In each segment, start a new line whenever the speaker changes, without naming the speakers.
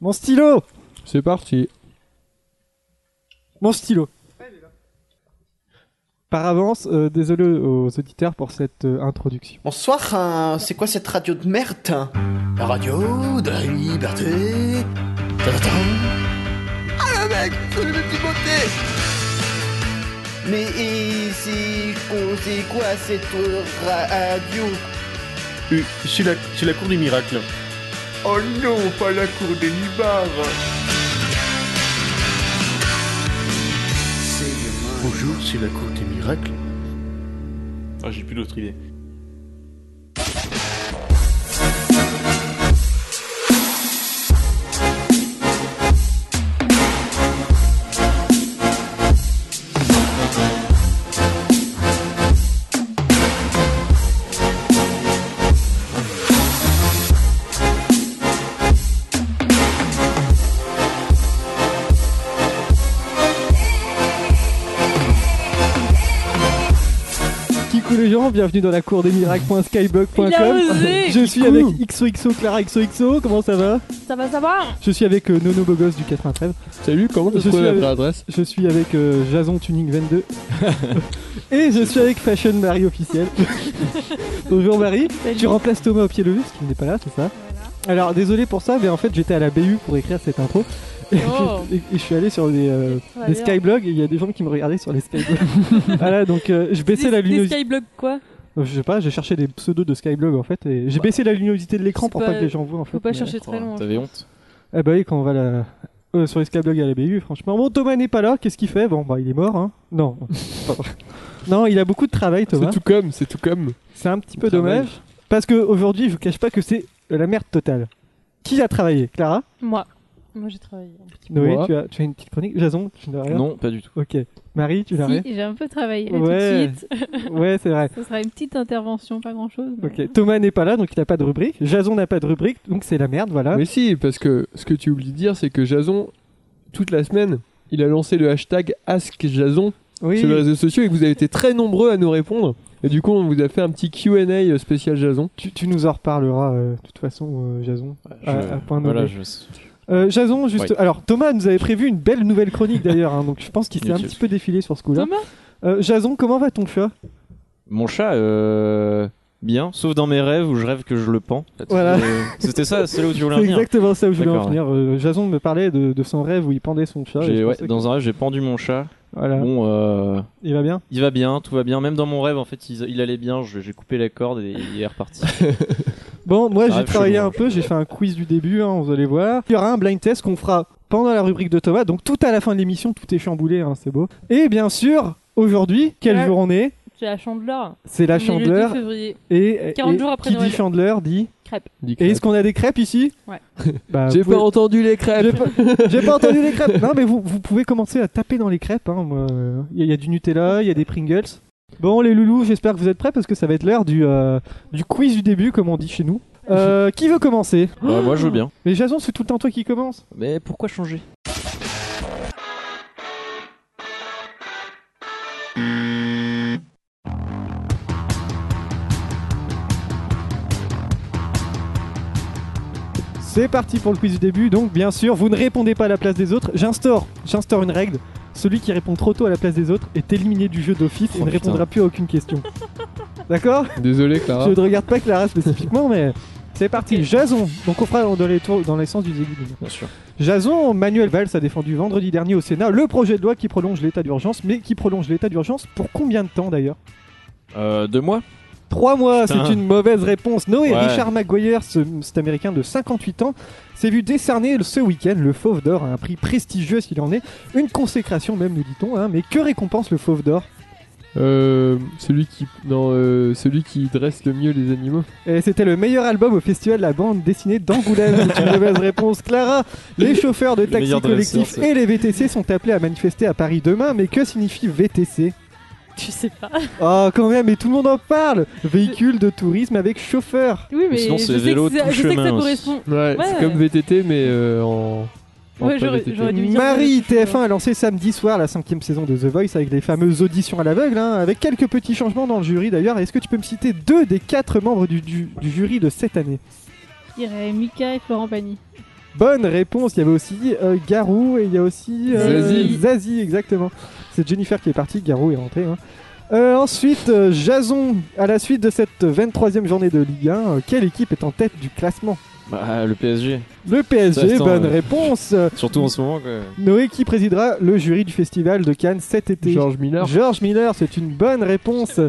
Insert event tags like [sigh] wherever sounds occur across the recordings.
Mon stylo
C'est parti.
Mon stylo Par avance, euh, désolé aux auditeurs pour cette euh, introduction.
Bonsoir, hein, c'est quoi cette radio de merde hein La radio de la liberté. Ta-ta-ta. Ah le mec, c'est le petit beauté Mais et c'est quoi, c'est quoi cette radio
Euh, C'est la, c'est la cour des miracles.
Oh non, pas la cour des libards
Bonjour, c'est la cour des miracles. Ah, j'ai plus d'autre idée.
Kikou les gens, bienvenue dans la cour des miracles.skybug.com.
Il a osé
Je suis avec XOXO, Clara XOXO, comment ça va
Ça va savoir
Je suis avec euh, Nono Bogos du 93.
Salut, comment
Je
tu trouves
suis
la
avec-
vraie adresse
Je suis avec euh, Jason Tuning
[laughs]
22. Et je suis avec Fashion Marie
[laughs]
officielle. Bonjour Marie, tu remplaces Thomas au pied levé parce qu'il n'est pas là, c'est ça Alors désolé pour ça, mais en fait j'étais à la BU pour écrire cette intro. Et,
Oh.
je, et- et je suis allé sur des, euh,
Ça va
des
bien.
skyblogs et il y a des gens qui me regardaient sur les
[laughs]
skyblogs. voilà, donc euh, je baissais
Des-
la
des
luminosité.
Skyblock quoi
Je sais pas, j'ai cherché des pseudos de skyblog en fait et j'ai baissé la luminosité de l'écran
Bah, C'est
pour pas,
pas-
que les gens voient en fait.
Faut pas
mais-
chercher
oh,
très loin.
T'avais honte.
Eh bah oui, quand on va la... euh, sur les skyblogs à la BU, franchement. Bon, Thomas n'est pas là, qu'est-ce qu'il fait Bon, bah il est mort, hein
[laughs]
Non, pas vrai. Non, il a beaucoup de travail,
C'est
Thomas.
tout comme, c'est tout comme.
C'est un petit peu
Travail.
dommage. Parce que aujourd'hui, je vous cache pas que c'est la merde totale. Qui a travaillé Clara
Moi. Moi j'ai travaillé.
Noé,
Moi.
tu as, tu as une petite chronique Jason, tu n'as rien
Non, pas du tout.
Ok. Marie, tu n'as rien
Si, j'ai un peu travaillé là
Ouais.
tout de suite.
Ouais, c'est vrai.
Ce sera une petite intervention, pas grand chose.
euh,
Ok. Thomas n'est pas là, donc il n'a pas de rubrique. Jason n'a pas de rubrique, donc c'est la merde, voilà.
Mais si, parce que ce que tu oublies de dire, c'est que Jason, toute la semaine, il a lancé le hashtag AskJason
Oui.
sur les réseaux sociaux et que vous avez été très nombreux à nous répondre. Et du coup, on vous a fait un petit QA spécial Jason.
Tu, tu nous en reparleras euh, de toute façon, euh, Jason. À- à point nommé.
voilà, je...
Euh, Jason, juste.
Oui.
Alors, Thomas nous avait prévu une belle nouvelle chronique d'ailleurs, hein, donc je pense qu'il s'est un
Inutile.
petit peu défilé sur ce coup-là.
Thomas
Euh, Jason, comment va ton chat
Mon chat, euh... bien, sauf dans mes rêves où je rêve que je le pends.
[laughs] Voilà.
Euh, C'était ça, c'est là où tu voulais en
C'est
venir.
exactement ça où je voulais en
D'accord,
venir. Euh, Jason me parlait de, de son rêve où il pendait son chat. et
J'ai-
je
ouais,
pensais que-
dans un rêve, j'ai pendu mon chat.
Voilà,
Bon, euh,
il va bien.
il va bien, tout va bien. Même dans mon rêve, en fait, il, il allait bien. Je- J'ai coupé la corde et il
[laughs]
est reparti.
Bon, moi
Ça
j'ai
arrive
travaillé
chez moi,
un peu, j'ai fait un quiz du début, hein, vous allez voir. Il y aura un blind test qu'on fera pendant la rubrique de Thomas, donc tout à la fin de l'émission, tout est chamboulé, hein, c'est beau. Et bien sûr, aujourd'hui, quel
Ouais.
jour on est
J'ai la chandeleur.
C'est la
On est le 2
chandeleur.
février.
Et,
40
et
jours après
qui dit
Noël.
chandeleur dit.
Crêpe. [laughs]
Dis
Et
crêpes.
est-ce qu'on a des crêpes ici
Ouais.
Bah,
J'ai
vous pouvez-
pas entendu les
J'ai
crêpes.
pas, j'ai pas entendu les crêpes. Non, mais vous, vous pouvez commencer à taper dans les crêpes. hein, moi. Il y, a- il y a du Nutella, il y a des Pringles. Bon, les loulous, j'espère que vous êtes prêts parce que ça va être l'heure du, euh, du quiz du début, comme on dit chez nous. Euh, qui veut commencer
Ouais, Bah, moi, je veux bien.
Mais Jason, c'est tout le temps toi qui commence.
Mais pourquoi changer
C'est parti pour le quiz du début. Donc, bien sûr, vous ne répondez pas à la place des autres. J'instaure, j'instaure une règle. Celui qui répond trop tôt à la place des autres est éliminé du jeu d'office et
Oh,
ne
putain.
répondra plus à aucune question. D'accord
Désolé, Clara.
Je ne regarde pas Clara spécifiquement, mais c'est parti. Jason. Donc, on fera dans les, tours, dans les sens du déguisement.
Bien sûr.
Jason, Manuel Valls a défendu vendredi dernier au Sénat le projet de loi qui prolonge l'état d'urgence, mais qui prolonge l'état d'urgence pour combien de temps d'ailleurs
Euh, deux mois
Trois mois,
Putain.
c'est une mauvaise réponse. Noé
Ouais.
Richard McGuire, ce- cet américain de 58 ans, s'est vu décerner ce week-end le Fauve d'Or à un prix prestigieux s'il en est, une consécration même nous dit-on, hein, mais que récompense le Fauve d'Or
Euh, celui qui, non, euh, celui qui dresse le mieux les animaux.
Et c'était le meilleur album au festival de la bande dessinée d'Angoulême. C'est une mauvaise réponse, Clara. Les chauffeurs de
Le
taxi
meilleur dresseur,
collectifs et les VTC sont appelés à manifester à Paris demain, mais que signifie VTC
Tu sais pas.
Oh, quand même, mais tout le monde en parle Véhicule de tourisme avec chauffeur
Oui, mais
sinon,
je,
c'est
sais
vélo
que ça-
tout
je sais que ça
chemin aussi.
correspond.
Ouais,
Ouais.
c'est comme VTT mais euh, en. en
Ouais,
pas
j'aurais-
VTT.
j'aurais dû dire-
Marie TF1 a lancé samedi soir la cinquième saison de The Voice avec les fameuses auditions à l'aveugle, hein, avec quelques petits changements dans le jury d'ailleurs. Est-ce que tu peux me citer deux des quatre membres du, du- du jury de cette année
Il y aurait Mika et Florent Pagny.
Bonne réponse. Il y avait aussi euh, Garou et il y a aussi euh,
Zazie.
Zazie, exactement. C'est Jennifer qui est partie, Garou est rentré. hein. Euh, ensuite, euh, Jason, à la suite de cette 23e journée de Ligue 1, euh, quelle équipe est en tête du classement
Bah, le PSG.
Le PSG,
Ça, attends,
bonne
euh,
réponse.
Surtout en ce moment, quoi.
Noé qui présidera le jury du festival de Cannes cet été.
George Miller.
George Miller, c'est une bonne réponse.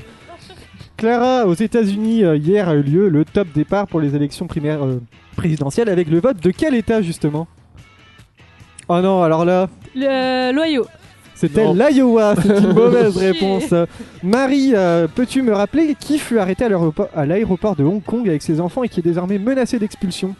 Clara, aux États-Unis, euh, hier a eu lieu le top départ pour les élections primaires euh, présidentielles avec le vote de quel État justement Oh non, alors là,
Le- euh, L'Ohio.
c'était
Non.
l'Iowa, c'est une
[laughs]
mauvaise réponse.
Chier.
Marie, euh, peux-tu me rappeler qui fut arrêté à l'aéropo- à l'aéroport de Hong Kong avec ses enfants et qui est désormais menacé d'expulsion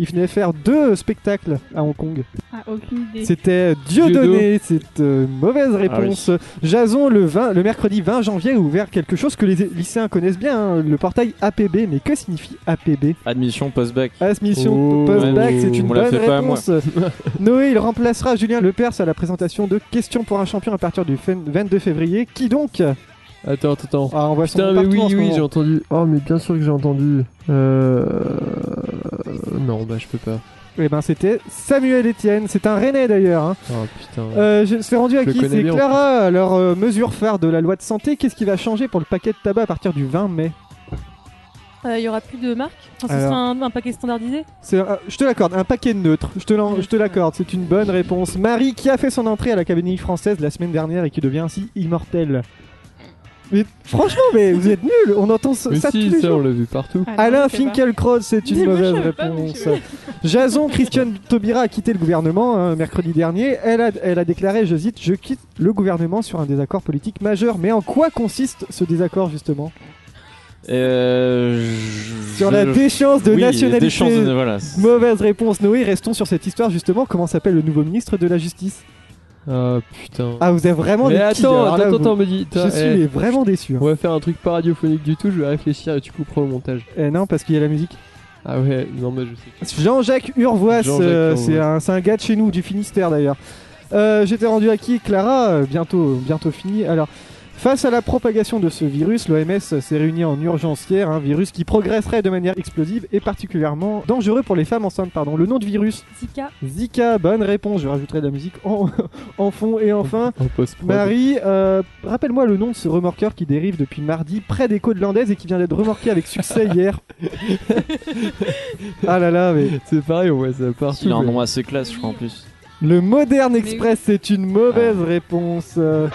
Il venait faire deux spectacles à Hong Kong.
Ah, aucune idée.
C'était Dieudonné, c'est euh, mauvaise
Ah
réponse. Jason, le, 20, le mercredi 20 janvier, a ouvert quelque chose que les lycéens connaissent bien, hein, le portail APB. Mais que signifie APB
Admission post-bac.
Ah. Admission
Oh,
Postback,
ouais,
c'est une
on
bonne
la fait
[laughs]
pas,
réponse. Noé, il remplacera Julien Lepers à la présentation de Questions pour un champion à partir du fin- 22 février. Qui donc
Attends, attends, attends.
Ah, on voit son
Putain,
nom partout
mais oui,
en ce
oui,
moment.
j'ai entendu. Oh, mais bien sûr que j'ai entendu. Euh... Non, bah je peux pas.
Eh ben, c'était Samuel Etienne. C'est un Rennais d'ailleurs. hein.
Oh putain.
Euh, je suis rendu à
Je le
qui
connais
C'est
bien, en
Clara. Alors, euh, mesure phare de la loi de santé, qu'est-ce qui va changer pour le paquet de tabac à partir du 20 mai
Euh, Il y aura plus de marques Enfin, Ce
Alors.
sera un, un paquet standardisé
C'est un- je te l'accorde, un paquet neutre. Je te, l'en- je te l'accorde, c'est une bonne réponse. Marie qui a fait son entrée à l'Académie française la semaine dernière et qui devient ainsi immortelle. Mais franchement, mais vous êtes nuls, on entend ce-
mais
ça tous
si,
les
ça
jours.
on l'a vu partout.
Ah, non,
Alain
je sais pas.
Finkielkraut, c'est une
Mais moi, je
mauvaise
savais pas, mais
réponse.
je savais.
Jason Christiane Taubira a quitté le gouvernement hein, mercredi dernier. Elle a, elle a déclaré, je cite, je quitte le gouvernement sur un désaccord politique majeur. Mais en quoi consiste ce désaccord justement
Euh, je-
Sur la
je-
déchéance de
oui,
nationalité.
Des chances de... Voilà. c'est-
Mauvaise réponse, Noé. Restons sur cette histoire justement. Comment s'appelle le nouveau ministre de la Justice
Ah putain.
Ah, vous avez vraiment
mais
des quilles,
attends,
alors là,
attends,
vous-
attends, me dis.
Je
t'as-
suis
eh,
mais vraiment déçu. hein.
On va faire un truc pas radiophonique du tout, je vais réfléchir et tu couperas au montage.
Eh non, parce qu'il y a la musique.
Ah ouais, non, mais je sais.
Jean-Jacques Urvois,
Jean-Jacques
euh,
Urvois.
c'est un, c'est un gars de chez nous, du Finistère d'ailleurs. Euh, J'étais rendu à qui Clara, euh, bientôt, bientôt fini. Alors, face à la propagation de ce virus, l'OMS s'est réunie en urgence hier, un virus qui progresserait de manière explosive et particulièrement dangereux pour les femmes enceintes. Pardon. Le nom de virus,
Zika.
Zika, bonne réponse, je rajouterai de la musique en, [laughs] en fond. Et enfin,
En post
Marie, euh, rappelle-moi le nom de ce remorqueur qui dérive depuis mardi près des côtes landaises et qui vient d'être remorqué avec
[laughs]
succès hier. ah là là, mais
C'est pareil, on voit ça partout.
Il a un
mais-
nom assez classe, je crois, en plus.
le Modern Express, c'est une mauvaise
Ah.
réponse. euh.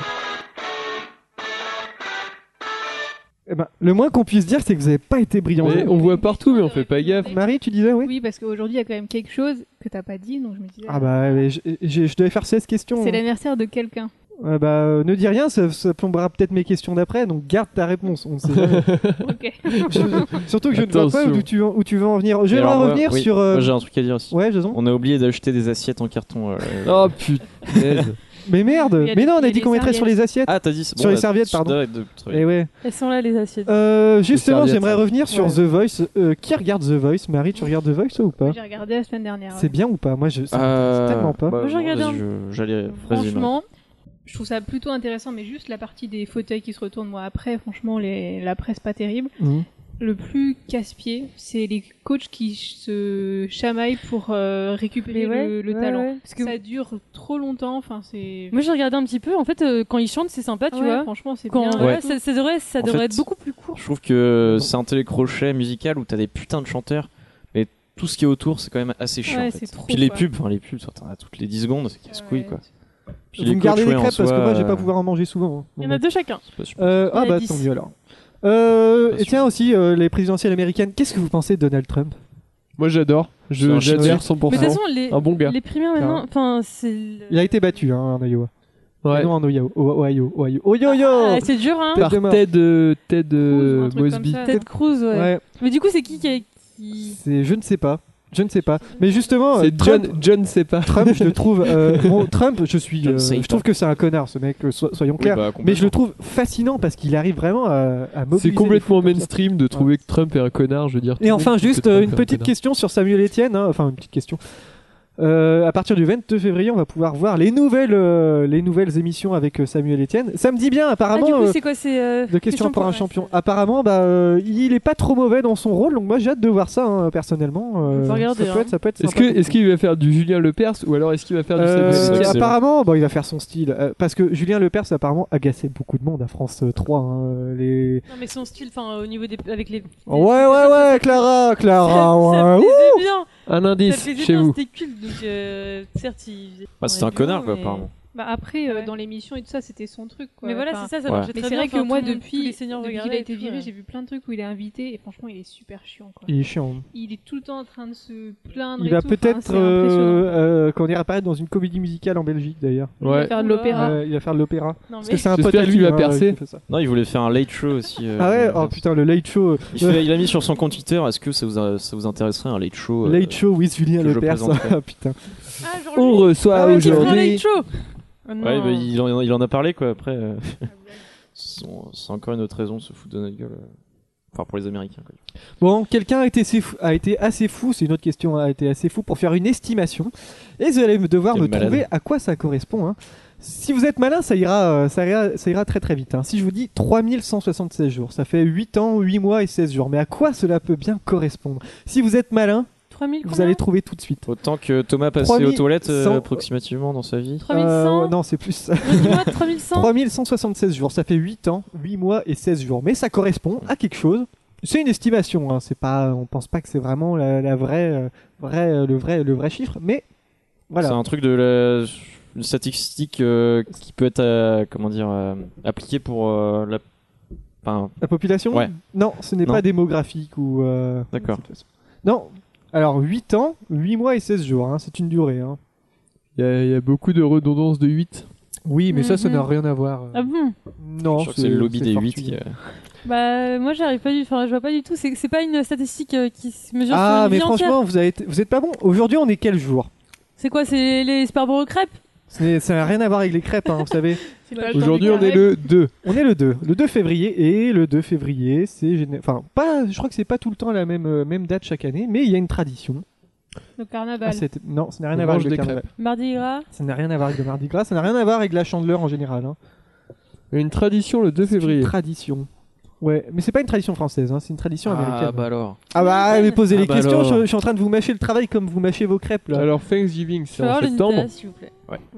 Eh ben, le moins qu'on puisse dire, c'est que vous n'avez pas été brillant.
Mais on voit partout, mais on fait pas gaffe.
Marie, tu disais oui.
Oui, parce qu'aujourd'hui, il y a quand même quelque chose que t'as pas dit, donc je me disais.
Ah bah, mais je, je- je devais faire 16 questions.
C'est
hein.
l'anniversaire de quelqu'un.
Ah bah, euh, ne dis rien, ça, ça plombera peut-être mes questions d'après, donc garde ta réponse. On ne
[laughs]
sait jamais.
Ok.
[laughs] Je- surtout que je ne vois pas
Attention.
où tu, en- où tu veux en venir.
Et
J'aimerais
alors, moi-
revenir
oui,
sur. euh,
moi, J'ai un truc à dire aussi.
Ouais, Jason.
On a oublié d'acheter des assiettes en
[laughs]
carton. euh,
[laughs] Oh putain.
Mais merde
Il y
Mais
a des-
non, on
il y
a
a
dit
des
qu'on mettrait sur les assiettes.
Ah, t'as dit c'est-
Sur les serviettes,
tu
pardon.
dois être de- très bien.
Eh ouais.
Elles sont là, les assiettes.
Euh, justement,
serviettes,
j'aimerais
ça.
revenir sur
Ouais.
The Voice. Euh, qui regarde The Voice Marie, tu regardes The Voice toi, ou pas
J'ai regardé la semaine dernière.
C'est
ouais.
bien ou pas Moi, je. ça m'intéresse
Euh,
tellement pas.
bah,
Moi, j'ai
non,
regardé
vas-y, je- J'allais résumer.
hein. Franchement, je trouve ça plutôt intéressant, mais juste la partie des fauteuils qui se retournent, moi, après, franchement, les... la presse pas terrible.
Mhm.
Le plus casse-pied, c'est les coachs qui ch- se chamaillent pour euh, récupérer
Mais ouais,
le, le
ouais,
talent.
ouais. Parce que-
Ça dure trop longtemps, enfin, c'est. Ah
Moi, j'ai regardé un petit peu. En fait, euh, quand ils chantent, c'est sympa, tu
Ouais,
vois.
Franchement, c'est
Quand,
bien.
voilà, ça, ça devrait, ça
En
devrait
fait,
être beaucoup plus court.
Je trouve que c'est un télécrochet musical où t'as des putains de chanteurs, mais tout ce qui est autour, c'est quand même assez chiant.
Ouais,
en fait.
c'est trop,
Puis les
quoi.
pubs, enfin, les pubs, t'en as toutes les 10 secondes, c'est casse-couille quoi. Puis
Vous me
coachs,
gardez les
ouais, en
crêpes parce que
soi,
moi, je vais
euh,
pas pouvoir en manger souvent. hein.
Il y en a deux chacun.
c'est pas super.
Euh,
Il y en
ah
a
bah
dix.
tant mieux alors. Euh,
Pas
et tiens aussi euh, les présidentielles américaines. Qu'est-ce que vous pensez de Donald Trump
Moi j'adore.
C'est
Je-
un
J'adore
chef-d'œuvre.
100%.
Mais de toute façon, les,
un bon gars.
les primaires maintenant, enfin, c'est. le-
Il a été battu hein, en Iowa.
Ouais.
Non en Ohio. Oh, Ohio. Ohio. Oh yo yo.
Ah, c'est dur, hein.
Tête
Par
de mort.
Ted, euh, Ted euh,
Ou un truc comme
Mosby.
ça.
Ted Cruz, ouais.
Ouais.
Mais du coup, c'est qui qui. a- qui...
C'est je ne sais pas. Je ne sais pas. Mais justement, euh,
C'est
Trump-
John, John sait pas.
Trump, je le trouve. euh, bon, Trump, je suis.
John
euh,
Satan.
je trouve que c'est un connard, ce mec. euh, so- soyons
Oui,
clairs.
bah,
mais je
complètement.
le trouve fascinant parce qu'il arrive vraiment à, à mobiliser.
[laughs] C'est
les
complètement
foules comme ça.
mainstream de trouver que Trump est un connard, je veux dire. tout
Et
le
enfin,
monde trouve que
juste
Trump
euh,
est
une
un
petite
connard.
question sur Samuel Etienne. hein, enfin, une petite question. Euh, à partir du 22 février, on va pouvoir voir les nouvelles, euh, les nouvelles émissions avec euh, Samuel Etienne. Ça me dit bien,
Ah, du
apparemment.
coup,
euh,
c'est quoi C'est. euh,
de questions pour un
ouais,
champion. Apparemment, bah, euh, il est pas trop mauvais dans son rôle, donc moi j'ai hâte de voir ça hein, personnellement.
On
Euh,
peut regarder,
ça, peut
hein.
être, ça peut être
Est-ce
sympa.
que- est-ce qu'il va faire du Julien Lepers ou alors est-ce qu'il va faire du
Euh,
Samuel
Samuel
Etienne
Etienne.
apparemment, bon, il va faire son style. euh, parce que Julien Lepers, apparemment, agaçait beaucoup de monde à France euh, 3. hein, les...
Non, mais son style, enfin, au niveau des. Avec les.
Ouais, ouais, ouais, Clara, Clara,
[laughs] ça
ouais.
me
ouh.
plaisait bien.
Un
Ça
indice
plaisait
chez
bien,
vous.
C'était culte, donc euh, certes, il.
Bah, c'est un connard, quoi, apparemment.
Bah après, euh,
Ouais.
dans l'émission et tout ça, c'était son truc. Quoi.
Mais voilà,
Enfin,
c'est ça, ça
Ouais.
marchait
mais
très
c'est
bien.
vrai que
Enfin,
moi,
tout le monde- tous
depuis,
les seniors
depuis qu'il
regardaient
a
et
été
tout,
viré,
ouais.
j'ai vu plein de trucs où il est invité et franchement, il est super chiant. Quoi.
Il est chiant.
Il est tout le temps en train de se plaindre.
Il
et
va
tout,
peut-être euh,
enfin, c'est impressionnant.
quand il apparaître dans une comédie musicale en Belgique d'ailleurs.
Il va
Ouais.
Ah
faire de l'opéra.
Euh, il va faire de l'opéra.
Non,
Parce
mais-
que c'est un
J'espère
pote à
que lui va
hein,
percer.
qui fait ça.
Non, il voulait faire un late show aussi. euh,
Ah ouais,
euh,
oh putain, le late show.
Il, fait- il a mis sur son compte Twitter, est-ce que ça vous, a- ça vous intéresserait un late show euh,
Late show with Julien
que je
Lepers.
présenterai.
Ah, [laughs] putain.
Ah, genre
On
lui.
reçoit
Ah ouais, tu ferais un
aujourd'hui.
late show. Oh, non.
Ouais, bah, il, en, il en a parlé quoi après. euh. Son- [laughs] C'est encore une autre raison de se foutre de notre gueule. euh. Enfin, pour les Américains quoi.
Bon, quelqu'un a été assez fou, a été assez fou, c'est une autre question, a été assez fou pour faire une estimation. Et vous allez me devoir
Quel
me
malade.
trouver à quoi ça correspond. hein. Si vous êtes malin, ça ira, euh, ça ira, ça ira très très vite. hein. Si je vous dis 3176 jours, ça fait 8 ans, 8 mois et 16 jours. Mais à quoi cela peut bien correspondre Si vous êtes malin,
3000
vous
combien
allez trouver tout de suite.
Autant que Thomas passait
3100
aux toilettes euh, approximativement dans sa vie.
3100
Euh, non, c'est plus.
Dis-moi 3100
3176 jours, ça fait 8 ans, 8 mois et 16 jours. Mais ça correspond à quelque chose. C'est une estimation, hein, c'est pas, on pense pas que c'est vraiment la, la vraie, euh, vraie, euh, le, vrai, le vrai chiffre, mais
C'est
voilà.
un truc de la une statistique euh, qui peut être euh, comment dire euh, appliquée pour euh, la. Enfin,
La population
Ouais.
Non, ce n'est
Non.
pas démographique ou. euh,
D'accord.
de toute façon. Non, alors 8 ans, 8 mois et 16 jours, hein, c'est une durée. hein.
Il y, a- il y a beaucoup de redondances de 8.
Oui, mais ça, ça
Mhm.
n'a rien à voir. euh.
Ah bon
je
Non,
crois que c'est le lobby
c'est
des
fortuit.
8 qui. euh,
Bah moi j'arrive pas du enfin je vois pas du tout c'est c'est pas une statistique euh, qui se mesure sur
Ah,
une
mais
vie entière.
franchement, vous, avez été- vous êtes pas bon. Aujourd'hui, on est quel jour
C'est quoi c'est les, les Sparboroughs crêpes
Ce n'est- Ça n'a rien à voir avec les crêpes, hein, vous savez.
C'est pas le temps
Aujourd'hui,
du
on est
carré.
le 2.
On est le 2, le 2 février, et le 2 février, c'est... géné- Enfin, pas, je crois que c'est pas tout le temps la même, euh, même date chaque année, mais il y a une tradition.
Le
Ah,
carnaval.
c'est- non, ça n'a rien
On
à voir
mange
avec le
des
carnaval.
Mardi Gras
Ça n'a rien à voir avec le Mardi Gras, ça n'a rien à voir avec la chandeleur en général. Hein.
Une tradition le 2
C'est une
février.
tradition. Ouais, mais c'est pas une tradition française, hein, c'est une tradition américaine.
Ah bah alors.
Ah bah, mais posez
Ah
les
bah
questions,
alors.
je, je suis en train de vous mâcher le travail comme vous mâchez vos crêpes, là.
Alors, Thanksgiving,
Je
c'est
vais
en
avoir le
septembre.
Nutella, s'il vous plaît.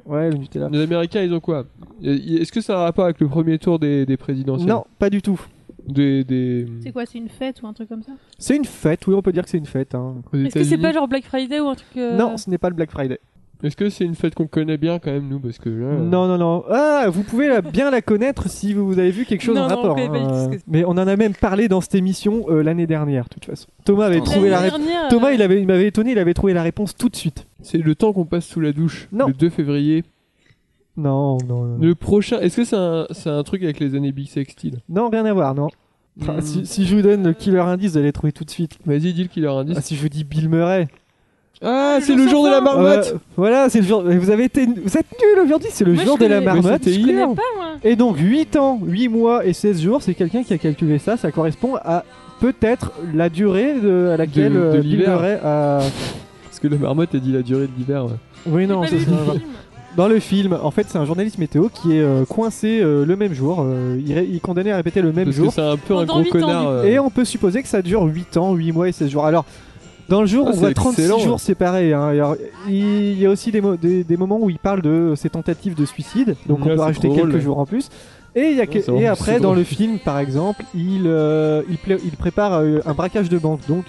Ouais, le Nutella.
Les Américains, ils ont quoi Euh, y- Est-ce que ça a un rapport avec le premier tour des, des présidentielles
Non, pas du tout.
Des, des...
C'est quoi C'est une fête ou un truc comme ça
C'est une fête, oui, on peut dire que c'est une fête. hein.
aux
Est-ce que c'est
États-Unis
pas genre Black Friday ou un truc euh,
Non, ce n'est pas le Black Friday.
Est-ce que c'est une fête qu'on connaît bien quand même, nous Parce que là.
Non, non, non. Ah, vous pouvez la- bien la connaître si vous, vous avez vu quelque chose
Non,
en
non, on
rapport. hein,
connaît pas du tout ce que c'est.
Mais on en a même parlé dans cette émission euh, l'année dernière, de toute façon. Thomas avait
Putain,
trouvé la
l'année
réponse.
dernière,
Thomas,
euh,
il avait- il m'avait étonné, il avait trouvé la réponse tout de suite.
C'est le temps qu'on passe sous la douche.
Non.
Le 2 février.
Non, non, non.
Le prochain. Est-ce que c'est un, c'est un truc avec les années bisextiles
Non, rien à voir, non. Enfin,
Hmm.
Si, si je vous donne le killer indice, vous allez le trouver tout de suite.
Vas-y, dis le killer indice.
Ah, si je vous dis Bill Murray.
Ah,
Ah,
c'est
le
le jour
jour
de
sans
la
fin.
marmotte
Euh, voilà, c'est le jour. Vous avez été, vous êtes nuls aujourd'hui. C'est le
Moi,
jour
je
de la
connais-
Mais
marmotte.
c'était
Je connais
hier.
pas moi.
Et donc 8 ans, 8 mois et 16 jours, c'est quelqu'un qui a calculé ça, ça correspond à peut-être la durée de- à laquelle
De- de
euh, Bill
l'hiver.
Murray a...
Parce que la marmotte a dit la durée de l'hiver. ouais.
Oui non,
J'ai
ça,
pas vu
c'est
le
pas vrai.
film.
Dans le film, en fait c'est un journaliste météo qui est euh, coincé euh, le même jour, euh, il, ré- il est condamné à répéter le même
Parce que
jour,
c'est un peu un
Pendant
gros
huit ans, du
connard.
coup.
euh.
et on peut supposer que ça dure 8 ans, 8 mois et 16 jours. Alors, dans le jour,
Ah,
on
c'est
voit 36
excellent.
jours, c'est pareil. hein. Alors, il y a aussi des, mo- des- des moments où il parle de ses tentatives de suicide, donc on
Ah, c'est
peut rajouter
trop
quelques
drôle.
jours en plus. Et, il y a que-
c'est vraiment-
et
c'est
après, dans
drôle.
le film, par exemple, il, euh, il, pla- il prépare euh, un braquage de banque. Donc,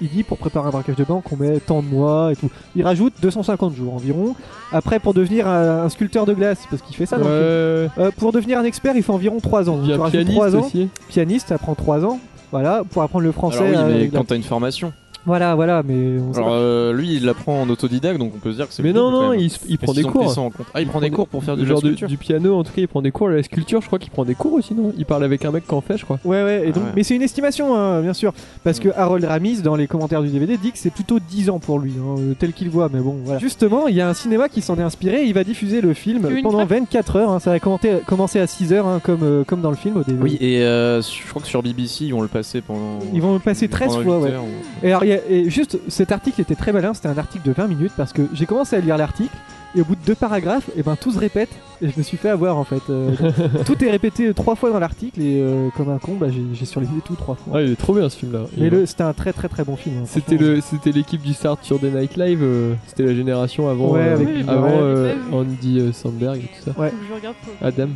il dit pour préparer un braquage de banque, on met tant de mois et tout. Il rajoute 250 jours environ. Après, pour devenir euh, un sculpteur de glace, parce qu'il fait ça dans le film.
Ouais.
Euh, pour devenir un expert, il faut environ 3 ans.
Il y
Tu
a un
rajoutes
pianiste
3 ans
aussi.
pianiste, ça prend 3 ans. Voilà, pour apprendre le français.
Alors oui,
euh,
mais
évidemment.
quand t'as une formation.
Voilà, voilà, mais on sait
Alors
pas.
euh, lui, il l'apprend en autodidacte, donc on peut se dire que c'est.
Mais
le
non,
double, quand
non,
même.
il, se- il
Est-ce
prend des
qu'ils ont pris
cours.
ça en compte Ah, il,
Il
prend des
prend
cours pour faire du
Genre
de la
du,
sculpture.
du piano, en tout cas, il prend des cours. La sculpture, je crois qu'il prend des cours aussi, non Il parle avec un mec qui en fait, je crois.
Ouais, ouais, et donc,
Ah ouais. Mm.
mais c'est une estimation, hein, bien sûr. Parce que Harold Ramis, dans les commentaires du DVD, dit que c'est plutôt 10 ans pour lui, hein, euh, tel qu'il voit, mais bon, voilà. Justement, il y a un cinéma qui s'en est inspiré, il va diffuser le film
Tu veux une
pendant 24 heures. hein, ça a commenté- commencé à 6 heures, hein, comme, euh, comme dans le film au début.
Oui, et euh, je crois que sur BBC, ils vont le passer pendant.
Ils vont le passer 13
pendant
fois,
huit
ouais.
heures, ou-
Et alors, il y Et, et juste, cet article était très malin, c'était un article de 20 minutes parce que j'ai commencé à lire l'article et au bout de deux paragraphes, et ben tout se répète et je me suis fait avoir en fait. Euh,
[laughs]
donc, tout est répété euh, trois fois dans l'article et euh, comme un con, bah, j'ai j'ai surligné tout trois fois.
Ah, il est trop bien ce film là.
Mais le- c'était un très très très bon film. hein,
C'était
franchement.
le, c'était l'équipe du Start sur des Night Live. euh, c'était la génération avant,
Ouais,
euh,
avec-
avant
ouais.
euh, Andy euh, Sandberg et tout ça.
Ouais.
Faut que je regarde pour-
Adam.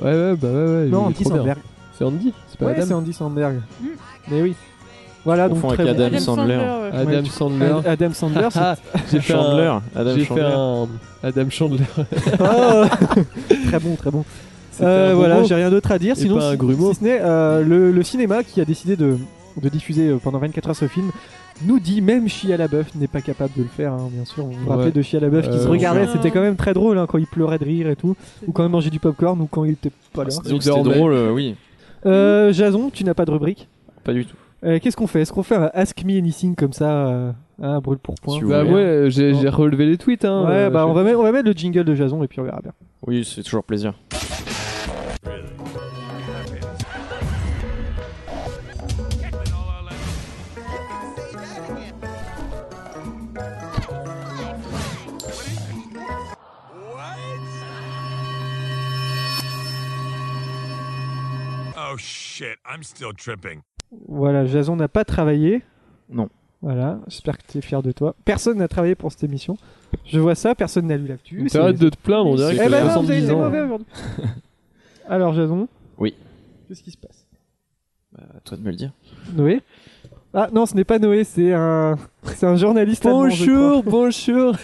Ouais, ouais, bah ouais, ouais.
Non,
il est
Andy
trop bien.
Samberg.
C'est Andy, c'est pas
Ouais, c'est
Adam.
Andy Samberg.
Hmm.
Mais oui. Voilà, donc
Confond
très
avec
bon.
Adam Sandler.
ouais.
Adam
Ouais,
Sandler.
Ad- Adam Sandler,
[laughs]
c'est-
Ah, j'ai fait un,
Chandler, Adam
j'ai fait
Chandler.
un Adam Chandler.
Ah, [laughs] très bon, très bon.
C'était
Euh,
un
voilà,
robot.
j'ai rien d'autre à dire.
Et
Sinon,
pas un
si-
grumeau.
si ce n'est euh, le, le cinéma qui a décidé de, de diffuser euh, pendant 24 heures ce film nous dit même Shia LaBeouf n'est pas capable de le faire. hein, bien sûr, on vous rappelait
Ouais.
de Shia LaBeouf qui
Euh,
se regardait.
ouais.
C'était quand même très drôle hein, quand il pleurait de rire et tout, ou quand il mangeait du popcorn, ou quand il était pas là.
Disons que c'était drôle, euh, oui.
Euh, Jason, tu n'as pas de rubrique.
Pas du tout.
Euh, Qu'est-ce qu'on fait Est-ce qu'on fait un Ask Me Anything comme ça, euh, hein, brûle pour point
Si vous
Bah
voulez.
ouais, euh, j'ai j'ai relevé les tweets. Hein,
Ouais,
euh,
bah
je-
on va, mettre, on va mettre le jingle de Jason et puis on verra bien.
Oui, c'est toujours plaisir.
Oh shit, I'm still tripping.
Voilà, Jason n'a pas travaillé.
Non.
Voilà, j'espère que tu es fier de toi. Personne n'a travaillé pour cette émission. Je vois ça, personne n'a lu l'actu. c'est-
T'arrêtes de te plaindre, on dirait
Eh
que t'as
ben non, vous avez
70
été
ans.
mauvais
[laughs]
aujourd'hui. Alors Jason
Oui.
Qu'est-ce qui se passe
À toi de me le dire.
Noé Ah non, ce n'est pas Noé, c'est un... C'est un journaliste allemand, je crois.
Bonjour, bonjour.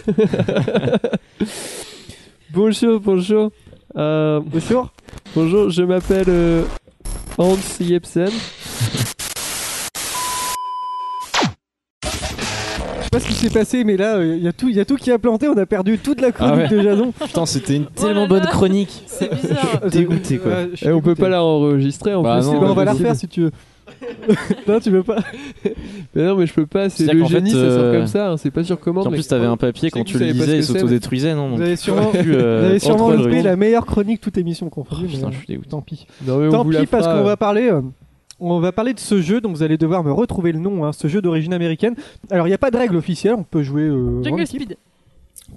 [laughs]
bonjour, bonjour. Euh,
Bonjour
bonjour, je m'appelle euh, Hans Jebsen.
Je sais pas ce qui s'est passé, mais là, euh, il y, a tout- y a tout qui a planté, on a perdu toute la chronique
Ah ouais.
de
[laughs]
Jason.
[laughs]
Ah,
Putain, c'était une
tellement
tellement
bonne
bonne chronique.
C'est
[laughs]
bizarre.
Dégoûté, quoi.
Ouais, je suis
Eh, on peut
dégoûté.
pas la enregistrer en
Bah
plus.
non,
c'est
Bah, on
pas
va la
possible.
refaire si tu veux. non, tu veux pas
[laughs]
Mais non, mais je peux pas, c'est
C'est-à-dire
le
qu'en fait,
génie, ça sort
euh,
comme ça, hein, c'est pas sûr comment.
En plus, t'avais un
C'est
papier, quand
que
tu
vous
le
savez pas ce
lisais, il
que c'est, mais-
s'autodétruisait, non donc
Vous avez
tu
sûrement-
aurais pu, euh,
Vous avez
en
sûrement
trois
loupé
secondes.
la meilleure chronique toute émission confondue.
Oh,
mais,
putain, je
euh,
suis dégoûté.
Tant pis.
Non, mais on
Tant
vous la
pis parce
fera,
qu'on
euh,
va parler. euh, On va parler de ce jeu, donc vous allez devoir me retrouver le nom, hein, ce jeu d'origine américaine. Alors il n'y a pas de règle officielle, on peut jouer euh, en
Jungle
équipe.
Speed.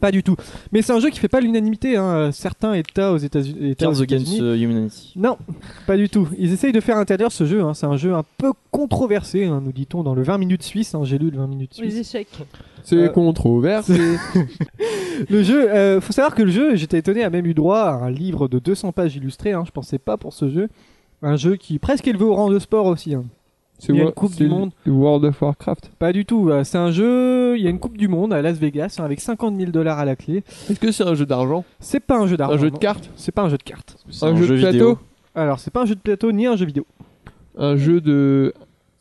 pas du tout. Mais c'est un jeu qui fait pas l'unanimité, hein, euh, certains États aux États-Unis. États
Cards
aux
Against
États-Unis-
euh, Humanity.
Non, pas du tout. Ils essayent de faire interdire ce jeu, hein, c'est un jeu un peu controversé, hein, nous dit-on, dans le 20 minutes suisse, hein, j'ai lu le 20 minutes suisse.
Les échecs.
C'est
Euh,
controversé.
Le jeu, euh, faut savoir que le jeu, j'étais étonné, a même eu droit à un livre de 200 pages illustrées. Hein, je pensais pas pour ce jeu. Un jeu qui est presque élevé au rang de sport aussi. hein.
C'est
il y a
Wo-
une Coupe
c'est
du Monde.
le World of Warcraft.
Pas du tout. euh, C'est un jeu. Il y a une Coupe du Monde à Las Vegas hein, avec 50 000 dollars à la clé.
Est-ce que c'est un jeu d'argent
C'est pas un jeu d'argent.
Un jeu de
non.
cartes
C'est pas un jeu de cartes.
C'est
Un, jeu, de plateau
vidéo.
Alors c'est pas un jeu de plateau ni un jeu vidéo.
Un jeu de,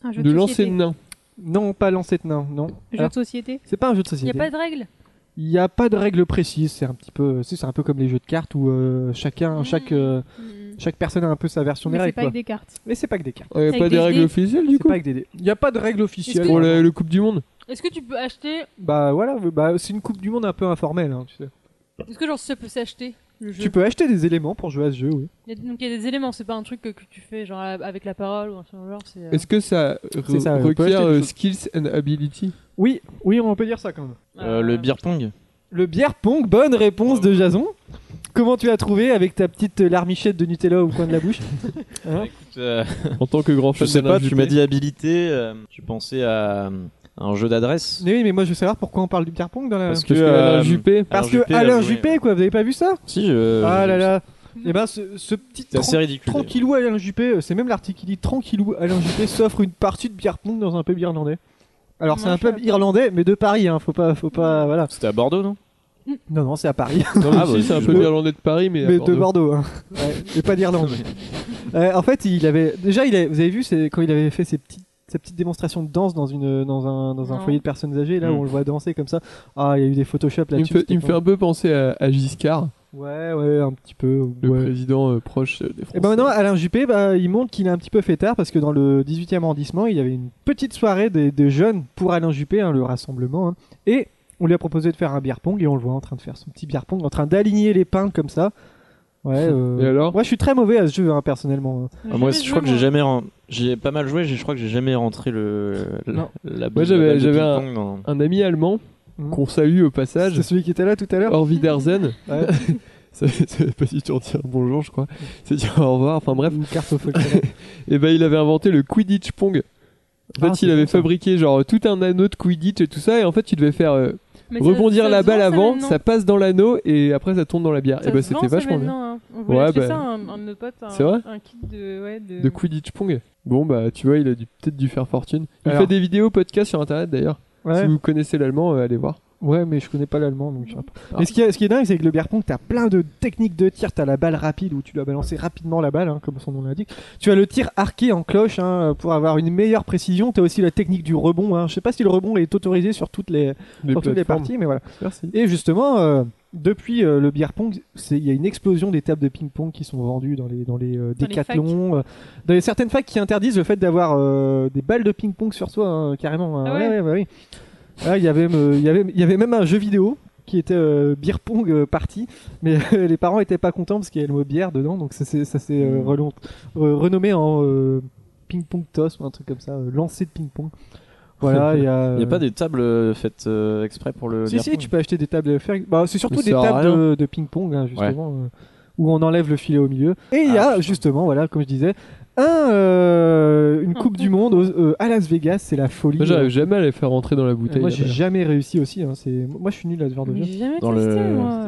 Un jeu
de
de,
lancer
société.
de nains
Non, pas lancer de nain. Non.
Un jeu
Alors,
de société.
C'est pas un jeu de
Il n'y a
société.
pas de règles.
Il n'y a, pas de règle précise. C'est un petit peu. C'est c'est un peu comme les jeux de cartes où euh, chacun, chaque, euh,
Hmm.
chaque personne a un peu sa version des
Mais c'est
règles.
pas
quoi.
avec des cartes.
Mais c'est pas que des cartes.
Il n'y a
Avec
pas
des
des règles
dés.
officielles du
C'est
coup
pas que des dés. Il n'y a pas de règle officielle.
Pour la, le Coupe du Monde
Est-ce que tu peux acheter
Bah voilà, bah, c'est une Coupe du Monde un peu informelle. hein, tu, sais.
Est-ce que genre ça peut s'acheter le jeu
tu peux acheter des éléments pour jouer à ce jeu, oui.
Il y a- Donc il y a des éléments, c'est pas un truc que, que tu fais genre à- avec la parole ou un truc dans le genre. C'est, euh,
Est-ce que ça, re-
ça, on peut
requiert
acheter des
euh,
choses.
skills and ability
Oui, oui, on peut dire ça quand même.
Euh, Le beer pong.
Le bière pong, bonne réponse de Jason. Comment tu as trouvé avec ta petite larmichette de Nutella au coin de la bouche
en tant que grand
Je
fan
sais
d'Alain
pas, tu
Juppé.
m'as dit habilité, euh, tu pensais à euh, un jeu d'adresse.
Mais oui, mais moi je veux savoir pourquoi on parle du bière pong dans la.
Parce
Parce que Alain
euh,
Juppé,
Parce
Alain
que
Juppé a
Alain
joué.
Juppé, quoi, vous avez pas vu ça
Si, je.
Ah là
je-
là Et ben ce, ce petit
C'est
tran-
assez ridicule.
tranquillou Alain Juppé, euh, c'est même l'article qui dit tranquillou Alain Juppé s'offre une partie de bière pong dans un pub irlandais. Alors c'est
Non,
un
je sais
pub irlandais, mais de Paris, hein, faut pas, faut pas, voilà.
C'était à Bordeaux, non
Non non, c'est à Paris.
Non, mais
Ah,
si,
bah,
c'est un
je-
peu l'Irlandais de Paris, mais, à
mais de
Bordeaux.
Bordeaux, hein. [laughs] et pas
[laughs]
d'Irlande. Euh, en fait, il avait déjà, il avait- vous avez vu, c'est quand il avait fait ses petites sa petite démonstration de danse dans une dans un dans un
Non.
foyer de personnes âgées là
Mm.
où on le voit danser comme ça ah il y a eu des Photoshop
Il me,
là-dessus
fait,
c'était
il me fait
pas-
un peu penser à, à Giscard,
ouais ouais un petit peu
le
ouais.
président euh, proche euh, des Français.
et ben maintenant Alain Juppé bah, il montre qu'il est un petit peu fêtard parce que dans le 18e arrondissement il y avait une petite soirée des, des jeunes pour Alain Juppé hein, le rassemblement hein. et on lui a proposé de faire un bière pong et on le voit en train de faire son petit bière pong en train d'aligner les pains comme ça Ouais,
[laughs]
euh,
Et alors
Moi, je suis très mauvais à ce jeu, hein, personnellement.
Ah, moi, je crois que j'ai jamais. ren- J'ai pas mal joué, j'ai- je crois que j'ai jamais rentré le. la-
Non.
La
Moi,
balle-
j'avais-
la balle de
j'avais un-
ping-pong
Euh.
dans-
Un ami allemand
Mhm.
qu'on salue au passage,
C'est celui qui était là tout à l'heure.
Orvi Darzen.
Ouais.
Ça ça veut pas du tout dire bonjour, je crois. C'est dire au revoir, enfin [laughs] bref.
Ou carte au
[laughs]
folklore.
Et ben il avait inventé le Quidditch Pong. En fait,
Ah, c'est
il avait
bon, ça.
fabriqué genre tout un anneau de Quidditch et tout ça. Et en fait, tu devais faire euh, rebondir la balle avant, ça passe dans l'anneau et après ça tourne dans la bière. et ben c'était vachement bien.
hein. On voulait
Ouais,
acheter
bah.
ça, un, un de nos potes. un-
C'est vrai
Un kit de. Ouais, de...
De Quidditch Pong. Bon bah tu vois, il a dû- peut-être dû faire fortune. Il
Alors.
fait des vidéos, podcasts sur internet d'ailleurs. Si
Ouais.
vous connaissez l'allemand, euh, allez voir.
Ouais, mais je connais pas l'allemand, donc je sais pas.
Ah.
Mais ce qui, est, ce qui est dingue, c'est que le beer pong, t'as plein de techniques de tir. T'as la balle rapide où tu dois balancer rapidement la balle, hein, comme son nom l'indique. Tu as le tir arqué en cloche hein, pour avoir une meilleure précision. T'as aussi la technique du rebond. Hein. Je sais pas si le rebond est autorisé sur toutes les, sur toutes les
plateformes.
parties, mais voilà.
Merci.
Et justement, euh, depuis euh, le beer pong, c'est- il y a une explosion des tables de ping-pong qui sont vendues dans les, dans les euh,
Dans les facs.
décathlons, euh, dans les certaines facs qui interdisent le fait d'avoir euh, des balles de ping-pong sur soi, hein, carrément. hein.
Ah ouais
ouais, bah oui. Ah, Il y, avait, euh, il y, avait, il y avait même un jeu vidéo qui était euh, beer pong euh, party, mais [laughs] euh, les parents étaient pas contents parce qu'il y avait le mot bière dedans, donc ça s'est ça s'est, euh,
Hmm.
relon- re- renommé en euh, ping-pong toss ou un truc comme ça, euh, lancer de ping-pong.
[laughs]
Voilà, il y a.
Il n'y a
euh,
pas des tables euh, faites euh, exprès pour le.
si,
beer
si,
pong
tu peux acheter des tables de fer- Bah, c'est surtout
Ça
des
sert à
tables
rien.
de, de ping-pong, hein, justement, euh, où on enlève le filet au milieu. Et il y
Ah,
a, justement, voilà, comme je disais, un, euh, une
Un
Coupe du Monde aux- euh, à Las Vegas, c'est la folie.
Moi, j'arrive jamais à les faire rentrer dans la
Euh,
bouteille.
Moi,
la
j'ai
balle.
jamais réussi aussi. hein, c'est... Moi, je suis nul à ce genre de
Mais
jeu.
J'ai jamais
Dans
testé,
le-
moi.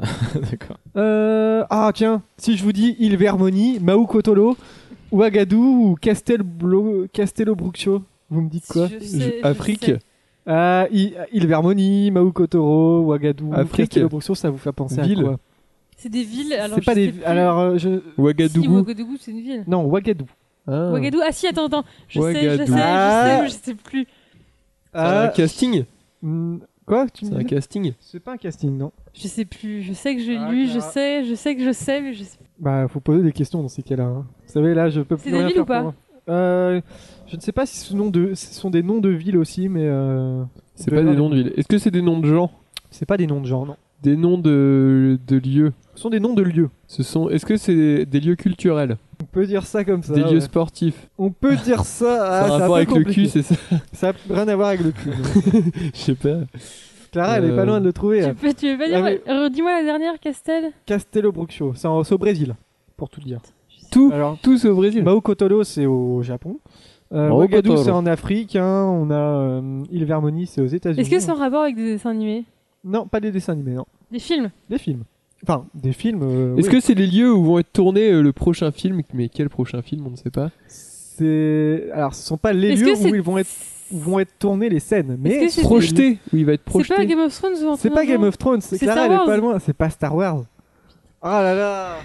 [laughs] D'accord.
Euh, ah, tiens, si je vous dis Ilvermoni, Mau Kotolo, Ouagadou ou Castelblo... Castello Bruxio, vous me dites quoi
Je
Je-
sais, je
Afrique.
sais.
Ah, I- Ilvermoni, Mau Kotolo, Ouagadou,
Afrique.
Castello Bruxio, ça vous fait penser
Ville.
à quoi
C'est des villes. alors
C'est
je
pas
sais
des.
plus.
Alors, euh, je.
Si,
Ouagadougou.
Ouagadougou, c'est une ville.
Non, Ouagadou.
Ah.
Ouagadougou, ah si, attends, attends. Je sais, je sais,
Ouagadougou.
je sais,
Ah.
mais je sais plus.
C'est un casting.
hmm, quoi tu me
C'est un
Mhm.
disais
casting.
C'est pas un casting, non
Je sais plus. Je sais que j'ai
Ah,
lu, je
Clara.
sais, je sais que je sais, mais je sais plus.
Bah, faut poser des questions dans ces cas-là. hein. Vous savez, là, je peux plus
C'est des
rien
villes
faire
ou pas
pour moi. euh, Je ne sais pas si ce, nom de... ce sont des noms de villes aussi, mais. Euh...
C'est pas des noms de villes. Est-ce que c'est des noms de gens
C'est pas des noms de genre, non.
Des noms de, de lieux
Ce sont des noms de lieux.
Ce sont. Est-ce que c'est des, des lieux culturels
On peut dire ça comme ça.
Des
ouais.
lieux sportifs
On peut
[laughs]
dire ça.
Ça
ah,
a
c'est un
rapport
peu
avec le
compliqué.
cul, c'est ça [laughs]
Ça a rien à voir avec le cul. non.
Je sais pas.
Clara, elle est pas
Euh,
loin de le trouver.
Tu, peux, tu veux pas dire. euh,
Ah, mais-
Redis-moi la dernière, Castel.
Castello Bruxio. C'est en- c'est au Brésil, pour tout dire.
Tout
Alors,
Tous au Brésil.
Mao Kotolo, c'est au Japon. Euh,
Mao
Ouagadougou,
Kotolo.
c'est en Afrique. hein. On a euh, Ilvermorny, c'est aux États-Unis.
Est-ce que c'est en rapport avec des dessins animés
Non, pas des dessins animés, non.
Des films
Des films. Enfin, des films. euh,
Est-ce
oui.
que c'est les lieux où vont être tournés euh, le prochain film Mais quel prochain film On ne sait pas.
c'est alors ce sont pas les
Est-ce
lieux
que c'est-
où ils vont être où vont être tournés les scènes, mais
que c'est-
Projeté Où il va être
C'est
projeté
pas Game of Thrones ou un
c'est
truc
pas
dans le
Game
genre
of Thrones. C'est
C'est
Clara,
Star
elle est
Wars.
pas loin. C'est pas Star Wars. Ah là là.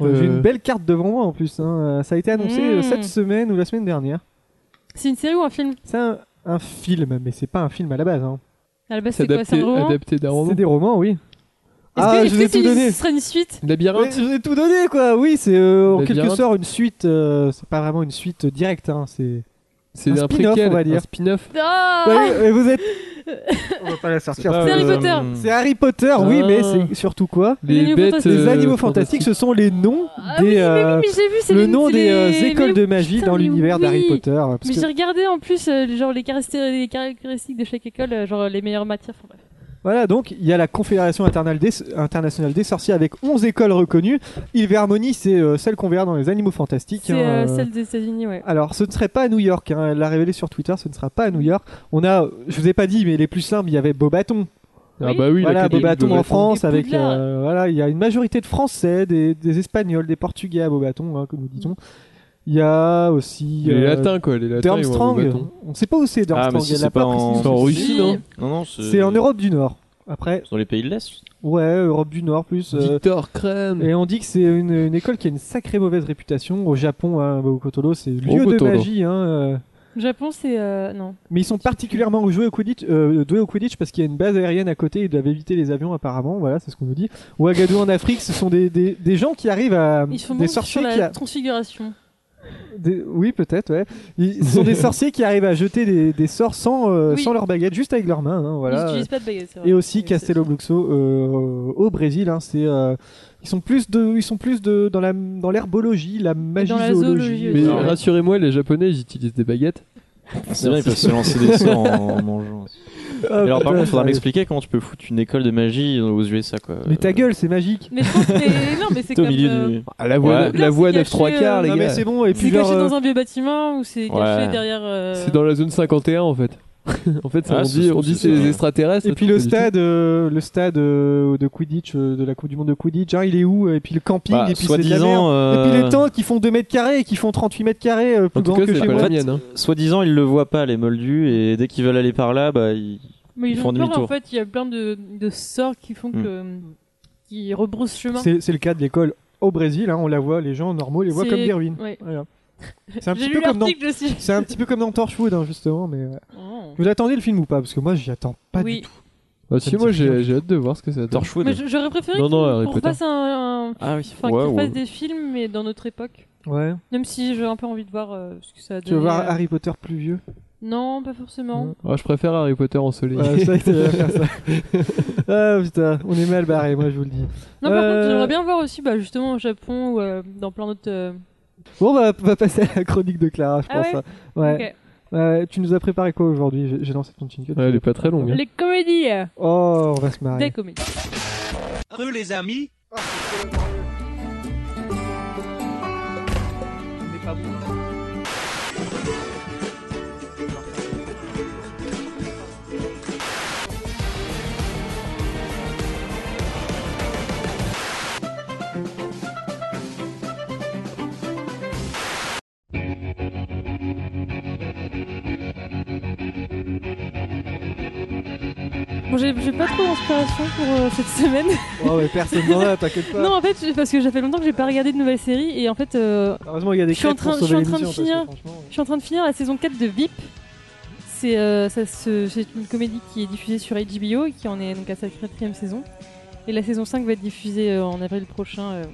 Euh,
J'ai une belle carte devant moi en plus. hein. Ça a été annoncé
Mm.
euh, cette semaine ou la semaine dernière.
C'est une série ou un film
C'est un, un film, mais c'est pas un film à la base. hein.
À la base,
C'est
Ah, c'est quoi C'est
adapté,
un roman Est-ce
adapté d'un roman.
C'est des romans, oui.
que-
ah,
est-ce
je
que,
vous ai tout
tu-
donné.
ce serait une suite
Mais
Labyrinthe
je vous ai tout donné quoi, oui, c'est euh,
Bah,
en quelque
Labyrinthe.
sorte une suite, euh, c'est pas vraiment une suite directe, hein, c'est...
C'est
un
un,
spin-off,
préquel,
on va dire.
un spin-off.
Ah
Ouais, et Bah, vous êtes... [laughs] On va pas la sortir.
pas,
C'est hmm. Harry
euh,
Potter.
C'est Harry Potter, oui,
Ah.
mais c'est surtout quoi
Les
Les
animaux
bêtes.
fantastiques.
Les
euh,
animaux fantastiques, ce sont les noms
Ah oui,
des...
mais
euh,
oui, mais j'ai vu, c'est
le
les-
nom
c'est
des euh,
les-
écoles
mais-
de magie
putain,
dans
mais
l'univers d'Harry
oui.
Potter. hein, parce
Mais
que-
j'ai regardé en plus euh, genre les caractéristiques, les caractéristiques de chaque école, euh, genre les meilleures matières. enfin, bref.
Voilà, donc il y a la Confédération internationale des, internationale des sorciers avec 11 écoles reconnues. Ilvermorny, c'est euh, celle qu'on verra dans les animaux fantastiques.
C'est
hein,
euh,
euh,
celle des États-Unis, ouais.
Alors, ce ne serait pas à New York. hein. Elle l'a révélé sur Twitter. Ce ne sera pas à New York. On a, je vous ai pas dit, mais les plus simples, il y avait Bobaton.
Ah bah oui,
voilà,
la catégorie
Bobaton en
Beaubaton.
France.
Et
Avec,
Poudlard.
euh, voilà, il y a une majorité de Français, des, des Espagnols, des Portugais à Bobaton, hein, comme nous disons. Il y a aussi
Les
euh,
latins quoi, les latins. ils vont au
Durmstrang.
Beaubaton.
On ne sait pas où c'est
Ah,
Durmstrang.
mais si
elle l'a
c'est pas en.
précisé.
C'est en Russie, non
Non, non, c'est.
C'est en Europe du Nord. Après,
Dans les pays de l'Est
ouais, Europe du Nord plus. euh,
Victor Crème.
Et on dit que c'est une, une école qui a une sacrée mauvaise réputation. Au Japon, hein, Bokotolo, c'est lieu de
Bokotolo.
magie. Hein, euh,
Japon, c'est euh, non.
Mais ils sont particulièrement joués au Quidditch, euh, doués au Quidditch parce qu'il y a une base aérienne à côté, ils doivent éviter les avions apparemment, voilà, c'est ce qu'on nous dit. Ouagadou en Afrique, ce sont des, des, des gens qui arrivent à...
Ils sont
des
bons sur
sorciers
la
qui... a-
transfiguration.
Des- Oui, peut-être, ouais. Ils ce sont des sorciers qui arrivent à jeter des, des sorts sans, euh,
Oui.
sans leur baguette, juste avec leurs mains. hein,
Ils
voilà.
n'utilisent pas de baguette, c'est vrai.
Et aussi
Oui, c'est-
Castelo Bluxo euh, au Brésil, hein, c'est euh, ils sont plus de ils sont plus de dans la dans l'herbologie, la euh, magie
dans la zoologie
Mais
aussi.
Ouais.
rassurez-moi, les Japonais, ils utilisent des baguettes.
C'est bien, ils peuvent se lancer des sorts en,
[laughs]
en
Ah,
mangeant. Alors, par contre, faudra m'expliquer comment tu peux foutre une école de magie aux USA, quoi.
Mais ta gueule, c'est magique.
Mais je pense que c'est- non, mais c'est
T'es au
comme.
milieu
euh,
du.
Ah,
la voix,
Ouais.
la voix
C'est
9 3
caché,
quarts,
euh,
les
Non
gars.
Ah, mais c'est bon. Et
C'est
puis genre,
caché
euh,
dans un vieux bâtiment ou c'est caché
Ouais.
derrière. euh,
C'est dans la zone 51 en fait. [laughs] en fait, ça,
Ah,
on
c'est-
dit,
c'est-
on dit
c'est
c'est
ça.
les extraterrestres.
et puis le stade, euh, le stade euh, de Quidditch, euh, de la Coupe du Monde de Quidditch, hein, il est où Et puis le camping,
Bah,
et puis c'est de la merde.
soi-disant,
Et puis
euh,
les temps qui font 2 mètres carrés et qui font 38 mètres carrés, euh, plus
En tout
grand
cas,
que
c'est
chez
pas
moi.
la
moi.
mienne. hein.
soi-disant, ils le voient pas, les moldus, et dès qu'ils veulent aller par là, bah, ils.
Mais ils,
Ils
ont
font
peur, en
demi-tour.
fait, il y a plein de, de sorts qui font que. euh, qui rebroussent chemin.
Hmm. C'est c'est le cas de l'école au Brésil, hein, on la voit, les gens normaux les voient
C'est-
comme des ruines.
Ouais.
Voilà. C'est un
J'ai
petit
lu
peu comme dans
l'article aussi.
c'est un petit peu comme dans Torchwood hein, justement, mais euh,
Oh.
vous attendez le film ou pas Parce que moi j'y attends pas du
oui.
tout.
Ah,
Ça
si,
me
moi
dit rien.
j'ai j'ai hâte de voir ce que ça donne.
Torchwood.
Mais je- j'aurais préféré
Non,
qu'on-
non, Harry
qu'on
Potter.
fasse un. un-
Ah oui.
Enfin,
Ouais,
qu'on
ouais.
fasse des films, mais dans notre époque.
Ouais.
Même si j'ai un peu envie de voir euh, ce que ça a donné.
Tu veux voir
euh,
Harry Potter plus vieux
Non, pas forcément.
Ouais.
Ah, je préfère Harry Potter ensoleillé.
Ouais, ça, t'allais faire ça. Ah putain, on est mal barré, moi je vous le dis.
Non, par
Euh,
contre, j'aimerais bien voir aussi, bah, justement, au Japon ou euh, dans plein d'autres. euh,
Bon, on va, on va passer à la chronique de Clara, je
Ah
pense.
ouais
hein. Ouais.
ok.
Ouais, tu nous as préparé quoi aujourd'hui J'ai- J'ai lancé ton jingle.
[laughs] Ouais, elle est pas très longue. hein.
Les comédies euh,
Oh, on va se marier.
Des comédies.
Rue les amis,
Bon, j'ai j'ai pas trop d'inspiration pour euh, cette semaine.
Oh, mais personne n'en a, t'inquiète pas.
non, en fait, parce que ça fait longtemps que j'ai pas regardé de nouvelles séries et en fait, euh,
Heureusement, il y a des
Je suis en
crêpes pour
train- je suis
sauver
en train de
l'émission,
finir.
parce que franchement,
je suis en train de finir la saison 4 de VIP. C'est euh, ça se- c'est une comédie qui est diffusée sur HBO et qui en est donc à sa quatrième saison. Et la saison 5 va être diffusée euh, en avril prochain, euh,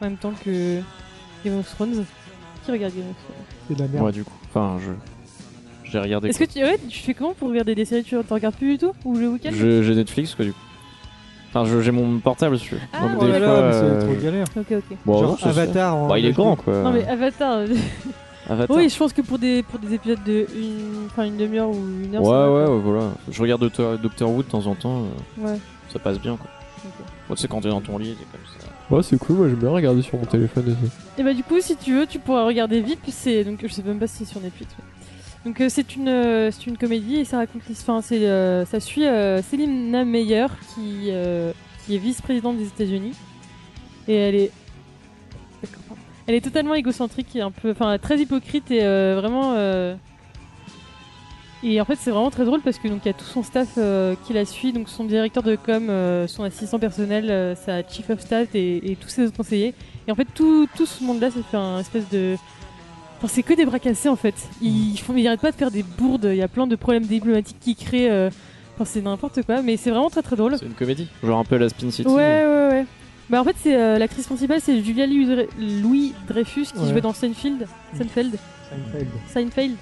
en même temps que Game of Thrones. Qui regarde Game of Thrones
C'est de la merde.
Ouais, du coup. Enfin, je. J'ai regardé.
Est-ce que tu, ouais, tu fais comment pour regarder des séries Tu t'en regardes plus du tout Ou le week-end
Je- J'ai Netflix, quoi, du coup. Enfin, je- j'ai mon portable, si tu veux.
Ah,
Donc,
Oh
des
là là,
fois,
mais c'est
euh,
trop galère.
Ok, ok.
bon, non,
Genre
ça se fait.
Avatar en.
Bah, il est
HD.
grand, quoi.
Non mais Avatar. euh,
Avatar.
oui, je pense que pour des pour des épisodes de une, enfin une demi-heure ou une heure.
Ouais,
ça va,
ouais,
quoi.
ouais, voilà. Je regarde Doctor, Doctor Who de temps en temps, euh,
Ouais.
ça passe bien, quoi. Bon, tu sais, quand t'es dans ton lit, t'es comme ça.
Ouais, c'est cool. Moi, j'aime bien regarder sur mon téléphone aussi.
Et bah du coup, si tu veux, tu pourras regarder VIP. C'est donc je sais même pas si c'est sur Netflix. mais- Donc euh, c'est une euh, c'est une comédie et ça raconte l'his- enfin c'est euh, ça suit euh, Selina Meyer qui euh, qui est vice-présidente des États-Unis et elle est D'accord, pardon. elle est totalement égocentrique et un peu enfin très hypocrite et euh, vraiment euh, et en fait c'est vraiment très drôle parce que donc il y a tout son staff euh, qui la suit donc son directeur de com euh, son assistant personnel euh, sa chief of staff et- et tous ses autres conseillers et en fait, tout, tout ce monde-là, ça fait un espèce de. Enfin, c'est que des bras cassés en fait. Ils font, ils arrêtent pas de faire des bourdes. Il y a plein de problèmes diplomatiques qui créent. euh, Enfin, c'est n'importe quoi, mais c'est vraiment très très drôle.
C'est une comédie Genre un peu la Spin City
Ouais, ouais, ouais. Bah en fait, c'est euh, l'actrice principale, c'est Julia Louis- Louis Dreyfus qui
Ouais.
jouait dans Seinfeld. Seinfeld.
Seinfeld.
Seinfeld.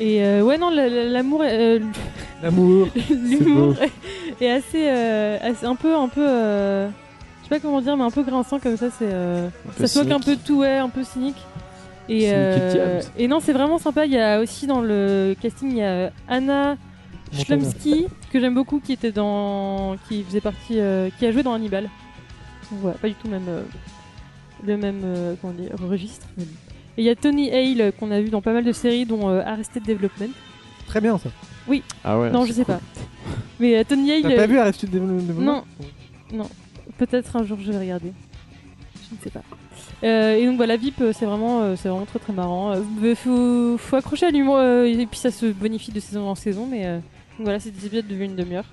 Et euh, ouais, non, la- la- l'amour, euh,
L'amour.
l'humour est assez, euh, assez- un peu, un peu, euh, je sais pas comment dire, mais un peu grinçant comme ça. C'est euh,
un peu
ça se moque un
cynique.
peu de tout, ouais, un peu cynique. Et,
Cynique et
euh,
diable.
et non, c'est vraiment sympa. Il y a aussi dans le casting, il y a Anna
Montana.
Schlumsky, que j'aime beaucoup, qui était dans, qui faisait partie, euh, qui a joué dans Hannibal. Donc Voilà, pas du tout le même, euh, le même euh, comment dire, registre. mais bon. Et il y a Tony Hale euh, qu'on a vu dans pas mal de séries, dont euh, Arrested Development.
Très bien ça.
Ah ouais.
non, je sais pas. Mais euh, Tony Hale.
T'as
euh,
pas vu Arrested Development
non, non. Peut-être un jour je vais regarder. Je ne sais pas. Euh, et donc voilà, VIP, euh, c'est vraiment, euh, c'est vraiment très très marrant. Euh, mais faut, faut accrocher à l'humour euh, et puis ça se bonifie de saison en saison. Mais euh, donc voilà, c'est des épisodes de une demi-heure.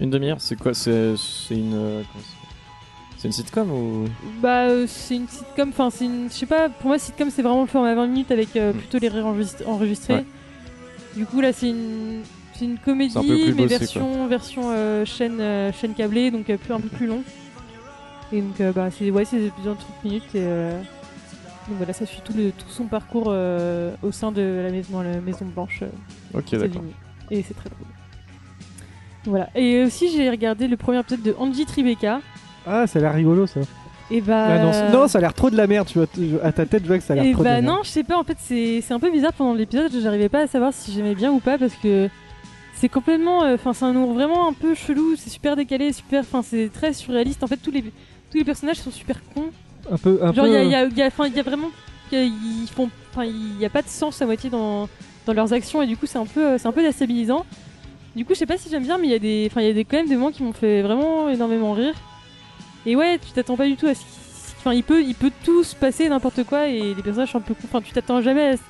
Une demi-heure, c'est quoi C'est c'est une. euh, comment ça s'appelle C'est une sitcom ou.
Bah, euh, c'est une sitcom. Enfin, c'est une. Je sais pas. Pour moi, sitcom, c'est vraiment le format 20 minutes avec euh,
Mm.
plutôt les rires enregistre- enregistrés.
Ouais.
Du coup, là, c'est une. C'est une comédie,
C'est un peu plus
mais
bossé,
version, version euh, chaîne, euh, chaîne câblée, donc euh, plus, un peu plus long. Et donc, euh, bah, c'est ouais, c'est des épisodes de 30 minutes. Et, euh, Donc voilà, ça suit tout, le, tout son parcours euh, au sein de la maison, dans la maison blanche. euh,
Ok,
aux
d'accord.
États-Unis. Et c'est très drôle. Voilà. Et aussi, j'ai regardé le premier épisode de Angie Tribeca.
Ah, ça a l'air rigolo ça.
Et bah.
Ah non, c'est- non, ça a l'air trop de la merde. Tu vois, tu- à ta tête, je vois que ça a l'air
Et
trop hein. de
bah
la merde.
non, je sais pas, en fait, c'est c'est un peu bizarre pendant l'épisode, j'arrivais pas à savoir si j'aimais bien ou pas parce que c'est complètement. euh, Enfin, c'est un humour vraiment un peu chelou, c'est super décalé, super. Enfin, c'est très surréaliste. En fait, tous les, tous les personnages sont super cons.
Un peu, un
Genre,
peu.
il y a, y a- y a- 'fin, y a vraiment. y a- Ils font. Enfin, il n'y a pas de sens à moitié dans, dans leurs actions et du coup, c'est un peu, euh, c'est un peu déstabilisant. Du coup, je sais pas si j'aime bien, mais il y a des, enfin, il y a des, quand même des moments qui m'ont fait vraiment énormément rire. Et ouais, tu t'attends pas du tout à ce. qu'il- Enfin, il peut, il peut tout se passer, n'importe quoi, et les personnages sont un peu cons. Enfin, tu t'attends jamais à ce,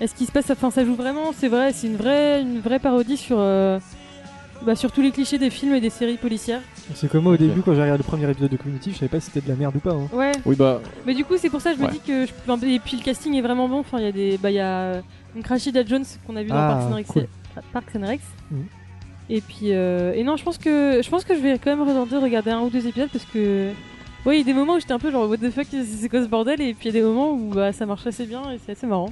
à ce qui se passe. Enfin, ça joue vraiment. C'est vrai, c'est une vraie, une vraie parodie sur, euh, bah, sur tous les clichés des films et des séries policières.
C'est comme moi au
Ok.
début quand j'ai regardé le premier épisode de Community, je savais pas si c'était de la merde ou pas. hein.
Ouais.
Oui, bah,
Mais du coup, c'est pour ça que je me
Ouais.
dis que. Je... enfin, Et puis le casting est vraiment bon. Enfin, il y a des. Bah, il y a euh, donc Rachida Jones qu'on a vu dans
Ah,
Parks and Rec.
cool.
Parks and Recs.
Mhm.
Et puis. euh, Et non, je pense que je pense que je vais quand même retenter de regarder un ou deux épisodes parce que. Oui, il y a des moments où j'étais un peu genre what the fuck, c'est c'est quoi ce bordel Et puis il y a des moments où bah, ça marche assez bien et c'est assez marrant.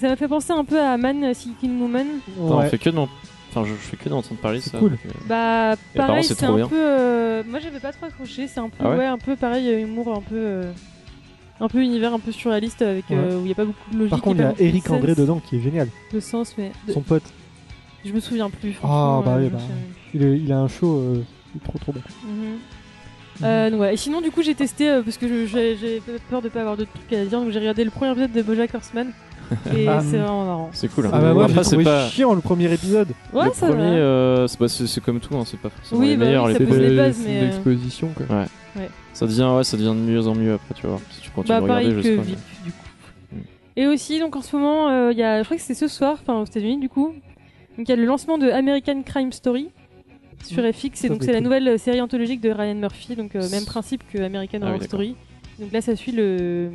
Ça m'a fait penser un peu à Man Seeking Woman.
putain, on
Ouais.
fait que d'en- Enfin, je, je fais que d'entendre parler
C'est
ça.
cool.
donc, euh,
Bah
Et par
pareil,
contre, c'est
c'est
trop
un
bien.
peu. euh, Moi, j'avais pas trop accroché. C'est un peu,
Ah ouais
ouais, un peu pareil, euh, humour un peu, euh, un peu univers, un peu surréaliste avec euh, où il y a pas beaucoup de logique.
Par contre, il
et
y
pas
a
beaucoup de
Eric
sens-
André dedans qui est génial.
De sens, mais de-
Son pote,
je me souviens plus.
Ah,
franchement,
bah
euh,
oui,
je me
bah.
souviens même
il, est- il a un show euh, trop trop bon.
plus. Mhm. Euh, donc ouais. Et sinon, du coup, j'ai testé euh, parce que je- j'ai j'ai peur de pas avoir d'autres trucs à dire, donc j'ai regardé le premier épisode de
[laughs]
BoJack Horseman et
Ah,
c'est vraiment marrant.
C'est cool. hein.
Ah bah moi j'ai
Après, c'est
trouvé
pas.
chiant le premier épisode.
Ouais,
le
ça
premier,
va.
euh, c'est pas- c'est c'est comme tout, hein, c'est pas forcément
Oui,
les
bah oui,
meilleurs. les
ça
C'est
pose
plus-
les
de-
bases,
c'est
mais,
de
euh,
l'exposition quoi.
Ça devient, ouais, ça devient de mieux en mieux après, tu vois. Si tu continues
Bah
de regarder,
pareil
je
que
sais pas.
VIP du coup.
Mm.
Et aussi donc en ce moment euh, il y a je crois que c'est ce soir enfin aux États-Unis du coup. Donc il y a le lancement de American Crime Story sur FX
Ça,
et donc
c'est
c'est la
cool.
nouvelle euh, série anthologique de Ryan Murphy donc euh, même principe que American
Ah oui,
Horror
d'accord.
Story. Donc là ça suit le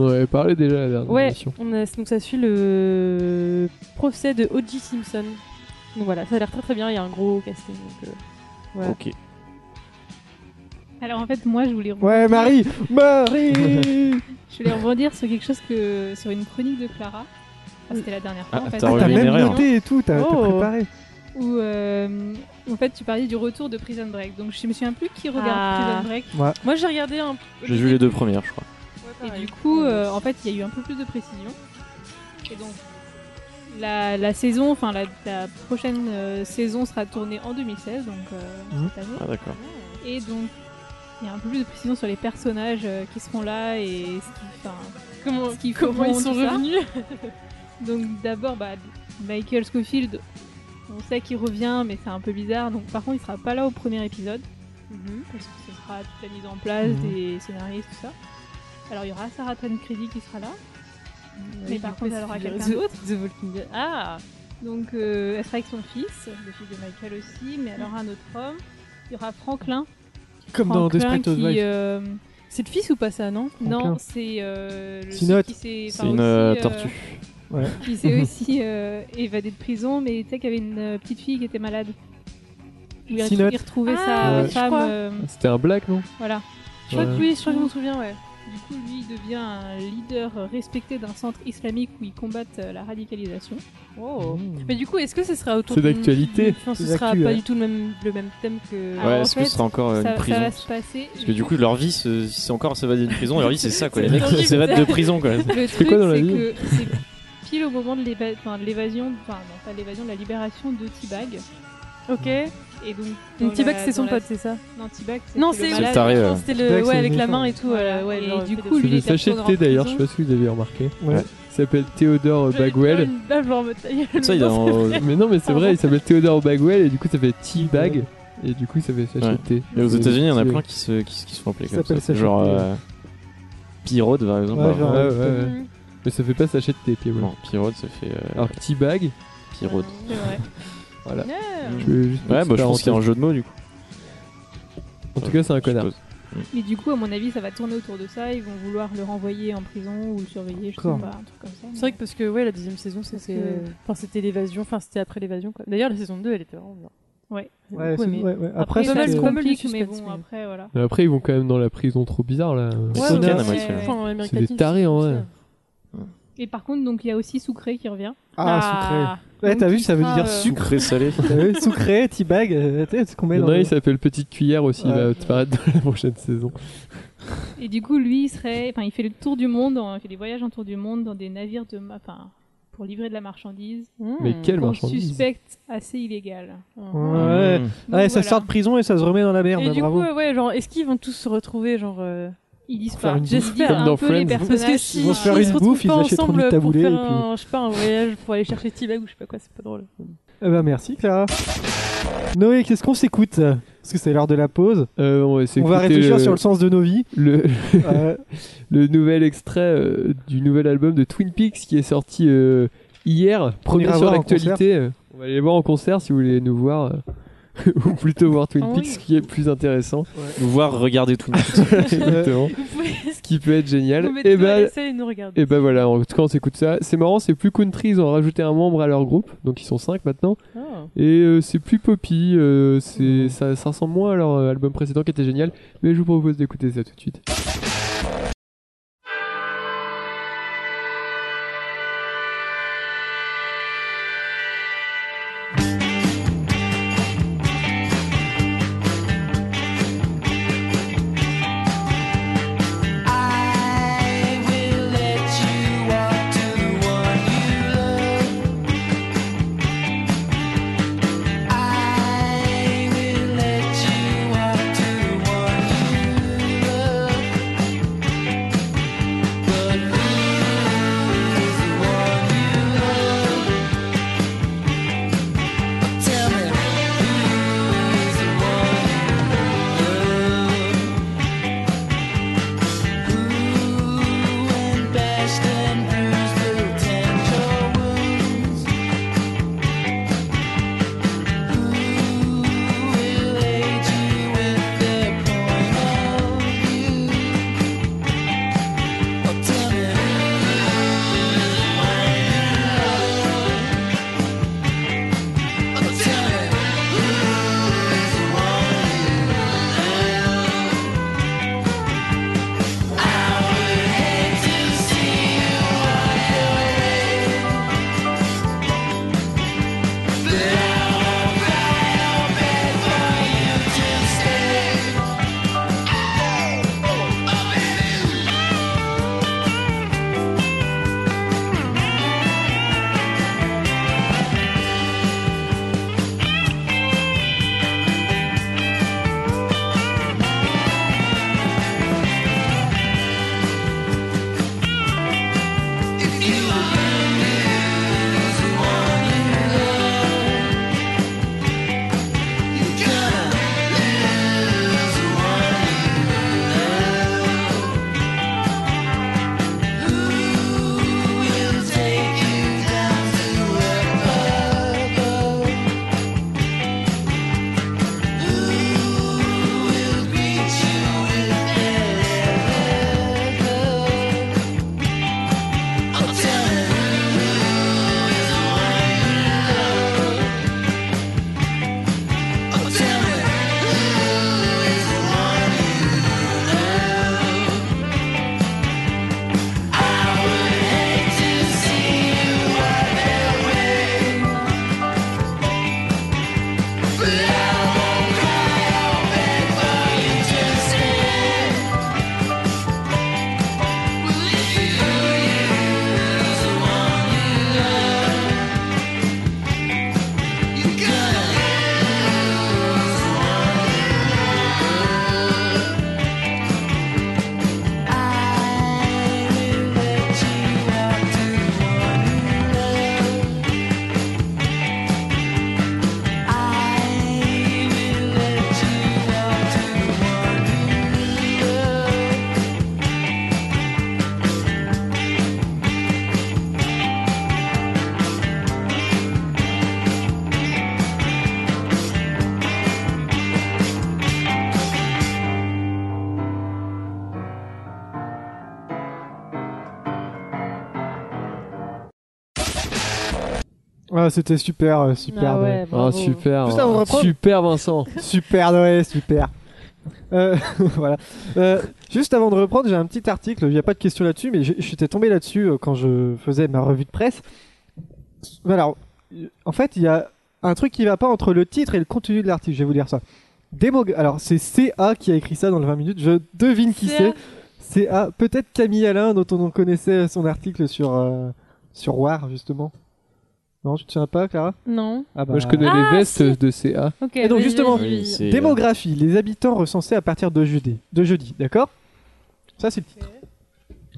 On en avait parlé déjà la dernière
Ouais,
émission.
on a- donc ça suit le procès de O.J. Simpson. Donc voilà, ça a l'air très très bien, il y a un gros casting. donc, euh, voilà.
Ok.
Alors en fait, moi, je voulais.
Ouais
rebondir-
Marie
[laughs]
Marie
[laughs] Je voulais rebondir sur quelque chose que sur une chronique de Clara. Enfin, C'était la dernière fois.
Ah,
en fait.
t'as
T'as
revu les
même
erreurs.
noté et tout, t'as t'as
Oh.
préparé.
où euh, en fait tu parlais du retour de Prison Break. Donc je me souviens plus qui regarde
Ah.
Prison Break.
Moi j'ai regardé un peu-
J'ai vu les deux premières, je crois.
Ah
Et du
Oh,
coup, euh, en fait, il y a eu un peu plus de précision. Et donc la, la saison, enfin la, la prochaine euh, saison sera tournée en 2016, donc euh,
Mhm.
cette année.
Ah, d'accord.
Et donc il y a un peu plus de précision sur les personnages euh, qui seront là et ce qui, enfin,
comment,
ce qu'ils
comment ils
feront,
sont
tout ça.
revenus
Donc d'abord, bah, Michael Scofield, on sait qu'il revient, mais c'est un peu bizarre. Donc par contre, il sera pas là au premier épisode parce que ce sera toute la mise en place
Mhm.
des scénaristes, tout ça. Alors il y aura Sarah Tan Crédit qui sera là. Mais par contre, elle aura quelqu'un d'autre.
The Walking Dead. Ah
Donc euh, elle sera avec son fils, le fils de Michael aussi, mais alors un autre homme. Il y aura Franklin.
Comme dans
Franklin
Desperate
qui,
Housewives.
euh,
C'est le fils ou pas ça, non
Franklin.
non, c'est euh, le
Sinot.
celui qui s'est-
C'est
enfin,
une
aussi,
euh,
euh,
tortue.
qui s'est aussi euh, évadé de prison, mais tu sais qu'il y avait une euh, petite fille qui était malade. Où il,
Sinote.
retrouvait retrouvait
Ah,
sa
ouais, je
femme.
crois.
euh,
C'était un black non
voilà.
Je crois que
Ouais.
oui, je crois que je m'en souviens, ouais.
Du coup, lui il devient un leader euh, respecté d'un centre islamique où ils combattent euh, la radicalisation. Oh.
Mmh. Mais du coup, est-ce que ce sera autour
C'est
d'une-
d'actualité.
Je pense que ce
C'est
sera
d'actu,
pas
ouais.
du tout le même, le même thème que.
Ah,
Ouais,
en
est-ce que
fait,
ce sera encore euh,
ça,
une
ça
prison
va se passer.
Parce que du coup, leur vie, c'est- c'est encore s'évader d'une prison. Leur vie, c'est ça, quoi. Les
C'est
mecs qui
horrible.
s'évadent de prison, quoi.
le truc,
quoi dans la
c'est
vie
que c'est pile au moment de l'éva- enfin, de l'évasion, enfin, non, pas de l'évasion, de la libération de T-Bag.
Ok.
Et donc, dans
Donc T-Bag,
la-
c'est son
dans la-
pote, c'est ça
Non, T-Bag,
Non,
le
c'est
malade.
malade.
C'est taré, ouais.
Non, C'était le. euh.
T-Bag,
Ouais,
c'est
avec
le
la
méchant.
main et tout.
Voilà,
euh, ouais,
et
genre,
du
fait
coup,
des-
C'est
lui, il
le
était
sachet de
retourné
thé
en
d'ailleurs, je
prison.
sais pas si vous avez remarqué.
Ouais.
Il s'appelle Théodore
J'allais faire
Bagwell.
une- Là, je vais en mode-
Comme ça, il est en-
Mais non, mais c'est vrai, il s'appelle Théodore Bagwell et du coup ça fait T-Bag et du coup ça fait sachet
Ouais.
de thé.
Et aux
Et
États-Unis, il y en a
T-Bag.
plein qui se, qui, se- qui se font appeler
Ça
comme
s'appelle
ça.
sachet
Genre.
de thé,
euh, P-Road, par exemple.
Ouais,
Bah,
genre-
Ouais, ouais, ouais.
Mm.
Mhm.
Mais ça fait pas sachet de thé, puis ouais.
Non, P-Road, ça fait. euh,
Alors que T-Bag,
P-Road.
C'est vrai.
voilà.
Ouais.
Je voulais juste
Ouais,
petite
bah, je pense qu'il y a un
parenthèse.
jeu de mots, du coup.
En tout cas, c'est un
je
connard.
suppose.
Mais du coup, à mon avis, ça va tourner autour de ça. Ils vont vouloir le renvoyer en prison ou le surveiller, je sais
D'accord.
pas, un truc comme ça.
C'est vrai que parce que ouais, la deuxième saison, c'était euh,
que-
enfin, c'était l'évasion, enfin c'était après l'évasion. quoi. D'ailleurs, la saison 2, elle était vraiment bien.
Ouais. j'ai
Ouais,
beaucoup
c'est-
aimé.
ouais, ouais.
Après,
Après, c'est-
ça se
pas mal de
complique, mais
suspense,
bon,
mais-
après, voilà.
Mais Après, ils vont quand même dans la prison trop bizarre là.
C'est
ouais,
bien,
ouais,
Maxime.
ouais. Enfin, en Amérique
C'est des
latine,
tarés, en
comme
vrai.
ça.
Et par contre, donc il y a aussi Sucré qui revient.
Ah, sucré. Ouais,
donc
t'as vu,
tu
ça veut
seras,
dire
euh,
sucre.
Sucré salé.
T'as vu, sucré, T-bag, euh, tu sais, ce qu'on met
Il y en
dans
a un,
le-
il s'appelle Petite Cuillère aussi, il va
Ouais. Ah,
disparaître dans la prochaine saison.
Et du coup, lui, il serait, enfin, il fait le tour du monde, en- il fait des voyages en tour du monde dans des navires de, ma- enfin, pour livrer de la marchandise.
Mmh.
Mais quelle
qu'on
marchandise
suspecte assez illégale.
Ouais.
Mmh.
Donc,
Ah, Ouais, ça
voilà.
sort de prison et ça se remet dans la merde, hein,
Et du
bravo.
coup, euh, ouais, genre, est-ce qu'ils vont tous se retrouver, genre. euh,
Ils
faire
disparaissent.
une
J'espère.
Comme
hein,
dans
un peu les
Friends.
personnages.
Parce que si
Ils vont se faire
ils
une
retrouvent
bouffe, ils
pas
achèteront
ensemble
du taboulé,
Pour faire
et puis-
un, je sais pas, un voyage pour aller chercher T-Bag ou je sais pas quoi, c'est pas drôle.
Eh ben, merci, Clara. Noé, qu'est-ce qu'on s'écoute Parce que c'est l'heure de la pause.
Euh, on va, essayer
On va
d'écouter
réfléchir
le-
euh,
sur le sens de nos
[laughs]
vies.
le,
Euh,
le nouvel extrait euh, du nouvel album de Twin Peaks qui est sorti euh, hier, premier
ira
sur
voir en
l'actualité. Euh, On va aller les voir en concert si vous voulez nous voir, euh, [laughs] ou plutôt voir Twin
Ah oui.
Peaks, ce qui est plus intéressant. [laughs]
Nous voir regarder tout le
[laughs]
[laughs]
monde.
Exactement.
Vous pouvez
ce qui peut être génial.
vous mettre
Et
devant la
ben,
scène et nous regarder.
et ben voilà, en tout cas on s'écoute ça. C'est marrant, c'est plus country, ils ont rajouté un membre à leur groupe, donc ils sont cinq maintenant.
Ah.
Et euh, c'est plus poppy, euh,
Mmh.
c'est, ça, ça ressemble moins à leur euh, album précédent qui était génial, mais je vous propose d'écouter ça tout de suite.
I will let you out to the one you love.
Ah, c'était super, super.
Ah hein. ouais,
Noé.
Ah,
bravo.
super.
Putain, on reprend.
Super Vincent.
Bah, Super Noé, super. Euh, [laughs] voilà. Euh, juste avant de reprendre, j'ai un petit article. Il n'y a pas de question là-dessus, mais j'ai- j'étais tombé là-dessus euh, quand je faisais ma revue de presse. Voilà. En fait, il y a un truc qui va pas entre le titre et le contenu de l'article. Je vais vous lire ça. Démog- Alors, c'est CA qui a écrit ça dans le 20 minutes. Je devine qui c'est. CA, peut-être Camille Alain, dont on connaissait son article sur, euh, sur War, justement. Non, tu te souviens pas, Clara
Non.
Ah bah,
Moi, je connais
Ah,
les vestes
si.
de CA.
Ok.
Et donc,
vas-y,
justement,
vas-y,
Oui,
vas-y.
c'est, euh,
Démographie, les habitants recensés à partir de jeudi, de jeudi d'accord Ça, c'est le titre.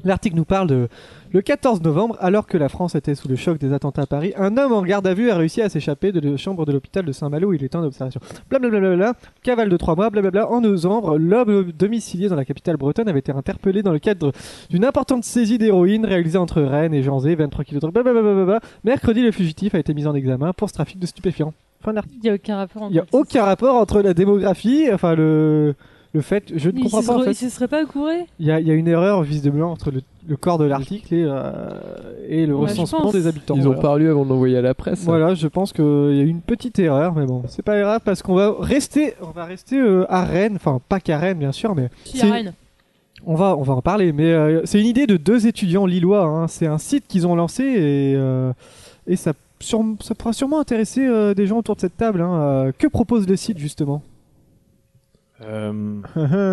L'article nous parle de le 14 novembre, alors que la France était sous le choc des attentats à Paris, un homme en garde à vue a réussi à s'échapper de la chambre de l'hôpital de Saint-Malo où il était en observation. Blablabla, cavale de trois mois, blablabla. En novembre, l'homme domicilié dans la capitale bretonne avait été interpellé dans le cadre d'une importante saisie d'héroïne réalisée entre Rennes et Janzé, 23 km. Blablabla. Mercredi, le fugitif a été mis en examen pour ce trafic de stupéfiants. Fin de l'article.
Il n'y a aucun rapport.
Il n'y a aucun rapport entre la démographie, enfin le, le fait. Je ne
Il
comprends
se,
pas en
re- il
fait.
se serait pas couré
Il y a, il y a une erreur vis de blanc entre le, le corps de l'article et, euh, et le
Ouais, je
recensement
pense.
des habitants.
Ils ont
voilà.
parlé avant de l'envoyer à la presse.
Voilà, je pense qu'il y a eu une petite erreur, mais bon, c'est pas grave parce qu'on va rester, on va rester euh, à Rennes, enfin pas qu'à Rennes bien sûr, mais
Si,
C'est-
à Rennes.
on va, on va en parler, mais euh, c'est une idée de deux étudiants lillois. hein. C'est un site qu'ils ont lancé et, euh, et ça, sûre- ça pourra sûrement intéresser euh, des gens autour de cette table. hein. Euh, que propose le site justement
Euh,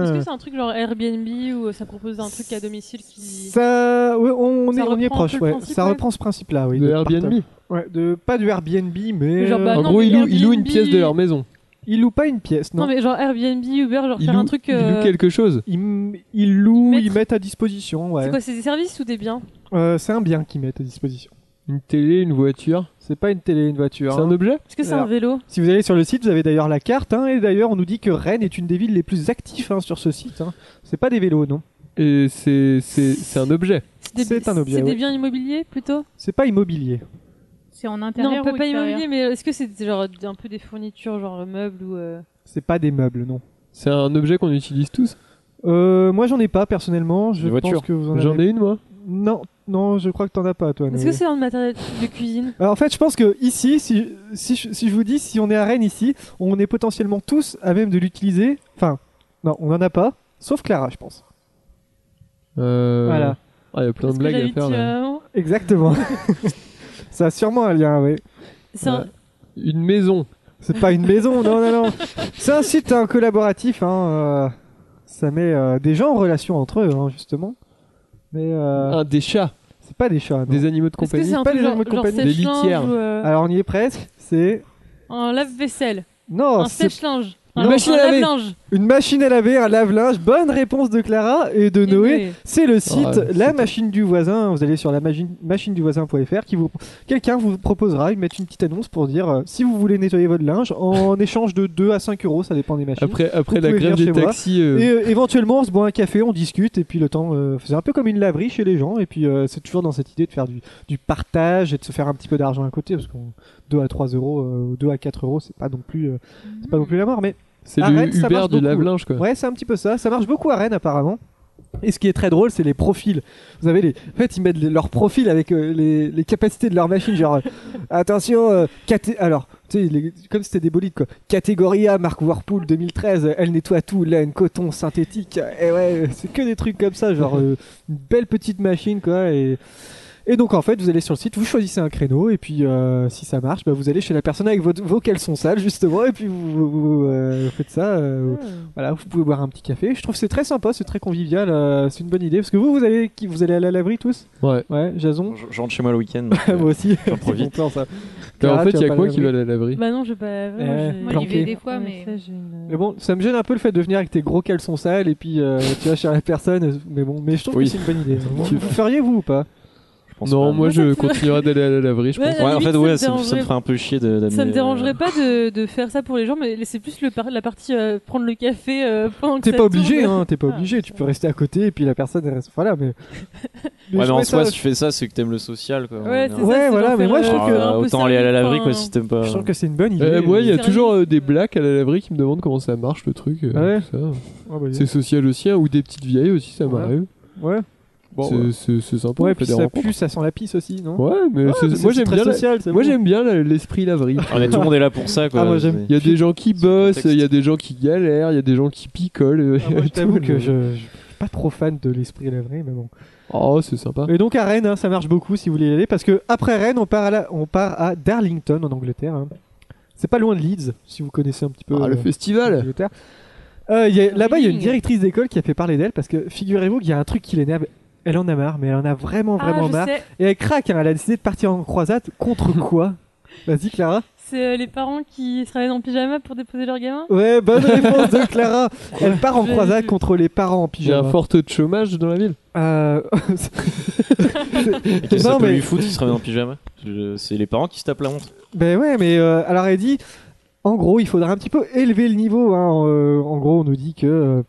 Est-ce que c'est un truc genre Airbnb où ça propose un truc à domicile qui.
Ça, ouais, on,
Ça
est, on y est
reprend un
proche,
peu le
ouais.
principe,
ça
ouais.
reprend ce principe-là, oui.
de
part-
Airbnb.
ouais, de, pas du Airbnb, mais.
Genre, bah,
euh,
en
non,
gros,
mais
ils louent, ils louent une
Airbnb-
pièce de leur maison.
il loue pas une pièce, non.
Non, mais genre Airbnb, Uber, genre
Ils
faire
louent,
un truc.
ils
euh,
louent quelque chose.
Ils, m- ils louent,
Ils
ils
mettent-
mettent à disposition,
C'est
ouais.
quoi, c'est des services ou des biens
Euh, C'est un bien qu'ils mettent à disposition.
Une télé, une voiture.
C'est pas une télé, une voiture.
C'est un
hein.
objet
Est-ce que c'est
Alors.
un vélo
Si vous allez sur le site, vous avez d'ailleurs la carte, hein, et d'ailleurs, on nous dit que Rennes est une des villes les plus actives hein, sur ce site. hein. C'est pas des vélos, non.
Et c'est c'est- c'est un objet.
des-
C'est un objet,
C'est
ouais.
des biens immobiliers plutôt
C'est pas immobilier.
C'est en
Non,
intérieur
pas,
ou
pas
extérieur
immobilier, mais est-ce que c'est genre un peu des fournitures, genre meubles ou. euh,
C'est pas des meubles, non.
C'est un objet qu'on utilise tous.
Euh, moi, j'en ai pas personnellement. Je
Des
pense
voitures.
que vous en
J'en
avez.
ai une, moi.
Non, non, je crois que t'en as pas, toi.
Est-ce
Noé.
que c'est un matériel de cuisine
Alors, Euh, en fait, je pense que ici, si, si, je- si je vous dis, si on est à Rennes ici, on est potentiellement tous à même de l'utiliser. Enfin, non, on en a pas, sauf Clara, je pense.
Euh,
Voilà,
Ah, il y a plein
Parce
de
que
blagues à
j'habite,
faire. là.
euh,
exactement. Ça a sûrement un lien, oui.
C'est un-
Une maison.
C'est pas une maison, non, non, non. C'est un site hein, collaboratif, hein. euh, ça met euh, des gens en relation entre eux, hein, justement. Mais euh,
Un des chats.
c'est pas des chats, non.
Des animaux de
Est-ce que
compagnie.
c'est un
pas
peu
les
genre,
animaux de
genre
compagnie,
des
sèche-linge
litières.
ou, euh,
Alors, on y est presque, c'est.
un lave-vaisselle,
Non,
un
Oh, c'est
sèche-linge,
Une
un,
machine
un
à laver.
lave-linge.
une machine à laver, un lave-linge. Bonne réponse de Clara et de
Et
Noé.
Noé.
C'est le site
Ah ouais,
La
c'est
Machine du Voisin. Vous allez sur la machine du voisin.fr qui vous quelqu'un vous proposera, il met une petite annonce pour dire euh, si vous voulez nettoyer votre linge
[laughs]
en échange de 2 à 5 euros, ça dépend des machines.
Après, après
Vous
la
pouvez
grève
venir chez
des
moi.
taxis. euh,
Et euh, éventuellement, on se boit un café, on discute, et puis le temps, euh, c'est un peu comme une laverie chez les gens. Et puis euh, c'est toujours dans cette idée de faire du, du partage et de se faire un petit peu d'argent à côté, parce que 2 à 3 euros, euh, ou 2 à 4 euros, c'est pas non plus, euh, c'est pas non plus la mort. Mais
C'est
Arrête,
le
ça
Uber
marche
du
beaucoup.
lave-linge, quoi.
Ouais, c'est un petit peu ça. Ça marche beaucoup à Rennes, apparemment. Et ce qui est très drôle, c'est les profils. Vous avez les. En fait, ils mettent les- leur profil avec euh, les, les capacités de leur machine. Genre, euh, attention, euh, caté- alors, tu sais, les- comme c'était des bolides, quoi. Catégorie A, marque Whirlpool 2013, euh, elle nettoie tout, laine, coton, synthétique. Et ouais, euh, c'est que des trucs comme ça. Genre, euh, une belle petite machine, quoi. Et. Et donc en fait, vous allez sur le site, vous choisissez un créneau, et puis euh, si ça marche, bah, vous allez chez la personne avec votre- vos caleçons sales, justement, et puis vous, vous- vous, euh, faites ça, euh, voilà, vous pouvez boire un petit café. Je trouve que c'est très sympa, c'est très convivial, euh, c'est une bonne idée. Parce que vous, vous allez, qui- vous allez à la laverie tous
Ouais.
Ouais, Jason
je, je rentre chez moi le week-end. donc, euh,
[laughs] Moi aussi.
J'en
C'est mon
profite.
plan, ça.
Mais Bah, en
Clara,
fait,
tu
il y
vas
a
pas
quoi
la
qui va à la laverie
Bah non, je vais pas. vraiment,
Eh,
j'ai-
Moi, j'y vais planqué.
des fois, mais-
ça, j'ai une- euh,
Mais bon, ça me gêne un peu le fait de venir avec tes gros caleçons sales et puis euh, tu vas chez la personne. Mais bon, mais je trouve
Oui.
que c'est une bonne
[laughs]
idée. Vous,
Tu-
vous feriez vous ou pas
je pense
non,
pas.
moi
Moi, ça
je
me ferait-
continuerai d'aller à la laverie, je
Ouais,
pense.
à
Ouais,
la
en
limite,
fait, ouais,
ça
ça,
me
me- ça me
dérangerait-
ferait un peu chier de. d'amener,
Ça me
euh,
dérangerait pas de, de faire ça pour les gens, mais c'est plus le par- la partie euh, prendre le café euh, pendant que
T'es
ça
pas obligé,
tourne.
hein, t'es pas
Ah,
obligé. Tu peux rester à côté et puis la personne elle reste. Voilà, mais. mais
Ouais,
je
mais en
trouvais
soi,
ça-
si tu fais ça, c'est que t'aimes le social, quoi.
Ouais,
en
c'est
général.
Ouais,
ça. c'est
voilà,
genre
mais
faire,
moi, je
euh,
trouve que-
un peu
Alors, Ah, autant aller à la
service,
laverie, quoi,
enfin,
si t'aimes pas.
je trouve que c'est une bonne idée.
Euh, moi, il y a
Service.
toujours euh, des blacks à la laverie qui me demandent comment ça marche le truc. euh,
Ouais.
tout ça.
Ah, bah,
C'est social aussi, hein, ou des petites vieilles aussi, ça
Ouais.
m'arrive.
Ouais.
C'est-
Bon, ouais.
C'est c'est sympa.
Ouais,
on fait
puis
des
ça
rencontres.
pue, ça sent la pisse aussi, non
Ouais, mais
Ah, parce
c'est-
que
moi
c'est
j'aime
très
bien, la-
social, c'est
moi
bon.
j'aime bien la- l'esprit laverie.
On est tout le monde est là pour ça quoi.
Ah, moi, j'aime.
Il y a des gens qui bossent,
contexte.
il y a des gens qui galèrent, il y a des gens qui picolent.
Ah, [laughs] moi, je
tout
t'avoue
le
que
monde.
je, je suis pas trop fan de l'esprit lavré, mais bon.
Oh, c'est sympa.
Et donc à Rennes, hein, ça marche beaucoup si vous voulez y aller, parce que après Rennes, on part à, la- on part à Darlington en Angleterre. hein. C'est pas loin de Leeds, si vous connaissez un petit peu.
Ah, le Ah,
euh,
festival
l'Angleterre. Euh, il y a- Là-bas, il y a une
Reading.
directrice d'école qui a fait parler d'elle, parce que figurez-vous qu'il y a un truc qui l'énerve. Elle en a marre, mais elle en a vraiment, vraiment
ah, je
marre.
sais,
Et elle craque, hein, elle a décidé de partir en croisade.
[laughs]
Contre quoi Vas-y, Clara.
c'est euh, les parents qui se ramènent en pyjama pour déposer leur gamin.
Ouais, bonne réponse de Clara. Elle part en
Je l'ai
croisade
vu.
contre les parents en
J'ai un
pyjama.
fort taux de chômage dans la ville.
Euh,
Et qu'est-ce que
Non,
ça peut
mais-
lui foutre s'il se réveille en pyjama Je- C'est les parents qui se tapent la honte.
Ben ouais, mais euh, alors elle dit, en gros, il faudra un petit peu élever le niveau. hein. En, euh, en gros, on nous dit que euh,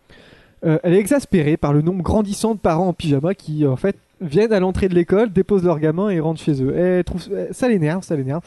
euh, elle est exaspérée par le nombre grandissant de parents en pyjama qui, en fait, viennent à l'entrée de l'école, déposent leurs gamins et rentrent chez eux. Elle trouve euh, ça l'énerve, ça l'énerve.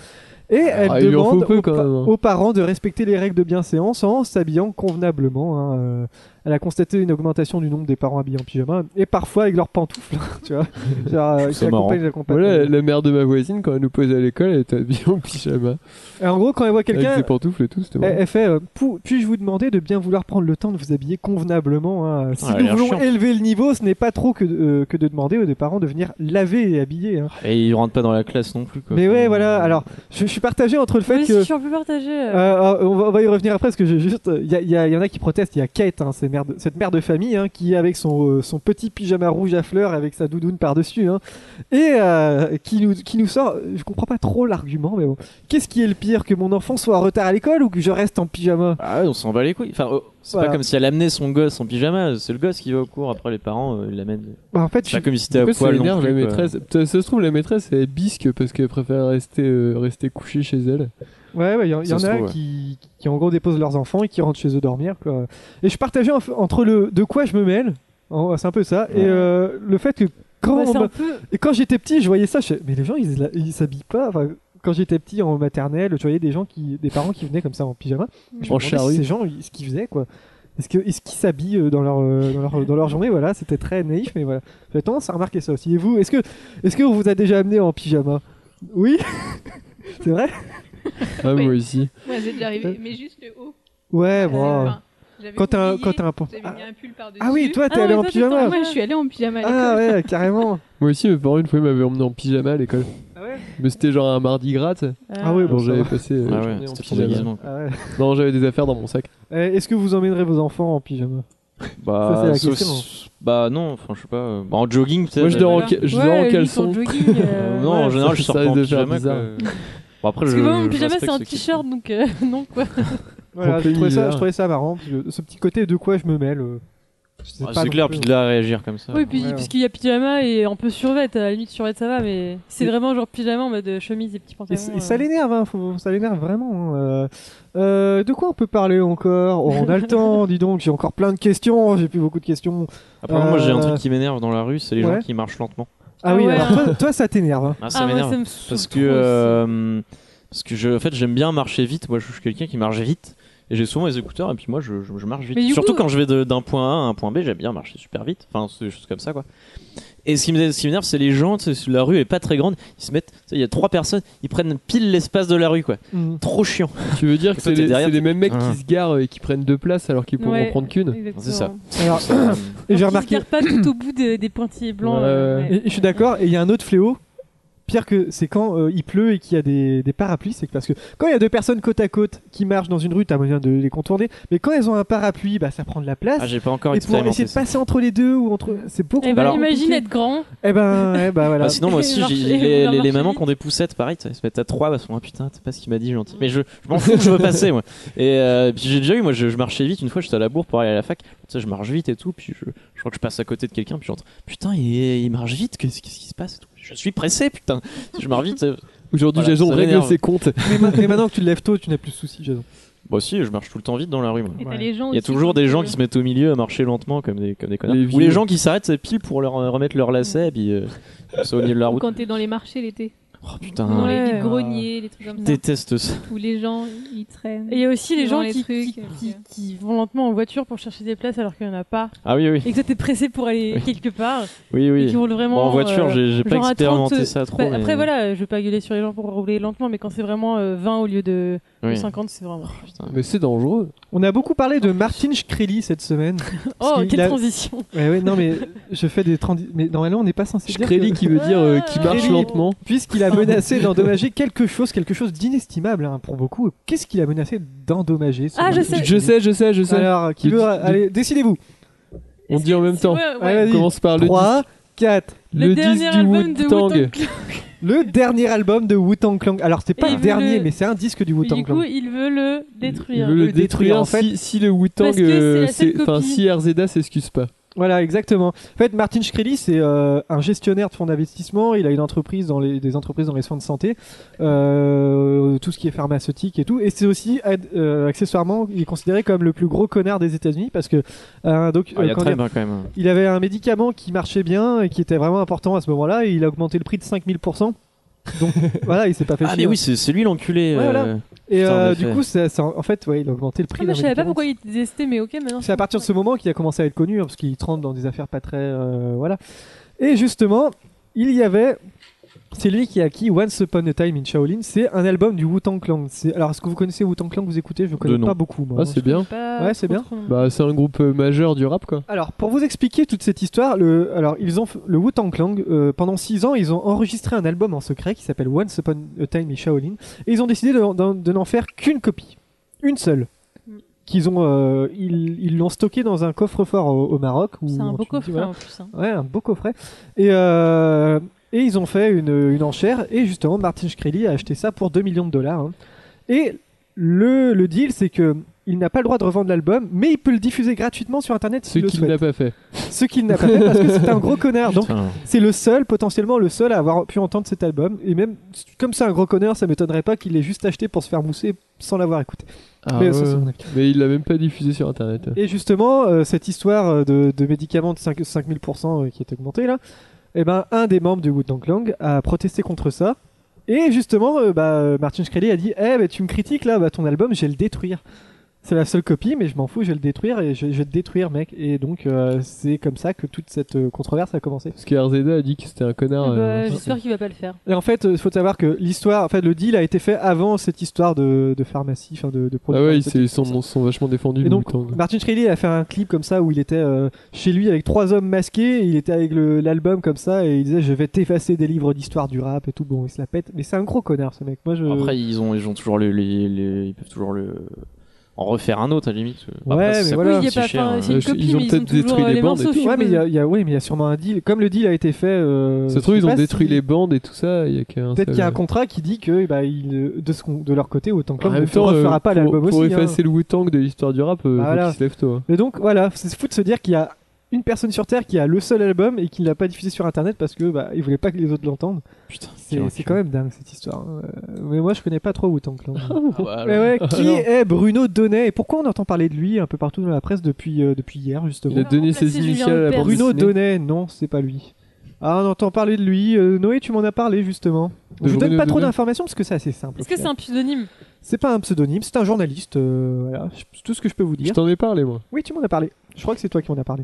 Et elle
Ah, il lui en
demande
faut peu,
aux,
quand
pa-
même, hein.
aux parents de respecter les règles de bienséance en s'habillant convenablement. hein. Euh, elle a constaté une augmentation du nombre des parents habillés en pyjama et parfois avec leurs pantoufles, [laughs] tu vois,
[laughs]
C'est-à-dire, euh, qui
ça marrant.
accompagnent la compagne.
Voilà, la mère de ma voisine, quand elle nous posait à l'école, elle était habillée en pyjama.
Et en gros, quand elle voit
Avec
quelqu'un,
des pantoufles et tout, c'était
Elle,
marrant.
elle fait euh, Pou- Puis-je vous demander de bien vouloir prendre le temps de vous habiller convenablement hein. Si
Ah, elle a
nous
l'air
voulons
chiante.
élever le niveau, ce n'est pas trop que, de- euh, que de demander aux deux parents de venir laver et habiller. hein.
Et ils rentrent pas dans la classe non plus quoi.
Mais ouais, voilà. Alors, je, je suis partagé entre le fait
Oui,
que.
si je suis un peu partagée. euh.
Euh, euh, on, va, on va y revenir après parce que j'ai juste. Il y, a- y a- y en a qui protestent. Il y a Kate, hein, ces mères de- cette mère de famille, hein, qui est avec son, euh, son petit pyjama rouge à fleurs avec sa doudoune par-dessus, hein, et euh, qui, nous, qui nous sort. Je comprends pas trop l'argument, mais bon. Qu'est-ce qui est le pire Que mon enfant soit en retard à l'école ou que je reste en pyjama
Ah ouais, on s'en bat les couilles. Enfin, euh, c'est
Voilà.
pas comme si elle amenait son gosse en pyjama. C'est le gosse qui va au cours. Après, les parents, euh, ils l'amènent.
Bah, En fait, je
C'est pas comme si c'était à
Pourquoi ça
poil non
énerve la
plus. quoi.
maîtresse Putain, Ça se trouve, la maîtresse, elle bisque parce qu'elle préfère rester, euh, rester couchée chez elle.
Ouais, ouais, il y, en- y
Ça
en
se
a
trouve, ouais.
qui, qui en gros déposent leurs enfants et qui rentrent chez eux dormir. Quoi. Et je partageais enf- entre le de quoi je me mêle, en- c'est un peu ça, et euh, le fait que quand,
Bah,
on
c'est
m'a-
un peu.
et quand j'étais petit, je voyais ça, je fais, mais les gens ils la- ils s'habillent pas. Enfin, quand j'étais petit en maternelle, je voyais des gens qui, des parents qui venaient comme ça en pyjama. Je me
En
demandais
charrue.
si ces gens, ils- ce qu'ils faisaient quoi. Est-ce que- est-ce qu'ils s'habillent euh, dans leur, euh, dans, leur, dans leur journée Voilà, c'était très naïf, mais voilà. J'ai tendance à remarquer ça aussi. Et vous, est-ce que, est que on vous a déjà amené en pyjama Oui [laughs] C'est vrai
Ah,
Oui.
moi aussi.
Moi, c'est déjà arrivé, mais juste le haut.
Ouais, bon.
Euh,
Enfin, j'avais
Euh. Eh, Quand t'as un,
oublié,
quand t'as un pan-
j'avais
Ah,
mis un pull par-dessus.
ah oui, toi t'es
Ah
allé
oui,
en
toi, t'es
pyjama.
en-
Moi, je suis allée en pyjama à l'école.
Ah ouais, carrément.
Moi aussi, mes parents, une fois, ils m'avaient emmené en pyjama à l'école.
Ah ouais
Mais c'était genre un mardi gras, tu sais.
Ah oui, bon,
Bon,
ça
j'avais
va.
passé. euh,
Ah
la
ouais,
journée en
c'était ton
pyjama.
déguisement.
Ah ouais.
Non, j'avais des affaires dans mon sac.
Euh, Est-ce que vous emmènerez vos enfants en pyjama Ça,
Bah,
c'est la
sauf-
question. hein.
bah non, enfin, je sais pas. euh, bah, en jogging peut-être.
Moi, je dors en,
Voilà.
ca- je
Ouais,
dors en
lui,
caleçon.
son jogging,
Euh,
euh,
non,
voilà.
en général, je
Ça
sors pas
risque
en
de faire
pyjama.
bizarre.
[laughs]
quoi. Bon, après,
Parce que
je-
moi, mon
je
pyjama, c'est
respecte
un
ceux qui-
t-shirt, donc euh, [laughs] non, quoi.
Voilà, ah, je,
Repli
trouvais ça,
hiver.
je trouvais ça marrant. parce que ce petit côté de quoi je me mêle. euh, je sais
Ah,
pas
C'est
non
clair,
plus.
puis de là à réagir comme
Ah,
ça.
Oui, puis,
Ouais, ouais.
puisqu'il y a pyjama et on peut survêt, à la limite survêt ça va, mais c'est vraiment genre pyjama en mode chemise et petits
Et,
pantalons.
c-
euh.
et ça l'énerve, hein, faut- ça l'énerve vraiment. hein, euh. Euh, de quoi on peut parler encore Oh, On a le temps, dis donc, j'ai encore plein de questions, j'ai plus beaucoup de questions.
Après, moi, j'ai un
Euh,
truc qui m'énerve dans la rue, c'est les gens
ouais.
qui marchent lentement.
Ah,
Ah
oui,
ouais,
alors
hein.
toi, toi, ça t'énerve. hein.
Ah, ça
Ah, moi,
m'énerve.
ça me saoule
Parce que,
trop aussi.
euh, parce que je, en fait, j'aime bien marcher vite. Moi, je suis quelqu'un qui marche vite. Et j'ai souvent les écouteurs, et puis moi, je, je- je marche
Mais
vite.
du
Surtout
coup-
quand je vais de- d'un point A à un point B, j'aime bien marcher super vite. Enfin, c'est des choses comme ça, quoi. Et ce qui me- ce qui m'énerve, c'est les gens, tu sais, la rue est pas très grande, ils se mettent, tu sais, il y a trois personnes, ils prennent pile l'espace de la rue, quoi.
Mm.
Trop chiant.
Tu veux dire que
Toi,
c'est
t'es
les,
derrière,
c'est les
t'es-
mêmes mecs
Ah.
qui se garent et qui prennent deux places alors qu'ils pourront
Ouais.
en prendre qu'une
Exactement.
C'est ça.
Alors,
Ça-
et j'ai
Quand ils
remarqué.
se garent pas tout au bout de- des pointillés blancs.
Ouais,
euh,
ouais.
ouais.
Et je suis d'accord, et il y a un autre fléau. Pire que c'est quand euh, il pleut et qu'il y a des, des parapluies, c'est que parce que quand il y a deux personnes côte à côte qui marchent dans une rue, t'as moyen de les contourner, mais quand elles ont un parapluie, bah ça prend de la place.
Ah, j'ai pas encore
et pour
expérimenté.
essayer de
ça.
passer entre les deux ou entre, c'est beaucoup.
Eh ben,
plus
Alors-
imagine
compliqué.
être grand.
Eh ben, eh ben voilà.
Ah, sinon, moi aussi, j'ai-
Marcher,
les, les-
marcher
les mamans
vite.
qui ont des poussettes, pareil, tu sais, elles se mettent à trois parce que, ah, putain, c'est pas ce qu'il m'a dit, gentil. Mais je, je m'en fous, je veux passer, moi. Et euh, puis j'ai déjà eu, moi, je, je marchais vite. Une fois, j'étais à la bourre pour aller à la fac. Tu sais, je marche vite et tout. Puis je, je crois que je passe à côté de quelqu'un. Puis j'entends, putain, il, il marche vite, qu'est-ce qu'est-ce qui se passe et tout. Je suis pressé, putain. Je marche vite. euh.
[laughs] Aujourd'hui,
Voilà,
Jason
ça
règle
m'énerve.
ses
[laughs]
comptes.
Mais, ma- mais maintenant que tu te lèves tôt, tu n'as plus de soucis, Jason.
Bon, si, je marche tout le temps vite dans la rue, moi.
Et t'as
Ouais.
les gens
Il y a
aussi
toujours des gens
euh,
qui se mettent au milieu à marcher lentement comme des, comme des connards.
Les
Ou les
vieux.
gens qui s'arrêtent c'est pile pour leur euh, remettre leur lacet et puis euh, comme ça, au milieu de la
Ou
route.
quand t'es dans les marchés l'été.
Oh putain.
Dans les vides greniers, les trucs
Je
comme ça.
déteste ça.
Où les gens ils traînent.
Et il y a aussi les
Devant
gens
les
qui,
trucs,
qui-
et
qui-
puis, euh.
qui vont lentement en voiture pour chercher des places alors qu'il n'y en a pas.
Ah oui, oui.
Et que toi t'es pressé pour aller
Oui.
quelque part.
Oui,
Et qui
oui.
vont vraiment.
Bon, en voiture,
euh,
j'ai- j'ai pas
genre à
expérimenté
30,
ça trop.
bah,
mais-
Après, voilà, je vais pas gueuler sur les gens pour rouler lentement, mais quand c'est vraiment euh, 20 au lieu de de
Oui.
50, c'est vraiment. oh,
Putain.
Mais c'est dangereux.
On a beaucoup parlé de Martin Shkreli cette semaine.
Oh,
Parce qu'il
quelle
a-
transition
Ouais, ouais, non, mais je fais des trans... Mais normalement, on n'est pas censé dire
Shkreli
que-
qui veut dire euh, qui marche
Shkreli.
lentement.
Puisqu'il
Oh,
a menacé d'endommager quelque chose, quelque chose d'inestimable hein, pour beaucoup. Qu'est-ce qu'il a menacé d'endommager ce
Ah, je
Martin
sais.
Je
Shkreli
sais, je sais, je sais.
Alors, qui
Le
veut...
di-
Allez, décidez-vous.
On dit en même temps.
Ouais, ouais.
Allez,
On
vas-y.
commence par le
3, 4.
le disque
dernier
du
album de
Wu-Tang.
Wu-Tang Ah, Clan.
Le dernier album de Wu-Tang Clan. Alors, c'est pas
Et
le
il
dernier,
veut-
mais c'est un disque du
Et
Wu-Tang
Du coup,
Clan.
il veut le
Il
détruire. Ah,
veut le
Le détruire,
détruire.
en fait.
si, si le Wu-Tang,
Parce que c'est
euh,
la seule
c'est- enfin
copie.
si RZA s'excuse pas.
Voilà, exactement. En fait, Martin Shkreli, c'est euh, un gestionnaire de fonds d'investissement. Il a une entreprise dans les, des entreprises dans les soins de santé, euh, tout ce qui est pharmaceutique et tout. Et c'est aussi, ad- euh, accessoirement, il est considéré comme le plus gros connard des États-Unis parce que, euh, donc,
Ah, Il y
euh,
a
quand
très bien quand même.
Il avait un médicament qui marchait bien et qui était vraiment important à ce moment-là et il a augmenté le prix de 5000%. Donc voilà, il s'est pas fait
Ah, mais
chier.
oui, c'est c'est lui l'enculé.
Ouais,
euh,
voilà. Et
putain,
euh,
en
du
effet.
coup, ça- ça- en fait, ouais, il a augmenté le
Ah,
prix d'un
mais je savais pas
médicament.
pourquoi il était DST, mais ok, maintenant.
C'est à partir de ce moment qu'il a commencé à être connu hein, parce qu'il trempe dans des affaires pas très. euh, voilà. Et justement, il y avait. C'est lui qui a acquis Once Upon a Time in Shaolin. C'est un album du Wu-Tang Clan. C'est- Alors, est-ce que vous connaissez Wu-Tang Clan Vous écoutez Je ne connais
nom.
pas beaucoup. Moi, hein.
Ah c'est bien.
Ouais, c'est bien.
Bah c'est un groupe euh, majeur du rap quoi.
Alors, pour vous expliquer toute cette histoire, le, alors, ils ont, f- le Wu-Tang Clan, euh, pendant 6 ans, ils ont enregistré un album en secret qui s'appelle Once Upon a Time in Shaolin, et ils ont décidé de, de- de n'en faire qu'une copie, une seule.
Mm.
Qu'ils ont, euh, ils ils l'ont stocké dans un coffre-fort au, au Maroc. ou
C'est
en
un beau
Tunisie,
coffre
voilà.
en plus. hein.
Ouais, un beau coffret. Et, euh, et ils ont fait une, une enchère. Et justement, Martin Shkreli a acheté ça pour 2 millions de dollars. hein. Et le, le deal, c'est que il n'a pas le droit de revendre l'album, mais il peut le diffuser gratuitement sur Internet
Ce
s'il le
qu'il
souhaite.
n'a pas fait.
Ce qu'il n'a pas fait parce que c'est un gros connard. Donc
Putain.
c'est le seul, potentiellement le seul à avoir pu entendre cet album. Et même, comme c'est un gros connard, ça m'étonnerait pas qu'il l'ait juste acheté pour se faire mousser sans l'avoir écouté.
Ah,
Mais
ouais.
ça, c'est mon avis.
Mais il l'a même pas diffusé sur internet.
Et justement, euh, cette histoire euh, de, de médicaments de 5, 5000% euh, qui est augmentée là, eh ben, un des membres du Wu-Tang Clan a protesté contre ça. Et justement, euh, bah, euh, Martin Shkreli a dit Eh, bah, tu me critiques là, bah, ton album, je vais le détruire. C'est la seule copie, mais je m'en fous, je vais le détruire et je, je vais te détruire, mec. Et donc, euh, c'est comme ça que toute cette euh, controverse a commencé.
Parce que RZA a dit que c'était un connard.
Bah,
euh,
J'espère qu'il va pas le faire.
Et en fait, il faut savoir que l'histoire, en fait, le deal a été fait avant cette histoire de, de pharmacie, enfin, de, de
Ah
produits
ouais, ils
pharmaceutiques.
se- ils sont, sont vachement défendus.
Et
le
donc, bah,
Wu-Tang.
Martin Shkreli a fait un clip comme ça où il était euh, chez lui avec trois hommes masqués, et il était avec le- l'album comme ça et il disait je vais t'effacer des livres d'histoire du rap et tout. Bon, il se la pète, mais c'est un gros connard ce mec. Moi je.
Après, ils ont, ils ont toujours le, les- les- ils peuvent toujours le en refaire un autre à la limite. Après,
Ouais,
ça
mais
coûte
voilà.
Oui, il y a
aussi
pas-
cher,
enfin,
hein.
c'est une
Ils ont
copie, mais ils ont
peut-être
toujours
détruit
euh,
les
les
bandes et
morceaux.
tout.
je
ouais, mais il y, a-
suppose.
il y a, ouais, mais il y a sûrement un deal. Comme le deal a été fait. euh,
Ça se trouve,
je sais
ils ont
pas
détruit
si-
les bandes et tout ça. Il y a qu'un
Peut-être
seul- euh,
qu'il y a un contrat qui dit que eh ben, il- de, ce qu'on- de leur côté, autant que
En
l'homme ne
même temps, euh,
refera pas
pour-
l'album aussi.
Pour
hein.
effacer le Wu-Tang de l'histoire du rap, euh,
Bah
faut
voilà.
qu'il se lève tôt. hein.
Mais donc voilà, c'est fou de se dire qu'il y a une personne sur Terre qui a le seul album et qui ne l'a pas diffusé sur Internet parce que bah, il voulait pas que les autres l'entendent.
Putain,
C'est c'est quand même dingue cette histoire. hein. Euh, mais moi je connais pas trop Wu-Tang Clan. [laughs]
Ah, bah, alors.
Mais ouais,
Ah,
qui
non.
est Bruno Donnet et pourquoi on entend parler de lui un peu partout dans la presse depuis, euh, depuis hier justement
Il a donné
remplacer
ses
Julien
initiales à la
Lepers.
bande
Bruno
dessinée.
Donnet, non, c'est pas lui. Ah, on entend parler de lui. Euh, Noé, tu m'en as parlé justement.
De
je vous donne
Bruno
pas trop
Donnet.
d'informations parce que c'est assez simple. au
Est-ce que c'est
final.
un pseudonyme
C'est pas un pseudonyme, c'est un journaliste. euh, voilà, c'est tout ce que je peux vous
Je
dire.
t'en ai parlé, moi.
Oui, tu m'en as parlé. Je crois que c'est toi qui en as parlé.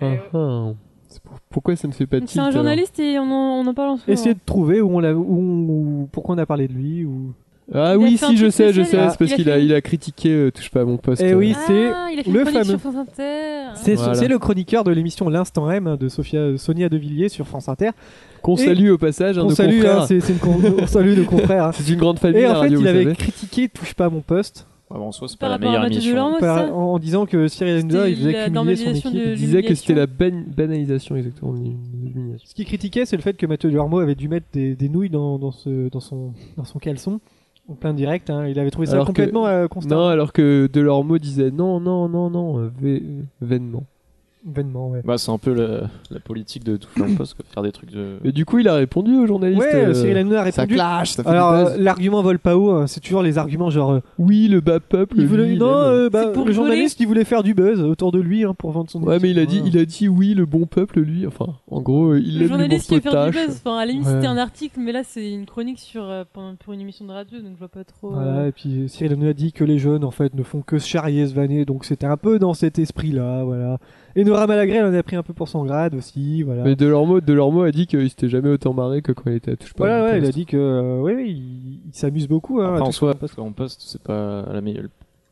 Ah, ah. C'est pour- Pourquoi ça me fait pas
Donc,
tilt
C'est un
alors
journaliste et on en, on en parle en ce moment.
Essayez de trouver où on l'a, où on- où- pourquoi on a parlé de lui. Ou...
Ah
Il a
oui,
fait un
si, je
truc
sais, je sais.
spécial.
C'est parce
Il a
qu'il a,
fait-
il a critiqué euh, Touche pas à mon poste.
Eh
euh,
oui, c'est
Ah, il a fait
le
une chronique
fameux.
sur France Inter.
C'est,
Voilà.
c'est le chroniqueur de l'émission L'Instant M hein, de Sophia, Sonia Devilliers sur France Inter.
Qu'on
Et-
salue au passage, hein,
on
nos
salue, hein,
confrères.
c'est, c'est une con- on salue nos confrères. hein.
[laughs] C'est une grande famille,
Et
la
en fait,
radio,
il
vous
avait
savez.
critiqué Touche pas à mon poste
Ah, bah, en soi, c'est pas
Par
la
rapport à
meilleure
Mathieu
émission.
Delorme,
par-
ça
en, en disant que Cyril Hanouna il faisait
la
cumuler son
normalisation
équipe.
de
Il disait que c'était
l'humiliation.
la ban- banalisation, exactement. l'humiliation.
Ce qu'il critiquait, c'est le fait que Mathieu Duarmo avait dû mettre des, des nouilles dans, dans, ce, dans, son, dans son caleçon, en plein direct. hein. Il avait trouvé ça
Alors que-
complètement euh, constant.
Non, alors que Delormeau disait non, non, non, non, euh, vé- vainement.
Vainement, ouais.
Bah, c'est un peu la, la politique de tout faire en poste, quoi. faire des trucs de.
Et du coup, il a répondu au journaliste.
Ouais,
euh,
Cyril Hanouna a
Ça
répondu.
clash, ça fait
Alors,
des
euh,
bases.
l'argument vole pas haut, hein, c'est toujours les arguments genre. euh,
Oui, le bas peuple.
il voulait-
lui, il
non,
aime.
euh, bah,
C'est pour
le journaliste, il voulait faire du buzz autour de lui hein, pour vendre son
Ouais,
émission,
mais il a dit,
hein.
il a dit oui, le bon peuple, lui. Enfin, en gros, euh, il
Le
aime l'humour
journaliste qui veut faire du
potache.
buzz. Enfin, à la limite,
Ouais.
c'était un article, mais là, c'est une chronique sur, euh, pour pour une émission de radio, donc je vois pas trop. euh,
Voilà, et puis Cyril Hanouna a dit que les jeunes en fait ne font que se charrier, se vanner, donc c'était un peu dans cet esprit-là, voilà. Et Nora Malagré, elle en a pris un peu pour son grade aussi, voilà.
Mais Delormeau, Delormeau a dit qu'il s'était jamais autant marré que quand il était à Touche pas.
voilà,
à mon
ouais, il a
poste.
dit que euh, oui, oui, il, il s'amuse beaucoup. Hein, à
Enfin, en
tout
soi,
ce qu'on passe.
en poste, c'est pas la meilleure.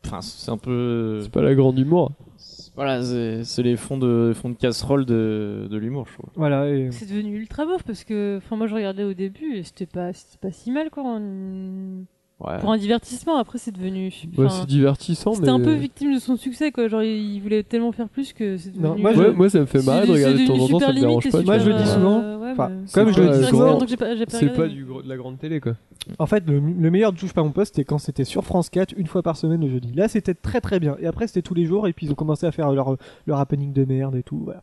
Enfin, c'est un peu.
C'est pas la grande humour.
c'est- Voilà, c'est c'est les fonds de, fonds de casserole de, de l'humour, je trouve.
Voilà, et-
C'est devenu ultra bof parce que, enfin, moi je regardais au début et c'était pas, c'était pas si mal quoi. en-
Ouais.
Pour un divertissement, après c'est devenu.
Ouais,
enfin,
c'est divertissant,
c'était
mais.
un peu victime de son succès quoi. Genre il il voulait tellement faire plus que c'est devenu. euh,
Non, moi,
Ouais,
je-
moi, ça me fait
c'est
marrer de
devenu- c'est
regarder de temps
devenu
en temps, ça
super
me dérange
limite
pas.
et
tu
Moi, je le
vois.
dis
super, euh,
souvent,
ouais,
enfin,
mais-
comme
c'est
je le
pas,
dis
euh,
Ça fait
souvent,
longtemps que j'ai pas- j'ai pas
C'est pas
regardé.
du gr- de la grande télé, quoi.
en fait, le, le meilleur de Touche pas à mon poste, c'était quand c'était sur France 4 une fois par semaine le jeudi. Là, c'était très très bien. Et après, c'était tous les jours, et puis ils ont commencé à faire leur, leur happening de merde et tout. Voilà.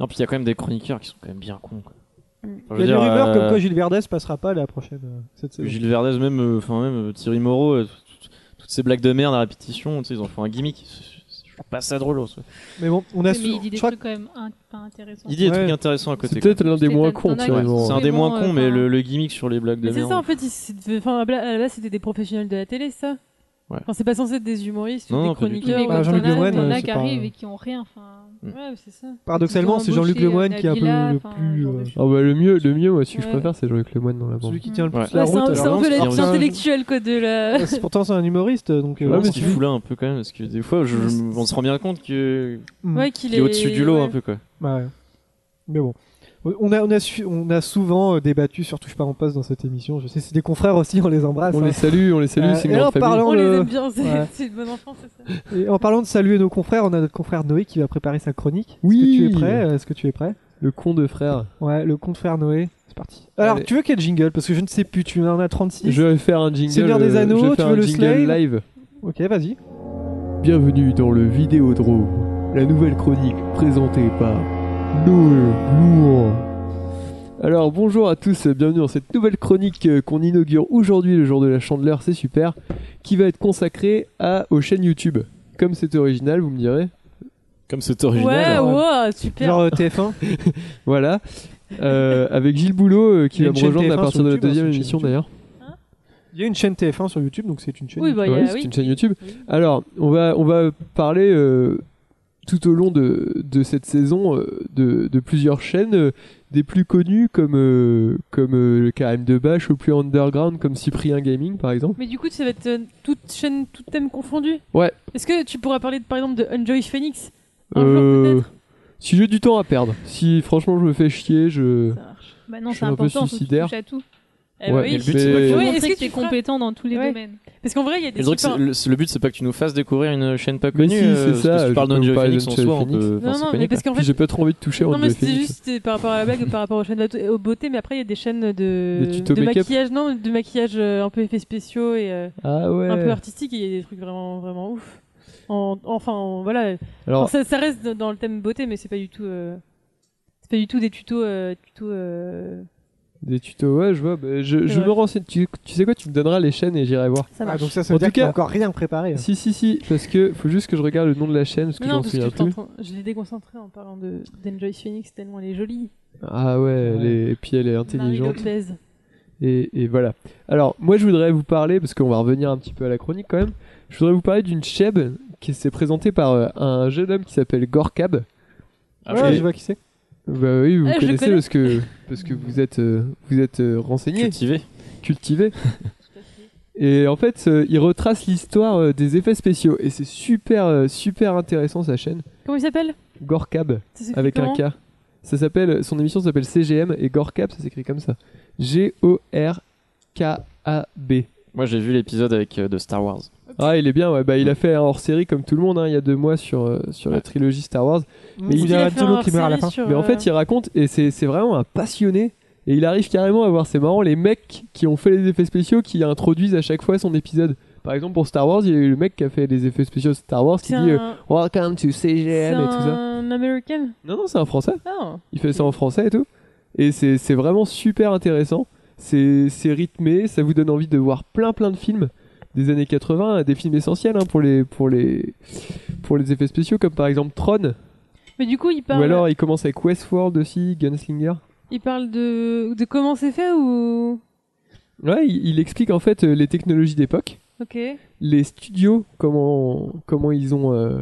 Non, puis il y a quand même des chroniqueurs qui sont quand même bien cons. Quoi.
Il y a
Enfin, je veux
des
dire,
rumeurs
euh,
comme quoi Gilles Verdès passera pas la prochaine euh, cette saison.
Gilles Verdez, même, euh, enfin même euh, Thierry Moreau, euh, tout- tout- toutes ces blagues de merde à répétition, tu sais, ils en font un gimmick. C'est- c'est- Je trouve pas ça drôle. en soi.
Mais bon, on a.
mais il dit des
je crois
trucs quand même in- pas intéressants.
Il dit des
Ouais.
trucs intéressants à côté.
C'est
quoi.
peut-être l'un des
Parce que
moins
t'en-
cons,
t'en as
Thierry
qui
Moreau.
sont-
C'est un des
bon,
moins
euh,
cons, mais
enfin-
le, le gimmick sur les blagues de
Mais c'est
merde. hein.
ça en fait, ils- c'est- enfin, à la- à la base c'était des professionnels de la télé ça.
Ouais.
Enfin, c'est pas censé être des humoristes
Non,
ou
non,
des
pas du tout.
chroniqueurs.
Mais
ou
Ah,
quand
des
Jean-Luc
t'en as-
journalistes.
Lemoyne,
t'en
c'est
as
pas-
qui arrivent et qui ont rien. Enfin,
Ouais, c'est ça.
Paradoxalement, c'est Jean-Luc
embauché,
Lemoyne qui est un peu
Nabila,
le
enfin,
plus.
genre de
euh,
choses.
Ah bah le mieux, le mieux, moi, si je
Ouais.
préfère, c'est Jean-Luc Lemoyne dans la bande.
celui qui tient le plus
Ouais.
la
Ouais, c'est
route.
un- c'est
alors.
un peu
alors,
l'intellectuel
c'est-
intellectuel quoi de la.
Euh, c'est- Pourtant, c'est un humoriste, donc. euh,
Ouais,
Ouais,
parce
mais
qu'il
tu-
fout là un peu quand même, parce que des fois, je- je- on se rend bien compte que
Mm.
[laughs] Ouais, qu'il
qu'il est au-dessus du lot
ouais.
un peu quoi.
Ouais. Mais bon. On a, on, a su- on a souvent euh, débattu sur Touche pas en poste dans cette émission. Je sais, c'est des confrères aussi, on les embrasse.
On
hein.
les salue, on les salue,
Euh,
c'est une
et en
grande famille.
parlant-
On les
le-
aime bien, c'est
Ouais.
[laughs] c'est une bonne enfance, c'est ça.
Et en parlant de saluer nos confrères, on a notre confrère Noé qui va préparer sa chronique.
Oui.
Est-ce que tu es prêt euh, Est-ce que tu es prêt
Le con de frère.
Ouais, le confrère Noé, c'est parti. Alors,
Allez.
tu veux quel jingle Parce que je ne sais plus, tu en as 36.
Je vais faire un jingle.
Seigneur des
euh,
Anneaux,
je vais faire
tu veux le
un jingle
slave
live.
Ok, vas-y.
Bienvenue dans le Vidéodrome, la nouvelle chronique présentée par Noé Louan. Alors bonjour à tous, bienvenue dans cette nouvelle chronique euh, qu'on inaugure aujourd'hui, le jour de la chandeleur, c'est super, qui va être consacrée à, aux chaînes YouTube. Comme c'est original, vous me direz.
Comme c'est
Ouais, ouais, super.
Genre euh, TF1.
[laughs] Voilà. Euh, avec Gilles Boulot euh, qui
Il y a
va
une
me
chaîne
rejoindre à
TF1
partir
sur
de la
YouTube, hein,
deuxième
c'est une
émission
chaîne
d'ailleurs.
Il y a une chaîne TF1 sur YouTube, donc c'est une chaîne.
Oui, bah, il y
Ouais,
a-
c'est
oui.
une chaîne YouTube.
Oui.
Alors, on va, on va parler euh, tout au long de, de cette saison euh, de, de plusieurs chaînes, euh, des plus connues comme, euh, comme euh, le KM de Bâche ou plus underground comme Cyprien Gaming par exemple.
Mais du coup, ça va être euh, toute chaîne, tout thème confondu
Ouais.
Est-ce que tu pourras parler, de- par exemple, de Enjoy Phoenix Un
Euh,
jour, peut-être
si j'ai du temps à perdre, si franchement je me fais chier, je...
Ça marche.
Bah non,
Je
c'est
suis un peu
important, faut que tu
suicidaire.
touches à tout.
Eh bah
Ouais,
oui.
mais-
Faut
Et-
Ouais,
montrer
est-ce que
que t'es
tu feras-
compétent dans tous les
Ouais.
domaines.
Parce qu'en vrai, il y a
Et
des
le truc, c'est-
super-
le, c'est- le but, c'est pas que tu nous fasses découvrir une chaîne pas
Mais
connue.
si, c'est
euh, parce que
ça,
si
je
tu parles
peux
d'Angio
vous parler
Phoenix en
d'Angel
soi, on
Phoenix.
peut.
Non,
enfin, c'est
non,
connu,
mais
quoi.
parce qu'en
Puis
fait.
j'ai pas trop envie de toucher
Non,
en
mais
deux
c'était
Phoenix.
juste euh, par rapport à la blague, par rapport aux chaînes de- au beauté, mais après, il y a des chaînes de,
Des tutos
de
make-up.
maquillage, non, de maquillage euh, un peu effets spéciaux et euh,
Ah ouais.
un peu artistique, et il y a des trucs vraiment, vraiment ouf. En- enfin, en- voilà,
Alors,
Enfin, ça, ça reste dans- dans le thème beauté, mais c'est pas du tout. euh, C'est pas du tout des tutos. euh, tutos euh,
des tutos, ouais, je vois. bah, je je
Ouais.
me renseigne. Tu, tu sais quoi, tu me donneras les chaînes et j'irai voir.
Ah,
Ça marche.
donc ça, ça veut
En
dire
tout
qu'il n'y a
cas-
encore rien préparé.
Si, si, si, parce que faut juste que je regarde le nom de la chaîne parce que
Mais
je
non,
m'en
parce que
souviens
je,
plus.
t'entends- je l'ai déconcentré en parlant de d'Enjoy Phoenix, tellement elle est jolie.
Ah ouais, elle est- et puis elle est
Marie
intelligente.
Lopez.
Et, et voilà. Alors, moi, je voudrais vous parler, parce qu'on va revenir un petit peu à la chronique quand même, je voudrais vous parler d'une cheb qui s'est présentée par euh, un jeune homme qui s'appelle Gorkab.
Ah,
ouais,
oui.
je vois qui c'est.
Bah oui, vous
Ah, [laughs] je
connaissez
le connais.
parce que, parce que vous êtes, euh, vous êtes euh, renseigné,
Cultivé.
[laughs]
cultivé. Et en fait, euh, il retrace l'histoire euh, des effets spéciaux. Et c'est super, euh, super intéressant sa chaîne.
Comment il s'appelle
Gorkab.
Ça s'écrit
avec un
comment
K.
hein.
Ça s'appelle, son émission s'appelle CGM et Gorkab, ça s'écrit comme ça. G-O-R-K-A-B.
Moi, j'ai vu l'épisode avec euh, de Star Wars.
Ah, il est bien, ouais. Bah, il a fait un hors-série comme tout le monde, hein, il y a deux mois sur, euh, sur la
Ouais.
trilogie Star Wars. Mais il
Parce
y a
qu'il
un
fait
solo qui meurt à la
hors-série
fin.
sur,
Mais en
euh,
fait, il raconte, et c'est c'est vraiment un passionné, et il arrive carrément à voir, c'est marrant, les mecs qui ont fait les effets spéciaux qui introduisent à chaque fois son épisode. Par exemple, pour Star Wars, il y a eu le mec qui a fait les effets spéciaux de Star Wars qui
C'est
dit euh,
un-
Welcome to
c'est
CGM et tout ça.
un American
Non, non, c'est un français.
Ah,
Il fait ça en français et tout. Et c'est c'est vraiment super intéressant. C'est c'est rythmé, ça vous donne envie de voir plein plein de films des années 80, des films essentiels hein, pour, les, pour, les, pour les effets spéciaux, comme par exemple Tron.
Mais du coup, il
Ou
parle,
alors il commence avec Westworld aussi, Gunslinger.
il parle de, de comment c'est fait ou.
Ouais, il, il explique en fait euh, les technologies d'époque,
Ok.
les studios, comment, comment ils ont... euh,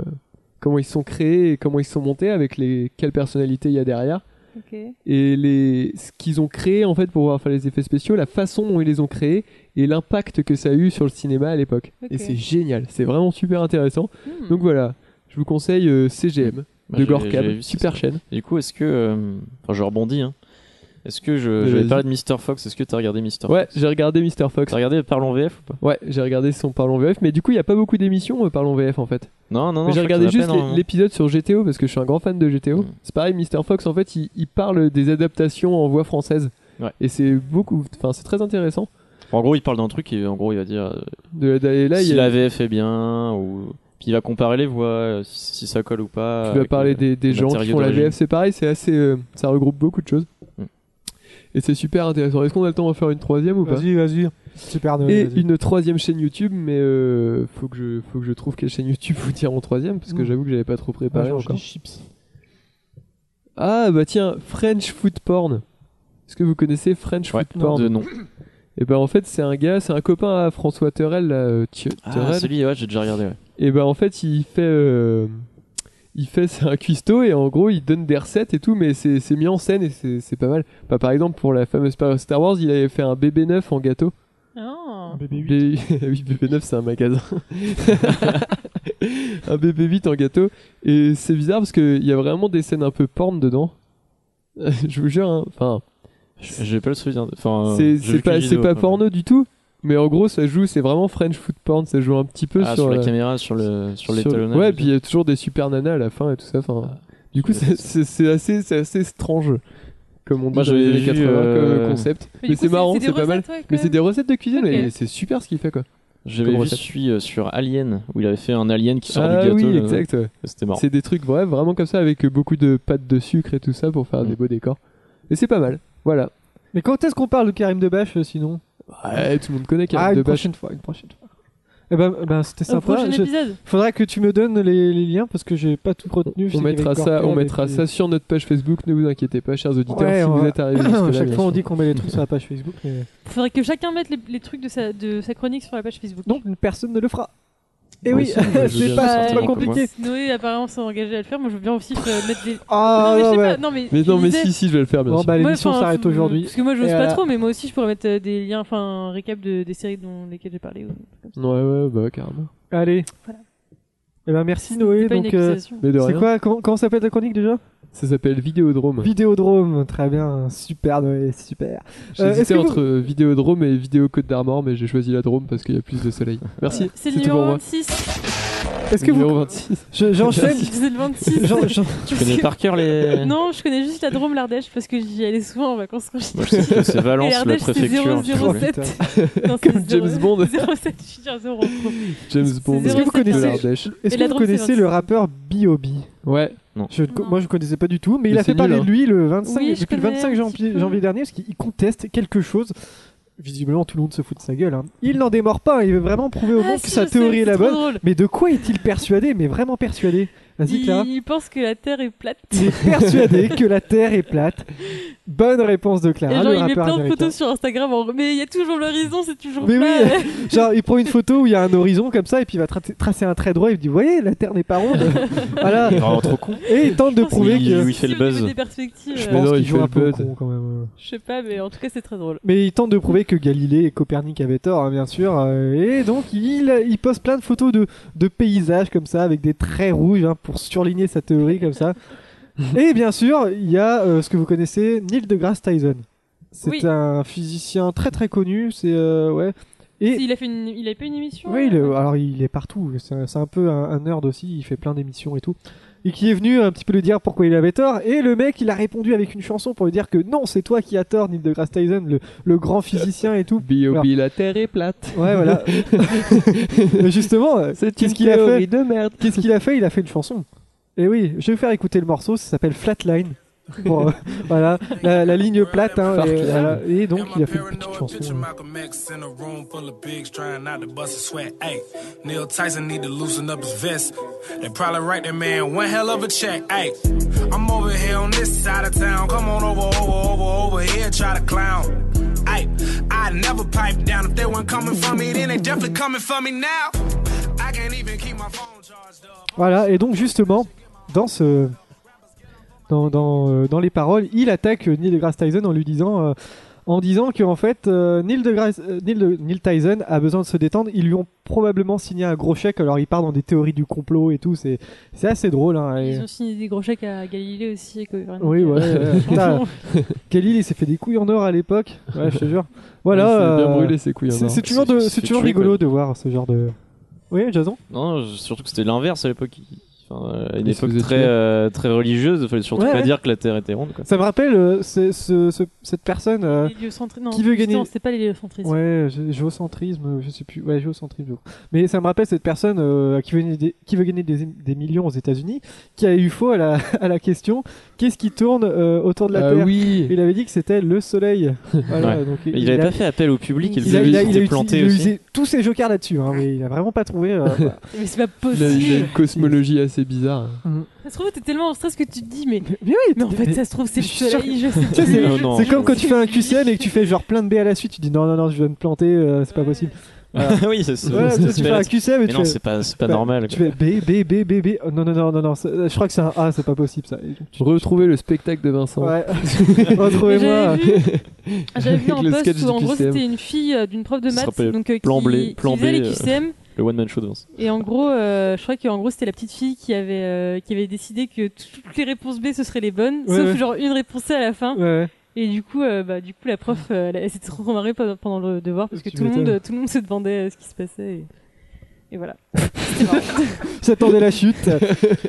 comment ils sont créés et comment ils sont montés, avec les, quelles personnalités il y a derrière.
Ok.
et les, ce qu'ils ont créé en fait pour pouvoir faire les effets spéciaux, la façon dont ils les ont créés et l'impact que ça a eu sur le cinéma à l'époque.
Ok.
Et c'est génial, c'est vraiment super intéressant.
Hmm.
Donc voilà, je vous conseille euh, CGM de
Bah, j'ai-
Gorkab,
j'ai vu, c'est
super
ça.
chaîne.
Et Du coup, est-ce que. euh, Enfin, je rebondis, hein. Est-ce que je.
Mais
J'avais
vas-y.
parlé de Mr. Fox, est-ce que t'as regardé Mr.
Ouais,
Fox
j'ai regardé Mr Fox.
T'as regardé Parlons VF ou pas
Ouais, j'ai regardé son Parlons VF, mais du coup, il n'y a pas beaucoup d'émissions euh, Parlons VF en fait.
Non, non, non.
Mais j'ai
je crois
regardé
qu'il y en a
juste
à peine
l'é-
un.
l'épisode sur GTO parce que je suis un grand fan de GTO.
Mm.
C'est pareil, Mr. Fox, en fait, il, il parle des adaptations en voix française.
Ouais.
Et c'est beaucoup, enfin, c'est très intéressant.
En gros, il parle d'un truc et en gros, il va dire. euh,
De, d'aller là,
si
il y a-
la VF est bien ou puis il va comparer les voix euh, si, si ça colle ou pas
Tu vas
avec,
parler
euh,
des, des
le
gens qui
matériau
font la
d'origine.
VF, c'est pareil, c'est assez, euh, ça regroupe beaucoup de choses.
Mm.
Et c'est super intéressant. Est-ce qu'on a le temps d'en faire une troisième ou pas
Vas-y, vas-y. Super Noël.
Et
vas-y.
une troisième chaîne YouTube, mais euh, faut que je faut que je trouve quelle chaîne YouTube vous dire en troisième parce que
Mm.
j'avoue que j'avais pas trop
Moi,
préparé
je mange
encore.
des chips.
Ah bah tiens, French Food Porn. Est-ce que vous connaissez French
ouais,
Food Porn
de nom
Et ben en fait c'est un gars, c'est un copain à François Terrel, là, euh, Thie-
ah,
Terrel.
celui ouais j'ai déjà regardé ouais.
Et ben en fait, il fait, euh, il fait [laughs] c'est un cuistot et en gros il donne des recettes et tout, mais c'est c'est mis en scène et c'est c'est pas mal. Bah, par exemple pour la fameuse période Star Wars, il avait fait un bébé neuf en gâteau.
Ah.
Un bébé huit.
Bébé- [laughs] oui, bébé neuf c'est un magasin. [laughs] un bébé 8 en gâteau et c'est bizarre parce qu'il y a vraiment des scènes un peu porn dedans. [laughs] Je vous jure, hein. enfin
J- j'ai pas le souvenir de- enfin euh,
c'est
j'ai
c'est
vu
pas
qu'une
c'est
vidéo,
pas
après.
porno du tout, mais en gros ça joue, c'est vraiment French food porn, ça joue un petit peu
ah, sur la
la-
caméra sur le
sur-
sur l'étalonnage Ah,
Ouais, puis il y a toujours des super nanas à la fin et tout ça. Enfin, du coup,
je sais
c'est- c'est
pas.
c'est assez, c'est assez strange, comme on dit
Moi,
dans les
j'avais
années
vu,
80
euh,
comme concept.
Mais
Mais,
du coup,
c'est marrant,
des
c'est pas mal.
recettes, ouais, quand
Mais c'est
même.
des recettes de cuisine,
Ok.
mais c'est super ce qu'il fait quoi.
j'avais
Comment
vu
ça
celui euh, sur Alien où il avait fait un alien qui sort du
ah
gâteau euh,
oui,
là.
exact. ouais.
c'était marrant
C'est des trucs bref, vraiment comme ça, avec beaucoup de pâtes de sucre et tout ça pour faire
Mm.
des beaux décors. Et c'est pas mal. Voilà.
Mais quand est-ce qu'on parle de Karim Debache euh, sinon
Ouais, tout le monde connaît Karim
Ah, une
Debache.
prochaine fois, une prochaine fois. Eh ben, eh ben, c'était
Au
sympa.
Euh, prochain
Je-
épisode.
Faudra que tu me donnes les, les liens parce que j'ai pas tout retenu. Je sais
On
qu'il y
mettra
avait
ça,
Gorkab
on
et
mettra
puis-
ça sur notre page Facebook. Ne vous inquiétez pas, chers auditeurs,
Ouais,
si
on
vous
va-
êtes arrivés jusque-là.
[laughs] À chaque
bien
fois, on
sûr.
dit qu'on met les trucs sur la page Facebook. mais-
Faudrait que chacun mette les, les trucs de sa, de sa chronique sur la page Facebook. Bah,
Donc, personne ne le fera. Et
Moi
oui,
aussi, je
[laughs]
veux
c'est
bien
pas,
sortir
c'est pas
un peu
compliqué.
Noé apparemment s'est engagé à le faire. Moi, je veux bien aussi euh, mettre des.
Ah,
non, mais je
ouais,
sais
ouais.
pas. Non, mais,
Mais
je
non, mais
disais-
si, si, je vais le faire, bien
Bon,
sûr.
bah,
Ouais,
l'émission
enfin,
s'arrête
faut-
aujourd'hui.
Parce que moi, j'ose
Et
pas
voilà.
trop, mais moi aussi, je pourrais mettre euh, des liens, enfin, un récap de, des séries dont lesquelles j'ai parlé. ou-
Ouais, ouais, bah, carrément.
Allez.
Voilà.
Eh ben, merci Noé.
C'est pas une
Donc, euh,
accusation.
Mais de
c'est
rien.
quoi Comment, comment s'appelle la chronique déjà
Ça s'appelle Vidéodrome.
Vidéodrome. Très bien. Super Noé, super.
J'ai
Euh, est-ce
hésité
que vous-
entre Vidéodrome et Vidéo Côte d'Armor, mais j'ai choisi la Drôme parce qu'il y a plus de soleil.
[laughs]
Merci.
C'est le
tout pour
numéro
moi.
26.
Est-ce que
numéro
vous.
26.
Je-
[laughs]
J'enchaîne.
C'est le 26. [laughs]
J'en- j'en-
tu connais par
[laughs]
cœur les
Non, je connais juste la Drôme, l'Ardèche, parce que j'y allais souvent en vacances quand j'étais
moi je sais que c'est
Et
Valence la
l'Ardèche, c'est
préfecture je crois.
007.
Oh, [laughs]
Non, c'est
Comme
[laughs] zéro-
James Bond.
07, je suis dire 0.
James Bond
zéro
de
sept
connaissez-
l'Ardèche.
Est-ce
Et
que
la
vous
Drôme,
connaissez
c'est
le rappeur B.O.B.
Ouais,
Je, ne co-
Non.
moi je connaissais pas du tout, mais, il
Mais
a fait
c'est
parler
nul,
de
hein.
lui le 25,
Oui, je
depuis le
connais
25
un
janvier,
petit peu.
janvier dernier, parce qu'il conteste quelque chose. Visiblement, tout le monde se fout de sa gueule. hein. Il n'en démord pas, il veut vraiment prouver
Ah,
au monde que sa théorie est la bonne. Mais de quoi est-il persuadé Mais vraiment persuadé Vas-y, Clara.
Il, il pense que la Terre est
[laughs]
plate.
Il est
[laughs]
persuadé que la Terre est plate. Bonne réponse de
Et
Clara,
genre,
le
il met
rappeur
plein de
américain.
photos sur Instagram. en- Mais il y a toujours l'horizon, c'est toujours euh,
Mais
plat.
[laughs] oui. Genre, il prend une photo où il y a un horizon comme ça, et puis il va tra- tracer un trait droit, et il dit Voyez, la Terre n'est pas ronde.
[laughs]
voilà.
Il est vraiment trop con
Et il tente de
Je pense
prouver
qu'il-
que.
il fait le
Si au niveau
buzz.
Des perspectives,
Je
euh,
Mais
pense
non,
qu'il
il
joue
fait
un
le
peu au
buzz.
con quand même.
je sais pas, mais en tout cas, c'est très drôle.
Mais il tente de prouver que Galilée et Copernic avaient tort, hein, bien sûr. euh, Et donc, il, il poste plein de photos de, de paysages comme ça, avec des traits rouges hein, pour surligner sa théorie comme ça. et bien sûr, il y a euh, ce que vous connaissez, Neil deGrasse Tyson. C'est
Oui.
un physicien très très connu. C'est euh, ouais. Et-
Il a fait une- il a pas une émission
Oui, il est-
euh,
alors il est partout. C'est un, c'est un peu un, un nerd aussi. Il fait plein d'émissions et tout. Et qui est venu un petit peu lui dire pourquoi il avait tort. Et le mec, il a répondu avec une chanson pour lui dire que non, c'est toi qui as tort, Neil deGrasse Tyson, le, le grand physicien et
[laughs]
tout.
B.O.B.
Alors-
la terre est plate.
Ouais, voilà. Mais Justement, euh,
[laughs] C'est une
qu'est-ce qu'il a
théorie
fait
de merde.
Qu'est-ce qu'il a fait Il a fait une chanson. Et oui, je vais vous faire écouter le morceau. Ça s'appelle Flatline. Pour, euh, [laughs] voilà, la, la ligne plate. hein, et, voilà. Et donc, il a fait une petite chanson. euh.
Malcolm X in a room full of bigs trying not to bust a sweat. Hey, Neil Tyson need to loosen up his vest. They probably write that man one hell of a check. Hey, I'm over here on this side of town. Come on over, over, over, over here, try to clown. Hey, I never pipe down. If they weren't coming for me, then they definitely coming for me now. I can't even keep my phone charged up.
Voilà, et donc justement, dans ce. Dans, dans, euh, dans les paroles, il attaque euh, Neil deGrasse Tyson en lui disant. euh, en disant que en fait euh, Neil, deGrasse- euh, Neil de- Neil Tyson a besoin de se détendre, ils lui ont probablement signé un gros chèque, alors il part dans des théories du complot et tout, c'est c'est assez drôle. Hein, et-
Ils ont signé des gros chèques à Galilée aussi. quoi. Vraiment.
Oui, ouais. ouais. Putain,
Franchement,
Khalil, il s'est fait des couilles en or à l'époque, ouais, je te jure. Voilà,
Il s'est bien
euh,
brûlé ses couilles. hein,
c'est
alors.
c'est toujours, de-
Il s'est
c'est
fait
toujours
tuer, quoi.
rigolo de voir ce genre de. Oui, Jason
Non, je- surtout que c'était l'inverse à l'époque. Enfin, euh, à une
Il se
époque
faisait
très,
tuer.
euh, très religieuse, il fallait surtout
Ouais,
pas
ouais.
dire que la Terre était ronde. Quoi.
Ça me rappelle euh, c'est- ce- ce- cette personne. euh,
l'héliocentri- non,
qui veut gagner-
Non, c'était pas l'héliocentrisme.
Ouais, gé- géocentrisme, je sais plus. Ouais, géocentrisme. je crois. Mais ça me rappelle cette personne euh, qui, veut gagner des, qui veut gagner des, des millions aux États-Unis, qui a eu faux à la, [laughs] à la question qu'est-ce qui tourne euh, autour de la
Ah
Terre
oui.
Il avait dit que c'était le Soleil. Voilà, donc
Mais il avait pas fait appel au public, il
il a-
faisait
il a- il
juste
a
des
uti- il
plantés
a
aussi.
usé tous ses jokers là-dessus, hein, mais il a vraiment pas trouvé.
[laughs]
euh,
Mais c'est pas
Il a,
possible.
il a une cosmologie assez bizarre.
Ça se trouve, t'es tellement en stress que tu te dis, mais,
mais oui,
mais en fait,
mais-
ça se trouve, c'est le
Je suis sûr
soleil. Je
tu sais,
sais
c'est
plus.
Non, non,
c'est
je-
comme quand tu fais un QCM et que tu fais genre plein de B à la suite, tu dis non, non, non, je vais me planter, euh, c'est pas possible.
[laughs] oui, c'est
Ouais,
ça. [laughs]
tu fais un QCM et
Mais
tu
non,
fais-
c'est pas, c'est pas
Bah,
normal.
Tu
quoi.
fais B, B, B, B, B. Oh, non, non, non, non, non. c'est- euh, Je crois que c'est un A, c'est pas possible ça. Et-
Retrouver le spectacle de Vincent.
Ouais. [laughs]
Mais
Retrouvez-moi.
J'avais vu, j'avais
[laughs]
vu
Avec
un
le sketch
post
du
où en gros
QCM.
c'était une fille euh, d'une prof de
Ça
maths
s'appelle
donc, euh, qui,
Plan Blé-
qui
Plan
faisait
Blé,
les
euh.
QCM
Le one man show de Vincent.
et en gros euh, je crois qu'en gros c'était la petite fille qui avait, euh, qui avait décidé que toutes les réponses B ce seraient les bonnes
Ouais,
sauf
ouais.
genre une réponse C à la fin
Ouais, ouais.
et du coup euh, bah, du coup la prof euh, elle, elle s'était trop remarrée pendant, pendant le devoir parce que
Tu
tout le,
m'étonnes.
monde, tout le monde se demandait euh, ce qui se passait et, et voilà c'était marrant
J'attendais la chute.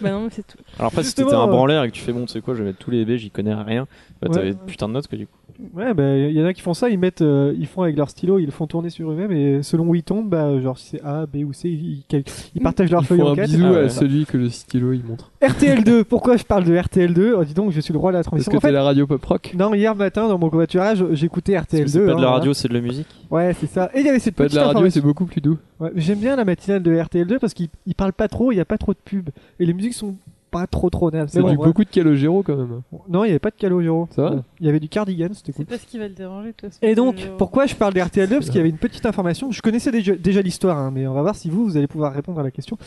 bah non mais c'est tout
Alors après, si t'étais
Justement, euh,
un branleur et que tu fais bon, tu sais quoi, je vais mettre tous les bébés, j'y connais rien, bah
Ouais.
t'avais putain de notes que du coup.
Ouais, bah, il y en a qui font ça, ils mettent, euh, ils font avec leur stylo, ils le font tourner sur eux-mêmes et selon où ils tombent, bah, genre si c'est A, B ou C, ils, ils cal- ils partagent leur
Ils
feuille
font
en
un
quatre.
bisou
Ah ouais.
à celui que le stylo il montre.
RTL2, pourquoi je parle de RTL2 Oh, Dis donc, je suis le roi de la
Parce
transition.
que
En
t'es
fait,
la radio pop rock.
non, hier matin dans mon covoiturage, j'écoutais
Parce que
RTL2.
c'est pas de la
hein,
radio, c'est de la musique.
voilà. Ouais, c'est ça. Et il y avait cette
Pas de
petite
la radio,
information.
c'est beaucoup plus doux.
Ouais, J'aime bien la matinale de RTL2 parce qu'il il parle pas trop, il y a pas trop de pubs et les musiques sont pas trop trop naves.
C'est
Mais
du
bon,
beaucoup de Calogero quand même.
bref. Non, il y avait pas de Calogero.
Ça va
Il y avait du Cardigan, c'était cool.
c'est pas ce qui va le déranger toi
Et donc, pourquoi je parle de RTL2 Parce qu'il y avait une petite information. Je connaissais déjà, déjà l'histoire, hein, mais on va voir si vous, vous allez pouvoir répondre à la question.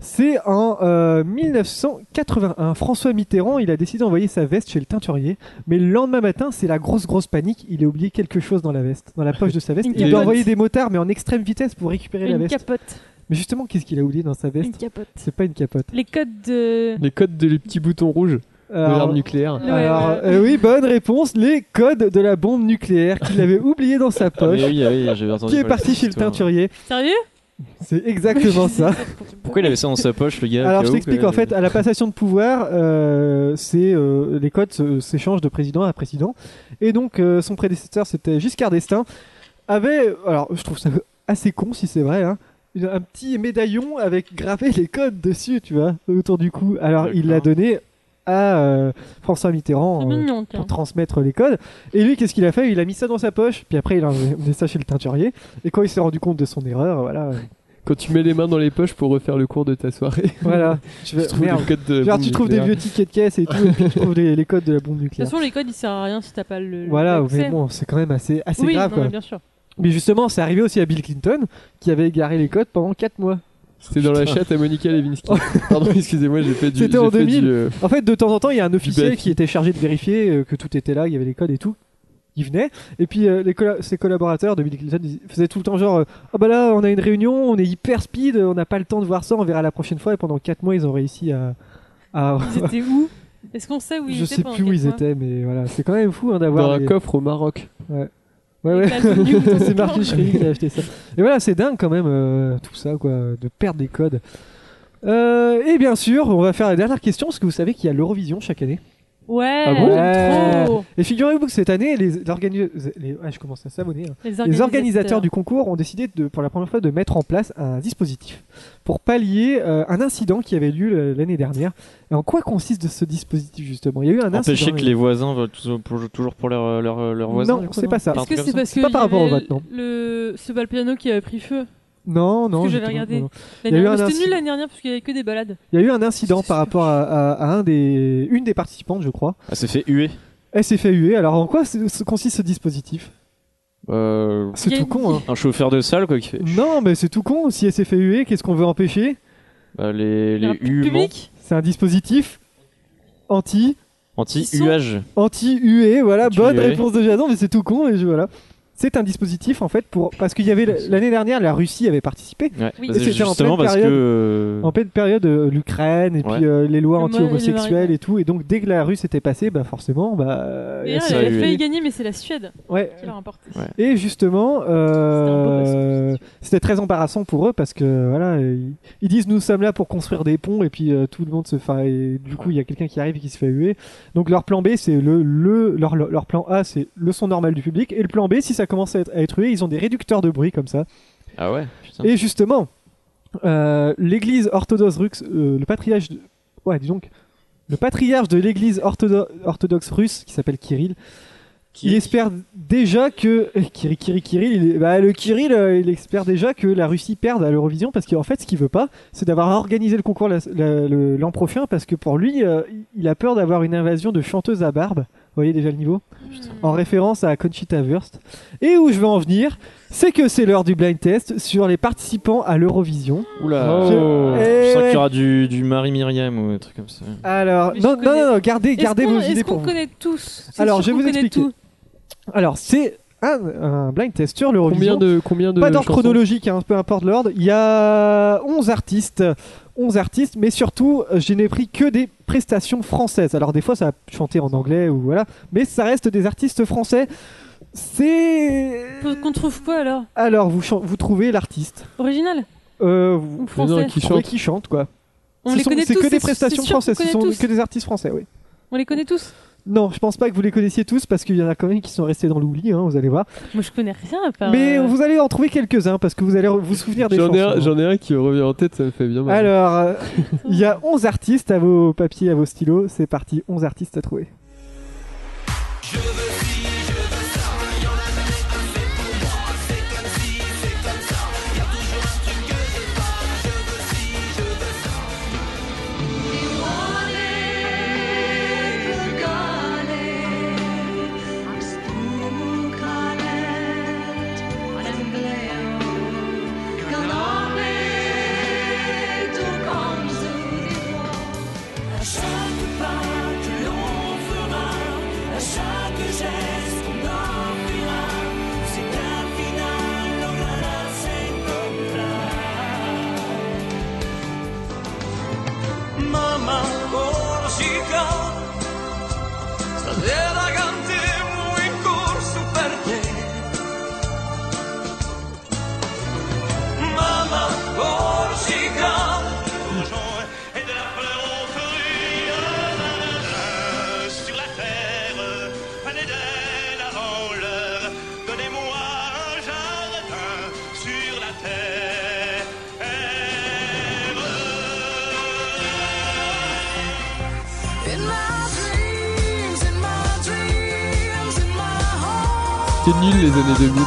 C'est en euh, 1981. François Mitterrand, il a décidé d'envoyer sa veste chez le teinturier, mais le lendemain matin, c'est la grosse grosse panique. Il a oublié quelque chose dans la veste, dans la poche de sa veste.
Une
Il doit
capote.
envoyer des motards, mais en extrême vitesse pour récupérer la
une
veste.
capote
Mais justement, qu'est-ce qu'il a oublié dans sa veste
une capote
C'est pas une capote.
les codes de
Les codes des petits boutons rouges de
Alors,
l'arme nucléaire.
Ouais,
alors,
ouais.
euh, oui, bonne réponse. Les codes de la bombe nucléaire qu'il avait oublié dans sa
Ah,
poche.
mais oui, ah oui, j'avais entendu.
Qui est
parler de
parti
cette
chez le
histoire.
teinturier.
sérieux
[laughs] C'est
[laughs]
exactement ça.
Pourquoi il avait ça dans sa poche, le gars
Alors
au
je
cas où,
t'explique
quoi,
en fait à la passation de pouvoir, euh, c'est euh, les codes se- s'échangent de président à président et donc euh, son prédécesseur c'était Giscard d'Estaing avait alors je trouve ça assez con si c'est vrai hein, une- un petit médaillon avec gravé les codes dessus tu vois autour du cou. Alors il l'a donné à euh, François Mitterrand. euh,
mignon tiens.
pour transmettre les codes. Et lui, qu'est-ce qu'il a fait Il a mis ça dans sa poche, puis après il a emmené ça chez le teinturier. Et quand il s'est rendu compte de son erreur,
[laughs]
voilà.
Quand tu mets les mains dans les poches pour refaire le cours de ta soirée,
voilà. [laughs] Je
tu
vais-
trouves
merde.
les codes de.
Genre,
bombe
tu trouves des
nucléaire.
vieux tickets de caisse et tout, et puis tu trouves les, les codes de la bombe
De toute
nucléaire.
façon, les codes, ils servent à rien si t'as pas le.
Voilà,
l'accès.
mais bon, c'est quand même assez, assez
Bah, oui,
grave.
non,
quoi.
mais
Mais,
bien sûr.
justement, c'est arrivé aussi à Bill Clinton, qui avait égaré les codes pendant 4 mois.
C'était dans la chatte à
[laughs]
Monica Lewinsky. Pardon, excusez-moi, j'ai fait du.
C'était
j'ai
en
fait
2000.
du, euh,
En fait, de temps en temps, il y a un officier
BFI.
qui était chargé de vérifier euh, que tout était là, il y avait les codes et tout. Il venait, et puis euh, les colla- ses collaborateurs de Bill Clinton ils faisaient tout le temps genre euh, Oh bah là, on a une réunion, on est hyper speed, on n'a pas le temps de voir ça, on verra la prochaine fois. Et pendant 4 mois, ils ont réussi à. à-
Ils étaient où Est-ce qu'on sait où ils
Je [laughs]
étaient
sais
pendant
plus où
quatre
ils
mois
étaient, mais voilà, c'est quand même fou hein, d'avoir.
Dans un
des-
coffre au Maroc.
Ouais, ouais. [laughs] c'est Marcus Schrilling qui a acheté ça. Et voilà, c'est dingue quand même, euh, tout ça, quoi, de perdre des codes. Euh, et bien sûr, on va faire la dernière question, parce que vous savez qu'il y a l'Eurovision chaque année.
Ouais,
Ah bon
j'aime trop.
Et figurez-vous que cette année, les, organi- les- ah, je commence à savonner, hein.
Les
Les organisateurs
organisateurs.
du concours ont décidé de, pour la première fois de mettre en place un dispositif pour pallier euh, un incident qui avait lieu euh, l'année dernière. Et en quoi consiste ce dispositif justement Il y a eu un
Empêcher
incident. euh,
que les voisins veulent tous- pour- toujours pour euh, leur, leur, leur voisin.
Non, c'est pas ça.
Est-ce que c'est parce
C'est
que
pas par
il y
rapport au
avait
vote, non.
Le... Ce bal piano qui avait pris feu.
Non, non.
que
justement,
j'avais regardé.
non, non. Il
L'année
y a eu
dernière-
un
C'était
incident.
nul l'année dernière parce qu'il n'y avait que des balades.
Il y a eu un incident par rapport à, à- à un des, une des participantes, je crois.
Elle s'est fait huer.
Elle s'est fait huer. E, Alors en quoi se- se consiste ce dispositif
Euh,
C'est
Il y a
tout
une-
con, hein.
Un chauffeur de salle, quoi, qui fait.
Non, mais c'est tout con. Si elle s'est fait huer, E, qu'est-ce qu'on veut empêcher
bah, les les huements.
Public
C'est un dispositif anti
Anti-huage.
anti huée. E, Voilà, bonne
Anti-huée.
réponse de Jason, mais c'est tout con. Et je, voilà. C'est un dispositif en fait pour parce qu'il y avait l'année dernière la Russie avait participé.
Ouais.
Oui.
Bah,
Et
c'est
c'était en
justement
pleine
parce
période.
que.
En pleine période, euh, l'Ukraine et
Ouais.
puis euh, les lois
Le
anti-homosexuelles
mari-
et tout. Et donc, dès que la Russe était passée, bah forcément, bah. euh,
D'ailleurs,
c'est
elle
vrai,
avait
oui.
failli gagner, mais c'est la Suède
Ouais.
qui l'a remporté.
Et justement, euh,
C'était un beau
c'était très embarrassant pour eux parce que voilà, ils, ils disent nous sommes là pour construire des ponts et puis euh, tout le monde se fait. et du coup, il y a quelqu'un qui arrive et qui se fait huer. Donc leur plan B, c'est le, le leur, leur leur plan A, c'est le son normal du public et le plan B, si ça commence à être, à être hué, ils ont des réducteurs de bruit comme ça.
Ah ouais, putain.
Et justement, euh, l'Église orthodoxe russe, euh, le patriarche, de- ouais, dis donc, le patriarche de l'Église orthodo- orthodoxe russe qui s'appelle Kirill. Il espère déjà que [laughs] Kiri- Kiri- Kirill, il est- bah, le Kirill, euh, il espère déjà que la Russie perde à l'Eurovision parce qu'en fait, ce qu'il veut pas, c'est d'avoir organisé le concours la- la- le- l'an prochain parce que pour lui, euh, il a peur d'avoir une invasion de chanteuses à barbe. Vous voyez déjà le niveau En référence à Conchita Wurst. Et où je veux en venir, c'est que c'est l'heure du blind test sur les participants à l'Eurovision.
Oula.
Je-
Je
Eh
sens
ouais.
qu'il y aura du, du Marie-Myriam ou un truc comme ça.
Alors,
Mais
non,
je
non, non, non, gardez,
Est-ce
gardez
qu'on-
vos
Est-ce
idées
qu'on
pour vous.
connaît tous C'est
Alors,
sûr
je vais
qu'on
vous
connaît
expliquer.
tout.
Alors, c'est un, un blind test sur l'Eurovision.
Combien de, combien de
Pas d'ordre
chansons
chronologique, hein, peu importe l'ordre. Il y a 11 artistes. 11 artistes, mais surtout, euh, je n'ai pris que des prestations françaises. Alors, des fois, ça a chanté en anglais ou voilà, mais ça reste des artistes français. C'est.
Faut Qu'on trouve quoi alors
Alors, vous, chan- vous trouvez l'artiste.
Original
Euh, vous
Ou français
vous trouvez qui chante, quoi.
On
Ce
les
sont-
connaît
C'est
tous.
que des
c'est-
prestations
c'est sûr qu'on
françaises, ce
connaît
sont
tous.
que des artistes français, oui.
On les connaît tous.
Non, je pense pas que vous les connaissiez tous parce qu'il y en a quand même qui sont restés dans l'oubli, hein, vous allez voir.
Moi, je connais rien à part.
Mais
euh,
vous allez en trouver quelques-uns parce que vous allez vous souvenir hein, des
J'en ai, un-
chansons.
j'en ai un qui revient en tête, ça me fait bien mal.
Alors, euh,
[laughs]
il y a 11 artistes à vos papiers, à vos stylos. C'est parti, 11 artistes à trouver.
C'était nul les années 2000.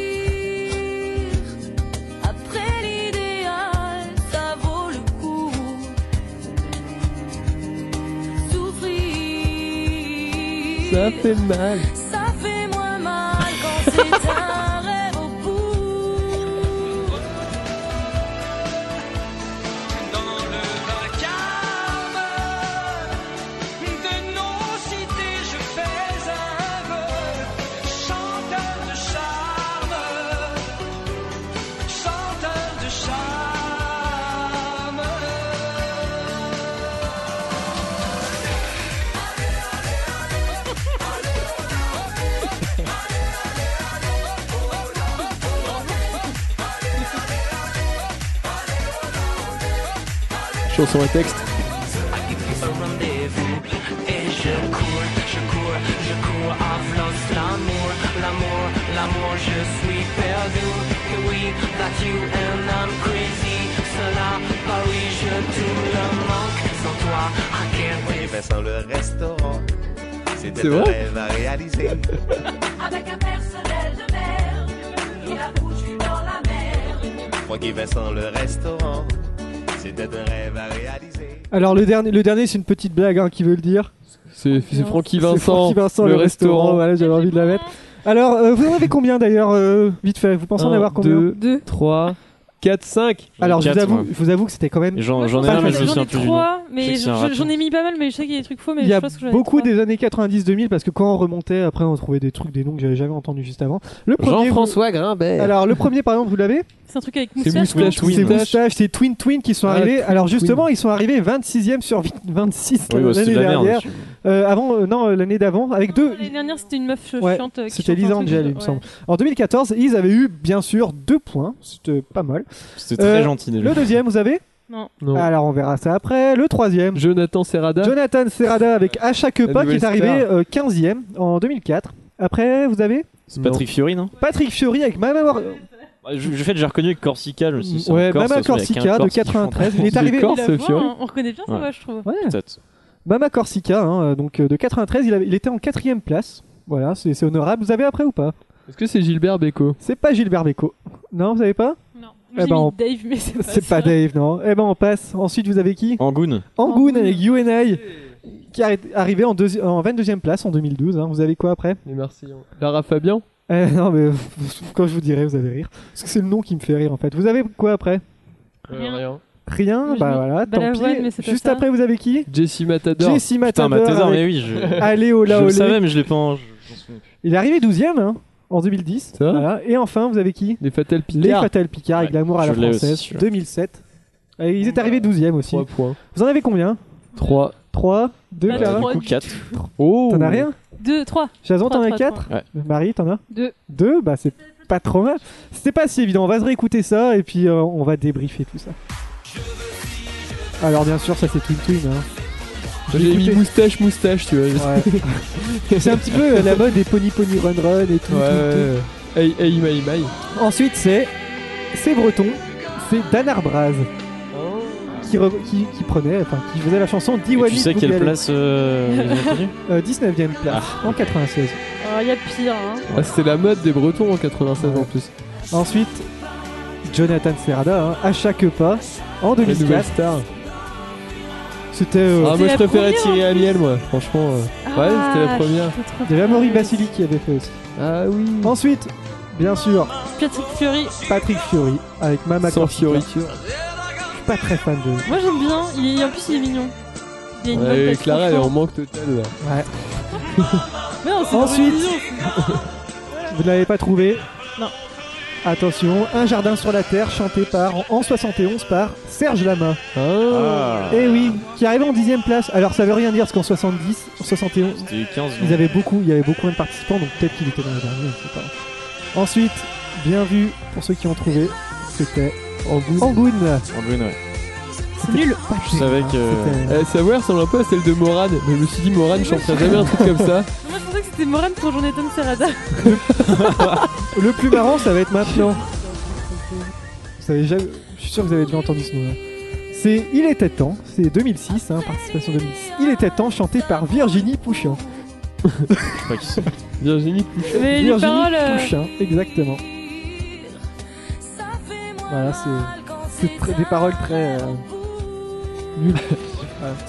Courir après l'idéal, ça vaut le coup. Souffrir,
Ça fait mal.
ça fait moins mal quand c'est un rêve au bout.
Chanteur de charme, chanteur
chanson à texte.
Et je cours, je cours, je cours avance l'amour, l'amour, l'amour, je suis perdu. Et oui, that you and I'm crazy. Cela, Paris, je tout le manque. Sans toi, I can't wait.
Ben, sans le restaurant, c'était
C'est
un
vrai
rêve à
[laughs]
réaliser.
Avec un personnel de mer, et la bouche dans la mer.
Moi qui vais sans le restaurant, c'était un rêve à réaliser.
Alors le dernier, le dernier c'est une petite blague hein, qui veut le dire.
C'est c'est Francky
C'est
Vincent,
Francky Vincent, le, restaurant. Voilà, j'avais envie de la mettre. Alors, euh, vous en avez combien d'ailleurs, euh, vite fait Vous pensez en
Un,
avoir combien
deux, 3, 4, 5.
Alors, je vous avoue, je vous avoue que c'était quand même.
J'en j'en ai
Pas
un, mais je
facile.
me souviens plus du nom.
Trois, mais
Je sais que c'est un
j'en
rappeur.
j'en ai mis pas mal, mais je sais qu'il y a des trucs faux, mais
Il y
je
a
pense que j'en ai
beaucoup des années 90-2000 parce que quand on remontait, après on trouvait des trucs, des noms que j'avais jamais entendus juste avant. Le premier,
Jean-François Grimbert.
Alors le premier par exemple, vous l'avez
C'est un truc avec
C'est
moustache.
Moustache
C'est
Twin.
Moustache, c'est Twin Twin qui sont
Ah,
arrivés.
Twin
Alors justement, ils sont arrivés 26e sur 26
Oui, bah, c'est
l'année
de la merde,
dernière.
monsieur.
Euh, avant, euh, non, euh, l'année d'avant, avec deux.
L'année dernière, c'était une meuf euh,
Ouais,
chiante. euh, qui
C'était
chante un
Lisa
truc,
Angel,
euh,
il me
ouais.
semble. En 2014, ils avaient eu bien sûr deux points. C'était pas mal.
C'était très gentil, déjà.
Euh, Le deuxième, vous avez
Non.
Non.
Alors on verra ça après. Le troisième,
Jonathan Serrada.
Jonathan Serrada avec À chaque
La
pas qui
nouvelle
est arrivé
star.
euh, 15e en 2004. Après, vous avez
C'est Patrick Fiori, non
Patrick Fiori avec Mama, Mor-
Bah, je- je- En fait, j'ai reconnu Corsica, je me suis dit, c'est un
ouais,
Corse,
Mama
parce qu'il y a
Corsica de
qu'un Corse qui chante.
93. Il est
[laughs]
C'est
arrivé.
Corse,
La voix,
Fiori.
on- On reconnaît bien sa
Oh, Ouais.
voix, je trouve.
Ouais.
Peut-être.
Mama Corsica, hein, euh, donc euh, de 93, il, avait- il était en quatrième place. Voilà, c'est c'est honorable. Vous avez après ou pas
Est-ce que c'est Gilbert Beco
C'est pas Gilbert Bécaud. Non, vous avez pas
Non.
Eh
J'ai
ben, on-
mis Dave, mais c'est pas
C'est
ça.
pas Dave, non. Eh ben on passe. Ensuite, vous avez qui
Angoun.
Angoon avec You and I, qui est arrivé en, deuxi- en 22e place en 2012. hein. Vous avez quoi après
Les Marseillais. Lara Fabian
Eh, [laughs] Non, mais quand je vous dirai, vous allez rire. Parce que c'est le nom qui me fait rire en fait. Vous avez quoi après
Rien.
Rien
Moi, je
Bah
dis
voilà, tant
Balavoine, mais c'est
pis.
pas
Juste
ça.
après, vous avez qui
Jessie Matador.
Jesse
Putain,
Matador.
Matador, mais
avec
oui,
[laughs]
je,
Allez,
je
hola,
le
olé.
savais, mais je l'ai pas. en- je- j'en souviens plus.
Il est arrivé 12e hein, en 2010.
Ça va
Voilà. Et enfin, vous avez qui
Les Fatal
Les
Picard.
Fatal Picard avec
Ouais,
l'amour à
je
la
l'ai aussi,
française,
celui-là.
2007. Et ils
Bah,
étaient arrivés 12e aussi.
3 points.
Vous en avez combien
3.
3, 2,
Bah,
Clara
du
trois.
coup, 4.
Oh
T'en as rien
Deux, trois.
Jason,
Trois,
t'en as
trois,
4
trois.
Marie, t'en as
Deux.
2 Bah, c'est pas trop mal. C'était pas si évident. On va se réécouter ça et puis euh, on va débriefer tout ça. Alors, bien sûr, ça c'est Twin Twin. hein. Je l'ai
J'ai mis
écouté.
moustache, moustache, tu vois.
Ouais. [laughs] c'est un petit peu euh, la mode des Pony Pony Run Run et tout. tout,
Ouais. Hey, hey, my, my.
tout. Ensuite, c'est. C'est Breton. C'est Dan Arbraz. Qui, re- qui, qui prenait, enfin, qui faisait la chanson
Et
Diwali.
tu sais quelle place euh, ils [laughs] ont obtenue
19 e place, en 96.
Alors, il y a pire, hein.
Ah, c'était la mode des Bretons en 96 en plus.
Ensuite, Jonathan Serrada, hein, à chaque pas, en
La nouvelle
2004.
star.
C'était.
Ah,
Euh,
moi je
la
préférais
première,
Thierry Amiel, moi, franchement. euh. Ouais, c'était la
Ah,
première.
j'étais trop
il y avait Amaury
fâcheuse.
Vassili qui avait fait aussi.
Ah oui.
Ensuite, bien sûr,
Patrick Fury.
Patrick Fiori avec Mama
Sans
Corsica.
Fiori.
Je suis pas très fan de.
Moi, j'aime bien. Il est... En plus, il est mignon. Il y a une bonne
Ouais,
tête,
Clara, elle est en
franchement.
manque total là.
Ouais.
Mais non, c'est pas
Ensuite.
mignon.
Vous ne l'avez pas trouvé
Non.
Attention, Un jardin sur la terre chanté par en 71 par Serge Lama.
Ah.
Eh oui, qui arrive en dixième place. Alors ça veut rien dire parce qu'en 70, en 71,
C'était 15
Ils avaient beaucoup, il y avait beaucoup moins de participants, donc peut-être qu'il était dans le dernier, je sais pas. Ensuite, bien vu pour ceux qui ont trouvé, c'était
Angoune.
Angoun.
Angoun, ouais.
C'était hein. nul.
Je savais que-
Eh, sa voix ressemble un peu à celle de Morane, mais je me suis dit Morane chanterait jamais un truc comme ça.
Moi, je pensais que c'était Morane pour Jonathan Serrada.
euh, Le plus marrant, ça va être maintenant. Vous savez jamais- Je suis sûr que vous avez déjà entendu ce nom-là. C'est Il était temps, c'est 2006, hein, participation 2006. Il était temps, chanté par Virginie Pouchin.
Je sais pas qui c'est.
Virginie Pouchin.
Mais les
Virginie
paroles. euh,
Pouchin, exactement. Voilà, c'est c'est très- des paroles très. euh,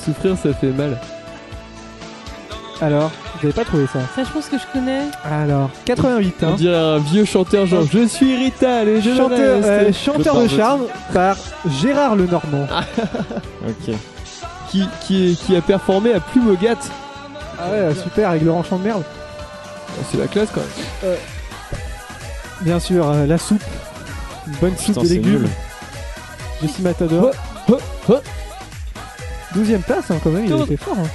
Souffrir, ça fait mal.
Alors, vous avez pas trouvé ça
Ça, je pense que je connais.
Alors, 88,
On
hein.
dirait un vieux chanteur genre Je suis Rita, les jeunes
Ah. chanteur, euh, chanteur de
parle de
charme par Gérard Lenormand.
Ah. [laughs] Ok.
qui, qui, est- qui a performé à Plumogat.
Ah ouais, super, avec Laurent Champ de merde.
Oh, C'est la classe quand même.
Bien sûr, euh, la soupe. Une bonne soupe
Putain,
de
c'est
légumes.
nul.
Jessie Matador.
Oh, oh.
12ème place hein, quand même, il
Tour-
était fort. hein.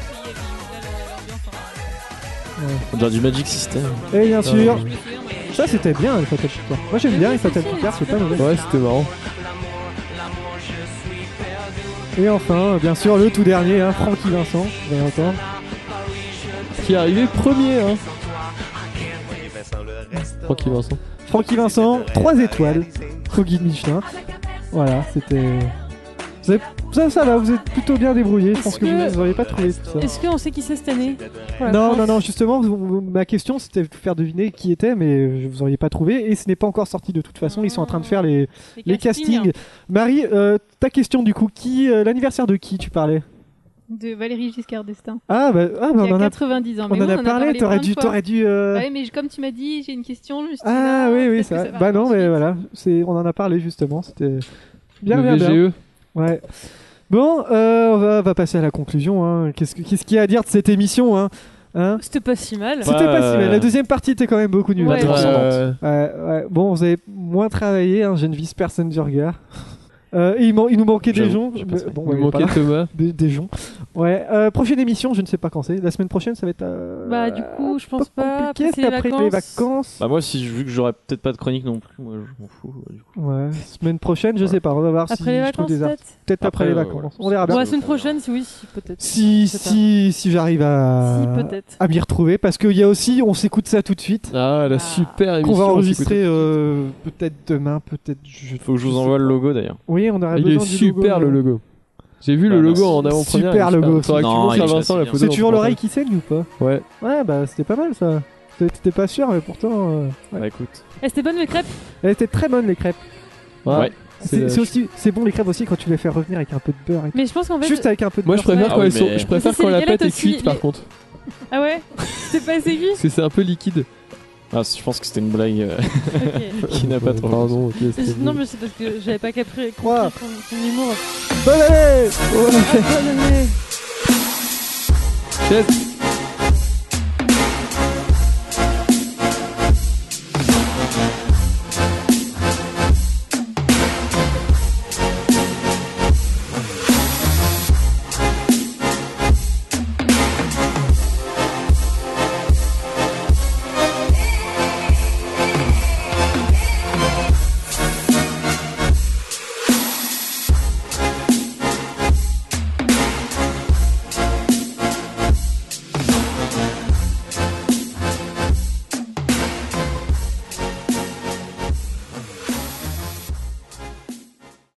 On dirait du Magic System.
Et
Ah,
bien sûr,
Je me souviens, moi, il y
ça c'était bien les Fatal Picard. Moi j'aime bien les Fatal Picard, c'est pas mauvais.
Ouais, c'était marrant.
L'amour, l'amour, je suis perdu.
Et enfin, bien sûr, le tout dernier, hein, Francky Vincent, vous allez entendre. Qui est arrivé premier, hein.
Francky Vincent.
Francky Vincent, 3 étoiles au guide Michelin. Voilà, c'était. Vous avez- Ça, ça va, vous êtes plutôt bien débrouillé. Je pense
Est-ce
que,
que-
vous n'auriez pas trouvé tout ça.
Est-ce qu'on sait qui c'est cette année Pour la
Non,
France
non, non, justement, vous- vous- ma question c'était de vous faire deviner qui était, mais je vous auriez pas trouvé. Et ce n'est pas encore sorti de toute façon, ils sont en train de faire les,
Les
les castings.
castings.
Marie, euh, ta question du coup, qui euh, l'anniversaire de qui tu parlais
De Valérie Giscard d'Estaing.
Ah, bah, ah, bah,
Il y
on
a
en a,
90 ans.
on
mais
en
oui,
a parlé, t'aurais
plein de
dû.
fois.
T'aurais dû euh,
Ouais, mais je- comme tu m'as dit, j'ai une question. je me suis dit,
Ah
bah,
oui, oui,
[laughs] peut-être
ça. va.
que va
Bah non, mais voilà, c'est, on en a parlé justement. C'était bien,
Le E
bien, bien.
VGE.
Ouais. Bon, euh, on va, va passer à la conclusion. hein. Qu'est-ce, que- qu'est-ce qu'il y a à dire de cette émission hein Hein
Oh, C'était pas si mal.
C'était pas si mal. La deuxième partie était quand même beaucoup nulle.
Ouais. Pas
transcendante.
Ouais, ouais. Bon, vous avez moins travaillé, hein, Genevieve Persenjurger. Euh, et il, man- il nous manquait des gens.
J'avoue, j'ai pas
mais-
trouvé.
bon,
Il
bah,
manquait
voilà.
Thomas.
Des, des gens. Ouais. euh, prochaine émission, je ne sais pas quand c'est. La semaine prochaine, ça va être. euh,
Bah, du coup, je pense pas.
compliqué,
après, c'est
après les vacances.
Bah moi si je- vu que j'aurais peut-être pas de chronique non plus, moi je m'en fous. du coup.
Ouais, semaine prochaine, je sais pas, on va voir
Après
si
les
je trouve
vacances,
des arts. Ah,
peut-être
Peut-être après, les
Après, euh,
vacances.
ouais.
On verra
Bon,
bien.
la semaine prochaine, si oui, si, peut-être.
Si,
Je sais pas.
si, Euh, si j'arrive à...
Si, peut-être.
à m'y retrouver, parce qu'il y a aussi, on s'écoute ça tout de suite.
Ah, la super
Qu'on
émission.
va
on
enregistrer euh, peut-être demain, peut-être. Je...
Faut que je vous envoie le logo d'ailleurs.
Oui, on aurait
s'écoute. Il est
Ah, besoin du euh.
super le logo. J'ai vu
Bah,
le logo
merci.
en avant-première.
Super
il est
logo.
Faudra que tu
Non,
montres
il
à
est
Vincent
très
la
bien.
photo
C'est
en
toujours
avant-première.
l'oreille qui saigne ou pas
Ouais.
Ouais, bah c'était pas mal ça. T'étais pas sûr, mais pourtant. euh, ouais.
Bah écoute.
Eh, C'était bonne mes crêpes
Elles étaient très bonnes les crêpes.
Ouais.
C'est c'est aussi, c'est bon les crêpes aussi quand tu les fais revenir avec un peu de beurre. Et...
Mais je pense qu'en fait.
Juste avec un peu de
Moi je
beurre.
préfère
Ah
quand
oui,
elles sont-
mais-
je préfère
Ça, c'est
quand
les
la pâte
galettes
est
aussi,
cuite par
les-
contre.
Ah ouais C'était pas assez cuit
Parce que c'est un peu liquide.
Ah, je pense que c'était une blague [laughs] euh,
Ok.
qui n'a pas
Ouais,
trop.
Pardon, ok,
Euh,
c'était
Non,
nul.
mais c'est parce que j'avais pas capri- compris
Quoi
ton, ton humour.
Bonne année
Ah, bonne année
Chef,